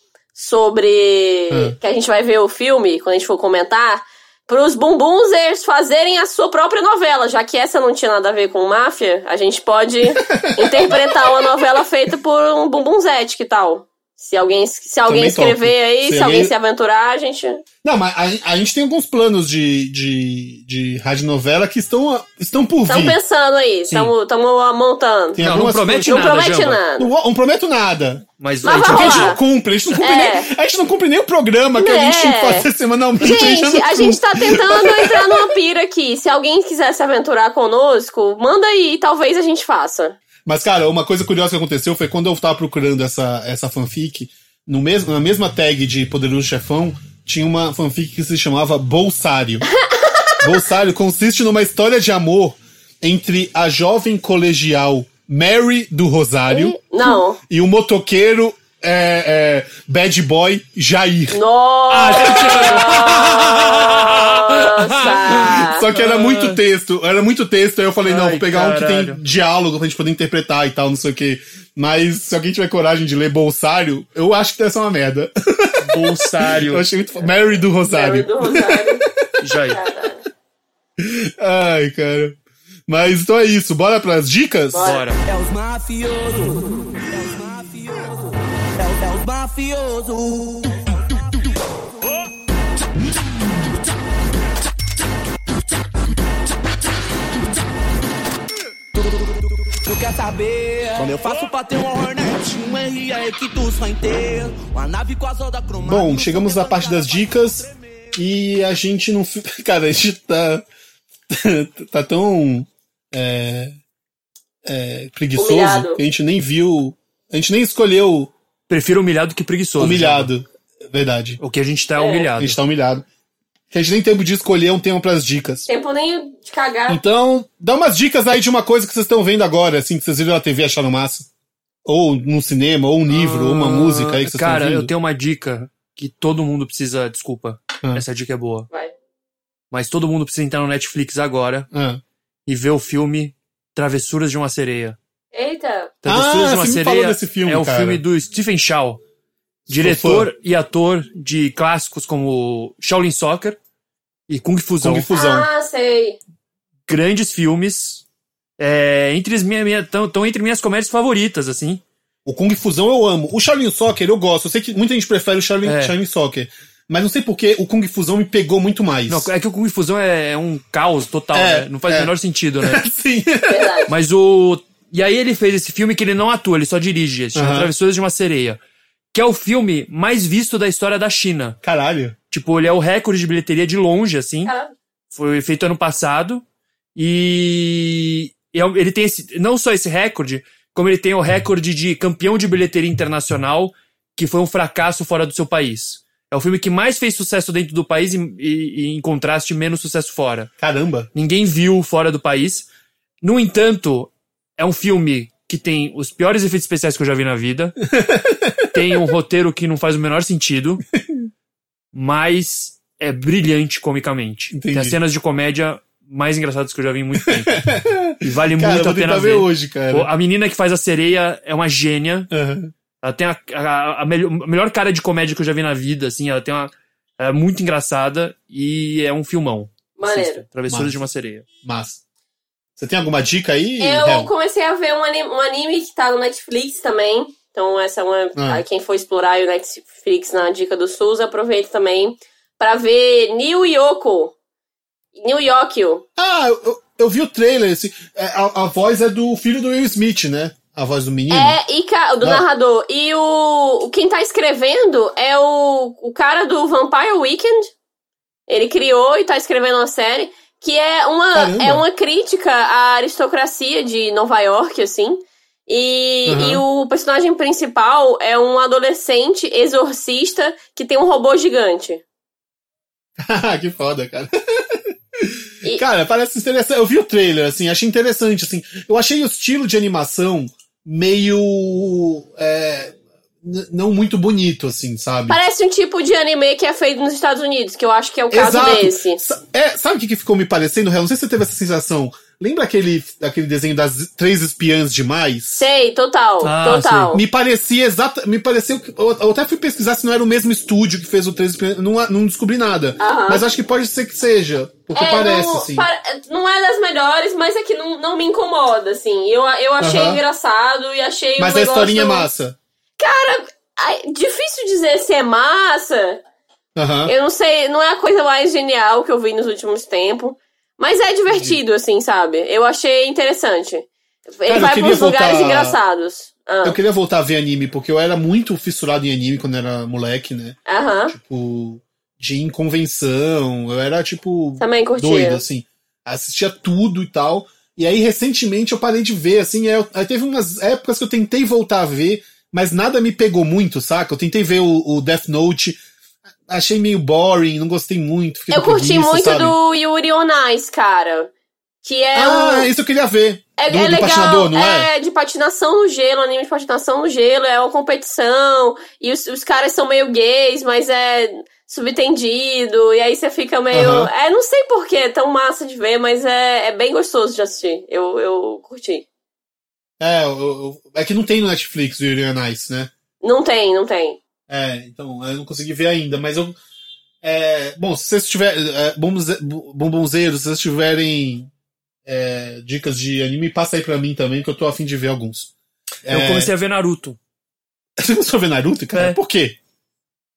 S2: sobre.
S1: Hum.
S2: que a gente vai ver o filme, quando a gente for comentar. Pros bumbunzers fazerem a sua própria novela, já que essa não tinha nada a ver com máfia, a gente pode interpretar uma novela feita por um bumbunzete, que tal? Se alguém, se
S1: Também
S2: alguém
S1: topo.
S2: escrever aí,
S1: Se
S2: se alguém
S1: alguém-
S2: se aventurar, a gente.
S1: Não, mas a, a gente tem alguns planos de, de, de radionovela que estão, estão por
S2: Estamos
S1: vir.
S2: pensando aí,
S3: Sim.
S2: estamos montando.
S1: Tem
S3: Não, não
S1: algumas
S3: promete
S2: Não
S1: coisas-
S3: nada,
S2: promete
S3: Jamba.
S2: nada.
S1: Não, não prometo nada.
S3: Mas,
S2: Mas
S3: a gente
S2: vai
S1: Porque a gente
S2: rolar.
S1: não cumpre, a gente não cumpre,
S2: Ah, É.
S1: nem, a gente não cumpre nem o programa que a
S2: É.
S1: gente tem que fazer semanalmente. a gente
S2: Gente,
S1: não
S2: a
S1: cumpre.
S2: gente tá tentando entrar numa pira aqui. Se alguém quiser se aventurar conosco, manda aí, talvez a gente faça.
S1: Mas, cara, uma coisa curiosa que aconteceu foi quando eu tava procurando essa, essa fanfic, no mesmo, na mesma tag de Poderoso Chefão, tinha uma fanfic que se chamava Bolsário. Bolsário consiste numa história de amor entre a jovem colegial Mary do Rosário
S2: Não.
S1: e o motoqueiro é, é, bad boy Jair.
S3: Ah,
S2: Nossa!
S1: Só que era muito texto, era muito texto, aí eu falei, não,
S3: Ah. Ai,
S1: vou pegar um que
S3: caralho.
S1: tem diálogo pra gente poder interpretar e tal, não sei o quê. Mas se alguém tiver coragem de ler Bolsário, eu acho que deve ser uma merda.
S3: Bolsário.
S1: Eu achei muito fo- Mary do
S2: Mary
S1: Rosário.
S2: do Rosário.
S3: Jair.
S1: Ai, cara. Mas então é isso, bora pras dicas?
S3: Bora.
S6: É os mafioso. É os mafioso. É os, é os mafioso. Tu quer saber como eu faço pra ter um Hornet, um RI, a equipe dos renteiros, uma nave com as rodas cromadas.
S1: Bom, chegamos na parte das dicas e a gente não. fi- Cara, a gente tá. tá tão. É, é, preguiçoso
S2: Humilhado.
S1: que a gente nem viu. A gente nem escolheu
S3: Prefiro humilhado que preguiçoso.
S1: humilhado. Verdade.
S3: Jamba. O que a gente tá humilhado.
S1: A gente tá humilhado. A gente nem tem tempo de escolher um tema pras dicas.
S2: Tempo nem de cagar.
S1: Então, dá umas dicas aí de uma coisa que vocês estão vendo agora, assim, que vocês viram na TV e acharam massa. Ou no cinema, ou um livro, ou uma
S3: Ah,
S1: música aí que vocês
S3: Cara,
S1: estão
S3: eu
S1: vendo.
S3: tenho uma dica que todo mundo precisa. Desculpa,
S1: Ah.
S3: essa dica é boa.
S2: Vai.
S3: Mas todo mundo precisa entrar no Netflix agora
S1: Ah,
S3: e ver o filme Travessuras de uma Sereia.
S2: Eita!
S1: Ah,
S3: Travessuras de é uma
S1: você me
S3: Sereia
S1: falou desse filme,
S3: é o
S1: cara.
S3: filme do Stephen Chow, diretor e ator de clássicos como Shaolin Soccer e Kung Fusão.
S1: Kung Fusão.
S2: Ah, sei.
S3: Grandes filmes. É, entre as minha, minha, tão, tão entre minhas comédias favoritas, assim.
S1: O Kung Fusão eu amo. O Shaolin Soccer eu gosto. Eu sei que muita gente prefere o Shaolin,
S3: É.
S1: Shaolin Soccer. Mas não sei porque o Kung Fusão me pegou muito mais.
S3: Não, é que o Kung Fusão é um caos total,
S1: É,
S3: né? Não faz
S1: é.
S3: o menor sentido, né?
S1: Sim.
S2: Verdade.
S3: Mas o. E aí ele fez esse filme que ele não atua, ele só dirige, esse chama
S1: Aham.
S3: Travessuras de uma Sereia. Que é o filme mais visto da história da China.
S1: Caralho.
S3: Tipo, ele é o recorde de bilheteria de longe, assim.
S2: Caralho.
S3: Foi feito ano passado. E. e é um- Ele tem esse, não só esse recorde, como ele tem o recorde de campeão de bilheteria internacional, que foi um fracasso fora do seu país. É o filme que mais fez sucesso dentro do país e- e- e em contraste, menos sucesso fora
S1: Caramba.
S3: ninguém viu fora do país. No entanto, é um filme que tem os piores efeitos especiais que eu já vi na vida. tem um roteiro que não faz o menor sentido, mas é brilhante comicamente. Tem
S1: Entendi.
S3: as cenas de comédia mais engraçadas que eu já vi em muito tempo. E vale
S1: Cara, eu
S3: muito
S1: vou tentar
S3: a pena
S1: ver,
S3: ver.
S1: hoje,
S3: Pô,
S1: cara.
S3: A menina que faz a sereia é uma gênia.
S1: Aham.
S3: Ela tem a, a- a melhor, a melhor cara de comédia que eu já vi na vida, assim. Ela tem uma. É muito engraçada e é um filmão.
S2: Maneiro.
S3: Assista, Travessuras
S1: Massa.
S3: de uma sereia.
S1: Mas. Você tem alguma dica aí?
S2: Eu
S1: Hel?
S2: comecei a ver um anime, um anime que tá no Netflix também. Então, essa é uma.
S1: Ah.
S2: aí Quem for explorar o Netflix na Dica do SUS, aproveita também pra ver New Yoko. New Yokio.
S1: Ah, eu, eu- eu vi o trailer. Esse, é, a, a voz é do filho do Will Smith, né? A voz do menino.
S2: É, e ca- do
S1: Não.
S2: narrador. E o, o- quem tá escrevendo é o, o cara do Vampire Weekend, Ele criou e tá escrevendo uma série que é uma,
S1: Caramba.
S2: é uma crítica à aristocracia de Nova York, assim. E,
S1: Uhum.
S2: e o personagem principal é um adolescente exorcista que tem um robô gigante.
S1: que foda, cara.
S2: É. E-
S1: Cara, parece interessante. Eu vi o trailer, assim, achei interessante, assim. Eu achei o estilo de animação meio. é, n- não muito bonito, assim, sabe?
S2: Parece um tipo de anime que é feito nos Estados Unidos, que eu acho que é o caso
S1: Exato.
S2: desse.
S1: Sa- É, sabe o que, que ficou me parecendo, Real? Não sei se você teve essa sensação. Lembra aquele, aquele desenho das três espiãs demais?
S2: Sei, total,
S3: Ah,
S2: total.
S1: Me parecia exata, me pareceu que eu, eu até fui pesquisar se não era o mesmo estúdio que fez o 13 Espiãs, não, não descobri nada.
S2: Aham.
S1: Mas acho que pode ser que seja, porque
S2: É,
S1: parece
S2: não,
S1: assim.
S2: pa- não é das melhores, mas é que não, não me incomoda, assim. Eu, eu achei
S1: Aham.
S2: engraçado e achei. um
S1: Mas a historinha é
S2: negócio-
S1: massa.
S2: Ai, difícil dizer se é massa.
S1: Aham.
S2: Eu não sei, não é a coisa mais genial que eu vi nos últimos tempos. Mas é divertido, assim, sabe? Eu achei interessante. Ele
S1: eu
S2: vai pra
S1: queria
S2: uns lugares
S1: voltar-
S2: engraçados. Ah,
S1: Eu queria voltar a ver anime, porque eu era muito fissurado em anime quando era moleque, né?
S2: Aham,
S1: Tipo, de ir em convenção. Eu era, tipo,
S2: também curti.
S1: doido, assim. Assistia tudo e tal. E aí, recentemente, eu parei de ver, assim. Aí, eu- aí teve umas épocas que eu tentei voltar a ver, mas nada me pegou muito, saca? Eu tentei ver o, o Death Note, achei meio boring, não gostei muito. fiquei
S2: Eu
S1: com
S2: curti
S1: preguiça,
S2: muito
S1: sabe?
S2: do Yuri on Ice, cara. Que é um.
S1: Ah, isso eu queria ver.
S2: É,
S1: do,
S2: é
S1: do
S2: legal,
S1: patinador, não é?
S2: de patinação no gelo, anime de patinação no gelo, é uma competição, e os, os caras são meio gays, mas é subtendido, e aí você fica meio.
S1: Aham.
S2: É, não sei por que, é tão massa de ver, mas é, é bem gostoso de assistir. Eu, eu curti.
S1: É, eu- eu- é que não tem no Netflix o Yuri on Ice, né?
S2: Não tem, não tem.
S1: É, então, eu não consegui ver ainda, mas eu. é, bom, se vocês tiverem. É, bombonze- bo- bombonzeiros, se vocês tiverem é, dicas de anime, passa aí pra mim também, que eu tô afim de ver alguns.
S3: Eu
S1: É.
S3: comecei a ver Naruto.
S1: Você começou a ver Naruto, cara?
S3: É.
S1: Por quê?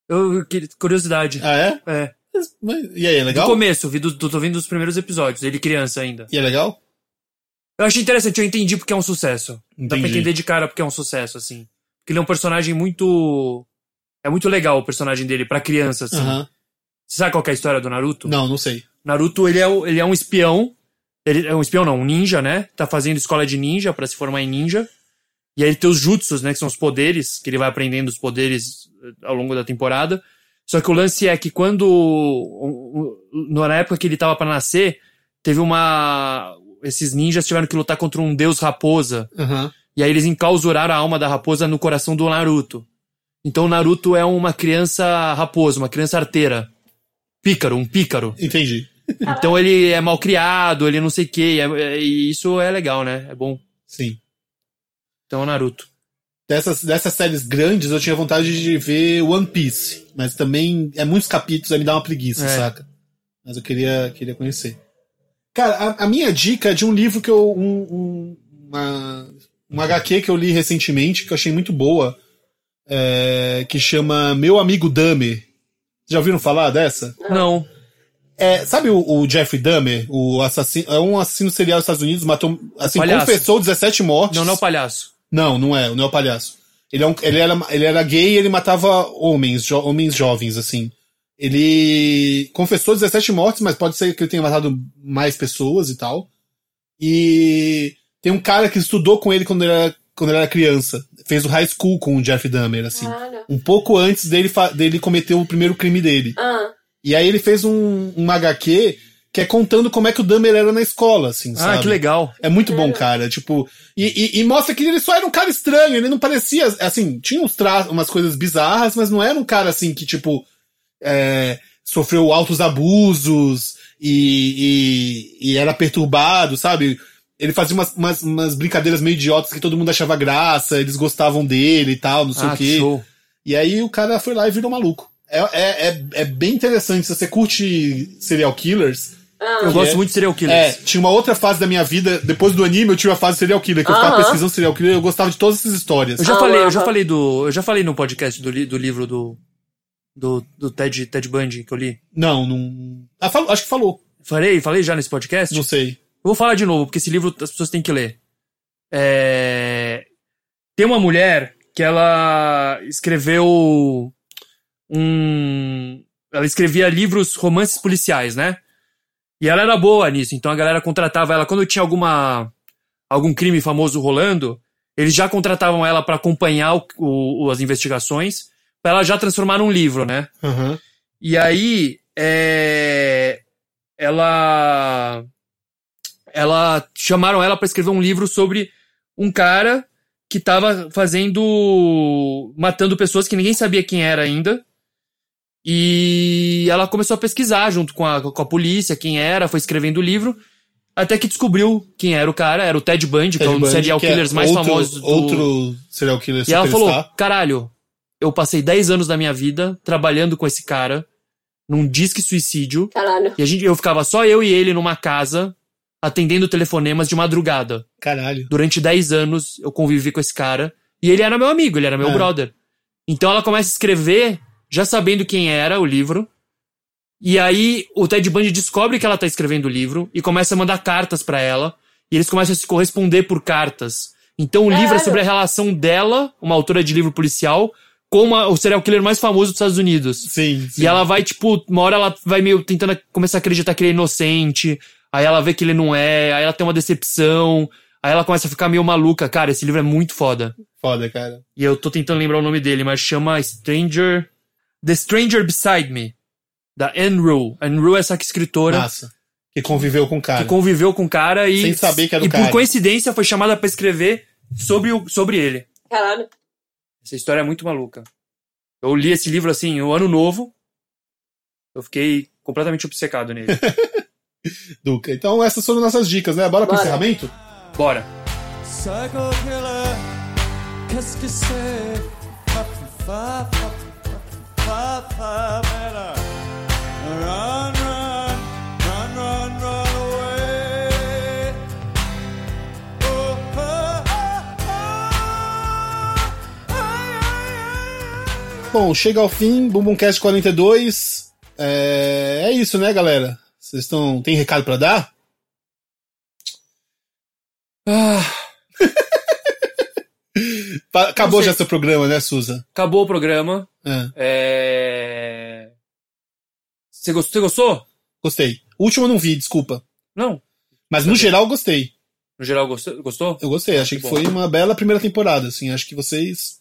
S3: Eu, que- curiosidade.
S1: Ah, é?
S3: É.
S1: Mas- E aí, é
S3: No
S1: legal?
S3: começo, vi do, tô vendo os primeiros episódios, ele criança ainda.
S1: E é legal?
S3: Eu achei interessante, eu entendi porque é um sucesso. Dá pra
S1: Entendi.
S3: entender de cara porque é um sucesso, assim. Porque ele é um personagem muito. É muito legal o personagem dele pra criança, assim.
S1: Aham.
S3: Você sabe qual que é a história do Naruto?
S1: Não, não sei.
S3: Naruto, ele é, o- ele é um espião. Ele é um espião, não, um ninja, né? Tá fazendo escola de ninja pra se formar em ninja. E aí ele tem os jutsus, né? Que são os poderes, que ele vai aprendendo os poderes eh, ao longo da temporada. Só que o lance é que quando. o- o- Na época que ele tava pra nascer, teve uma. Esses ninjas tiveram que lutar contra um deus raposa.
S1: Aham.
S3: E aí eles enclausuraram a alma da raposa no coração do Naruto. Então o Naruto é uma criança raposa, uma criança arteira. Pícaro, um pícaro.
S1: Entendi.
S3: Então ele é mal criado, ele não sei o que. E isso é legal, né? É bom.
S1: Sim.
S3: Então é o Naruto.
S1: Dessas, dessas séries grandes, eu tinha vontade de ver One Piece. Mas também é muitos capítulos, aí me dá uma preguiça,
S3: É.
S1: saca? Mas eu queria, queria conhecer. Cara, a, a minha dica é de um livro que eu. Um, um, uma, um HQ que eu li recentemente, que eu achei muito boa, é, que chama Meu Amigo Dahmer. Já ouviram falar dessa?
S3: Não.
S1: É, sabe o, o Jeffrey Dahmer, o assassino. É um assassino serial dos Estados Unidos, matou. Assim,
S3: Palhaço.
S1: confessou 17 mortes.
S3: Não, não é o palhaço.
S1: Não, não é, não é o palhaço. Ele, é um- ele era, ele era gay e ele matava homens, jo- homens jovens, assim. Ele confessou 17 mortes, mas pode ser que ele tenha matado mais pessoas e tal. E tem um cara que estudou com ele quando ele era, quando ele era criança. Fez o high school com o Jeff Dahmer, assim.
S2: Caralho.
S1: Um pouco antes dele, fa- dele cometer o primeiro crime dele.
S2: Ah,
S1: E aí ele fez um, um HQ que é contando como é que o Dahmer era na escola, assim,
S3: Ah,
S1: sabe?
S3: que legal.
S1: É muito bom, cara. Tipo, e, e- e mostra que ele só era um cara estranho. Ele não parecia, assim, tinha uns tra umas coisas bizarras, mas não era um cara assim que, tipo, é, sofreu altos abusos e, e- e era perturbado, sabe? Ele fazia umas, umas- umas brincadeiras meio idiotas que todo mundo achava graça, eles gostavam dele e tal, não sei
S3: ah,
S1: o quê.
S3: show.
S1: E aí o cara foi lá e virou maluco. É, é, é, é bem interessante. Se você curte serial killers,
S2: ah.
S3: Eu
S1: Que
S3: gosto
S1: é-
S3: muito de serial
S1: é,
S3: killers.
S1: tinha uma outra fase da minha vida, depois do anime eu tive a fase serial killer, que eu ficava
S2: Aham.
S1: pesquisando serial killer, eu gostava de todas essas histórias.
S3: Eu já
S2: Ah,
S3: falei, eu
S2: aham.
S3: já falei do. Eu já falei no podcast do, li- do livro do. Do, do Ted, Ted Bundy que eu li.
S1: Não, não. Ah, falo- acho que falou.
S3: Falei, falei já nesse podcast?
S1: Não sei.
S3: Eu vou falar de novo, porque esse livro as pessoas têm que ler. É, Tem uma mulher que ela escreveu um, Ela escrevia livros, romances policiais, né? E ela era boa nisso, então a galera contratava ela. Quando tinha alguma algum crime famoso rolando, eles já contratavam ela pra acompanhar o- o- as investigações, pra ela já transformar num livro, né?
S1: Aham.
S3: E aí, é, ela, ela chamaram ela para escrever um livro sobre um cara que tava fazendo, matando pessoas que ninguém sabia quem era ainda. E ela começou a pesquisar junto com a, com a polícia quem era, foi escrevendo o livro, até que descobriu quem era o cara, era o Ted Bundy, que é um dos
S1: Bundy,
S3: serial
S1: que é
S3: killers mais
S1: outro-
S3: famosos do,
S1: Outro serial killer
S3: e ela falou:
S1: superstar.
S3: caralho, eu passei 10 anos da minha vida trabalhando com esse cara num disque suicídio.
S2: Caralho.
S3: E a gente, eu ficava só eu e ele numa casa, atendendo telefonemas de madrugada.
S1: Caralho.
S3: Durante 10 anos eu convivi com esse cara. E ele era meu amigo, ele era meu
S1: É.
S3: brother. Então ela começa a escrever, já sabendo quem era o livro. E aí o Ted Bundy descobre que ela tá escrevendo o livro e começa a mandar cartas pra ela. E eles começam a se corresponder por cartas. Então o livro é
S2: Caralho.
S3: sobre a relação dela, uma autora de livro policial, com uma- o serial killer mais famoso dos Estados Unidos.
S1: Sim, sim.
S3: E ela vai, tipo, uma hora ela vai meio tentando começar a acreditar que ele é inocente, aí ela vê que ele não é, aí ela tem uma decepção, aí ela começa a ficar meio maluca. Cara, esse livro é muito foda.
S1: Foda, cara.
S3: E eu tô tentando lembrar o nome dele, mas chama Stranger. The Stranger Beside Me, da Anne Rule. Anne Rule é essa escritora
S1: Massa. Que conviveu com o Ah, cara.
S3: que conviveu com o cara e.
S1: Sem saber que era o
S3: E
S1: cara.
S3: por coincidência foi chamada pra escrever sobre, o, sobre ele.
S2: Caralho.
S3: Essa história é muito maluca. Eu li esse livro assim, no ano novo. Eu fiquei completamente obcecado nele.
S1: Duca. Então essas foram nossas dicas, né? Bora,
S2: Bora.
S1: pro encerramento?
S3: Bora.
S6: Psycho killer, qu'est-ce que c'est Fa- fa- fa- fa- fa- fa- Run, run, run, run, run away. Oh, oh, oh, oh. Ai, ai, ai, ai.
S1: Bom, chega ao fim, Bumbumcast 42. É, é isso, né, galera? Vocês estão. Tem recado pra dar? Ah. Pa- Acabou
S3: Não sei.
S1: já seu programa, né, Suza?
S3: Acabou o programa.
S1: É,
S3: É... Você gostou? Você gostou?
S1: gostei. O último eu não vi, desculpa.
S3: Não.
S1: Mas no geral eu gostei.
S3: No geral, gostou? gostou?
S1: Eu gostei. Achei que
S3: bom.
S1: foi uma bela primeira temporada, assim. Acho que vocês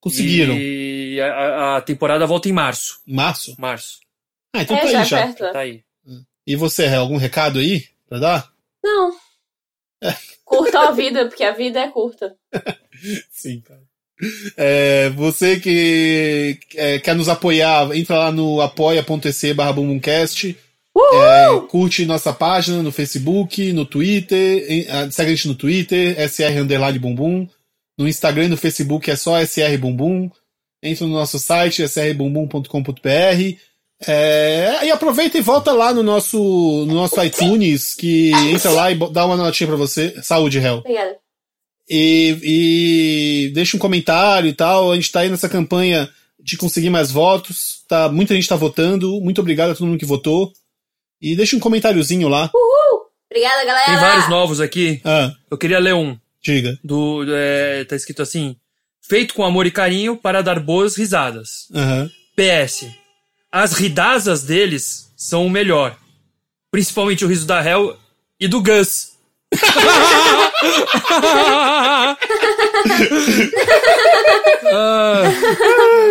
S1: conseguiram.
S3: E a, a- a temporada volta em março.
S1: Março?
S3: Março.
S1: Ah, então
S2: É,
S1: tá
S2: já
S1: aí
S2: é
S1: já.
S2: perto. é.
S3: Tá aí.
S1: E você, Hel, algum recado aí pra dar?
S2: Não. Curtam a vida, porque a vida é curta.
S1: Sim, cara. É, você que é, quer nos apoiar, entra lá no apoia.se barra bumbumcast. É, curte nossa página no Facebook, no Twitter, em- ah, segue a gente no Twitter, SR Underline Bumbum. No Instagram e no Facebook é só SR Bumbum. Entra no nosso site, srbumbum.com.br. É, e aproveita e volta lá no nosso, no nosso iTunes, que entra lá e bo- dá uma notinha pra você. Saúde, Hel
S2: Obrigada.
S1: e, e deixa um comentário e tal. A gente tá aí nessa campanha de conseguir mais votos. Tá, muita gente tá votando. Muito obrigado a todo mundo que votou. E deixa um comentáriozinho lá.
S3: Uh!
S2: Obrigada, galera.
S3: Tem vários novos aqui.
S1: Ah,
S3: Eu queria ler um.
S1: diga.
S3: Do, é, tá escrito assim: Feito com amor e carinho para dar boas risadas.
S1: Aham.
S3: PS. As ridazas deles são o melhor. Principalmente o riso da Hel e do Gus. Ah,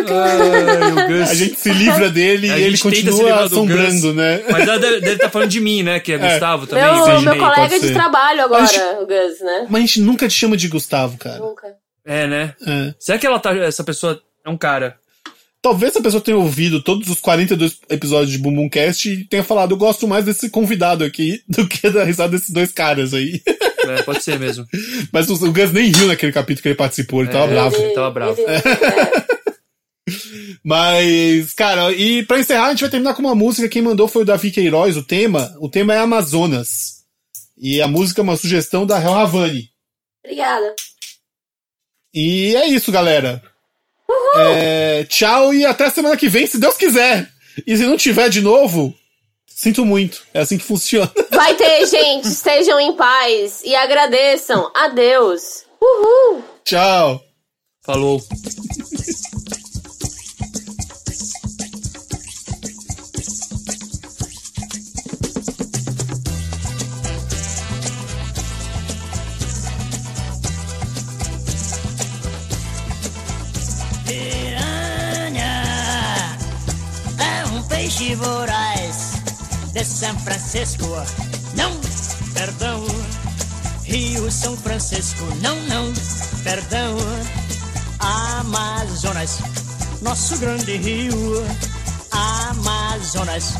S3: ai, o Gus.
S1: A gente se livra dele
S3: A
S1: e ele
S3: gente tenta se
S1: continua
S3: livrar do
S1: assombrando,
S3: Gus.
S1: né?
S3: Mas ela deve estar falando de mim, né? Que é Gustavo também.
S2: Meu,
S3: imaginei.
S2: meu colega
S1: pode
S2: de
S1: ser.
S2: trabalho agora,
S1: Mas-
S2: o Gus, né?
S1: Mas a gente nunca te chama de Gustavo, cara.
S2: Nunca.
S3: É, né?
S1: É.
S3: Será que ela tá. Essa pessoa é um cara?
S1: Talvez a pessoa tenha ouvido todos os 42 episódios de Bumbumcast e tenha falado: eu gosto mais desse convidado aqui do que da risada desses dois caras aí.
S3: É, pode ser mesmo.
S1: Mas o Gus nem riu naquele capítulo que ele participou, ele tava
S3: É.
S1: bravo.
S3: Ele tava bravo.
S2: ele- é.
S1: Mas, cara, e pra encerrar, a gente vai terminar com uma música. Quem mandou foi o Davi Queiroz, o tema. O tema é Amazonas. E a música é uma sugestão da Hel Havani.
S2: Obrigada.
S1: E é isso, galera. É, tchau e até semana que vem, se Deus quiser. E se não tiver de novo, sinto muito. É assim que funciona.
S2: Vai ter, gente. Estejam em paz e agradeçam. Adeus. Uhul.
S1: tchau.
S3: Falou.
S7: piranha é um peixe voraz de São Francisco. Não, perdão. Rio São Francisco, não, não, perdão. Amazonas, nosso grande rio. Amazonas.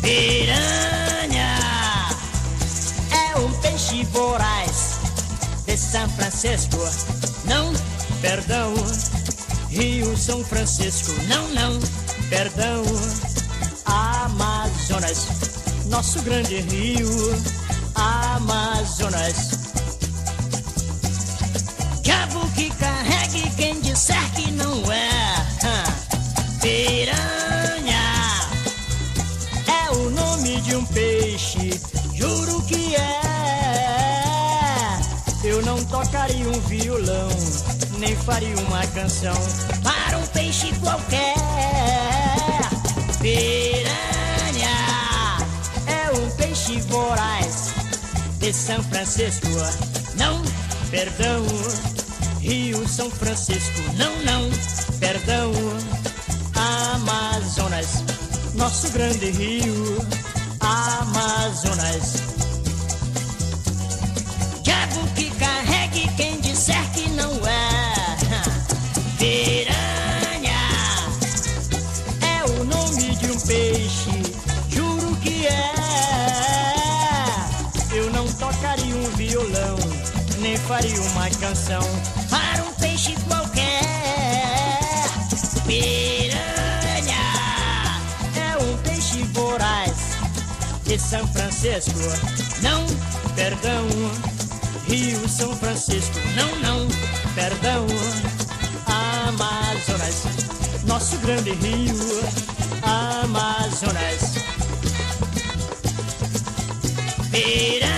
S7: Piranha é um peixe voraz de São Francisco. Não, perdão. Rio São Francisco. Não, não, perdão. Amazonas, nosso grande rio. Amazonas. Diabo que carregue quem disser que não é. Ah, Piranha é o nome de um peixe, juro que é. Eu não tocaria um violão, nem faria uma canção para um peixe qualquer. Piranha é um peixe voraz de São Francisco, não, perdão. Rio São Francisco, não, não, perdão. Amazonas, nosso grande rio, Amazonas. Diabo que carregue quem disser que não é. Piranha é o nome de um peixe, juro que é. Eu não tocaria um violão, nem faria uma canção para um peixe qualquer. Piranha é um peixe voraz de São Francisco, não, perdão. Rio São Francisco, não, não, perdão. Amazonas, nosso grande rio, Amazonas. Piranha,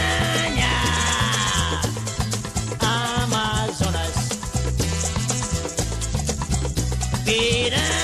S7: Amazonas. Piranha.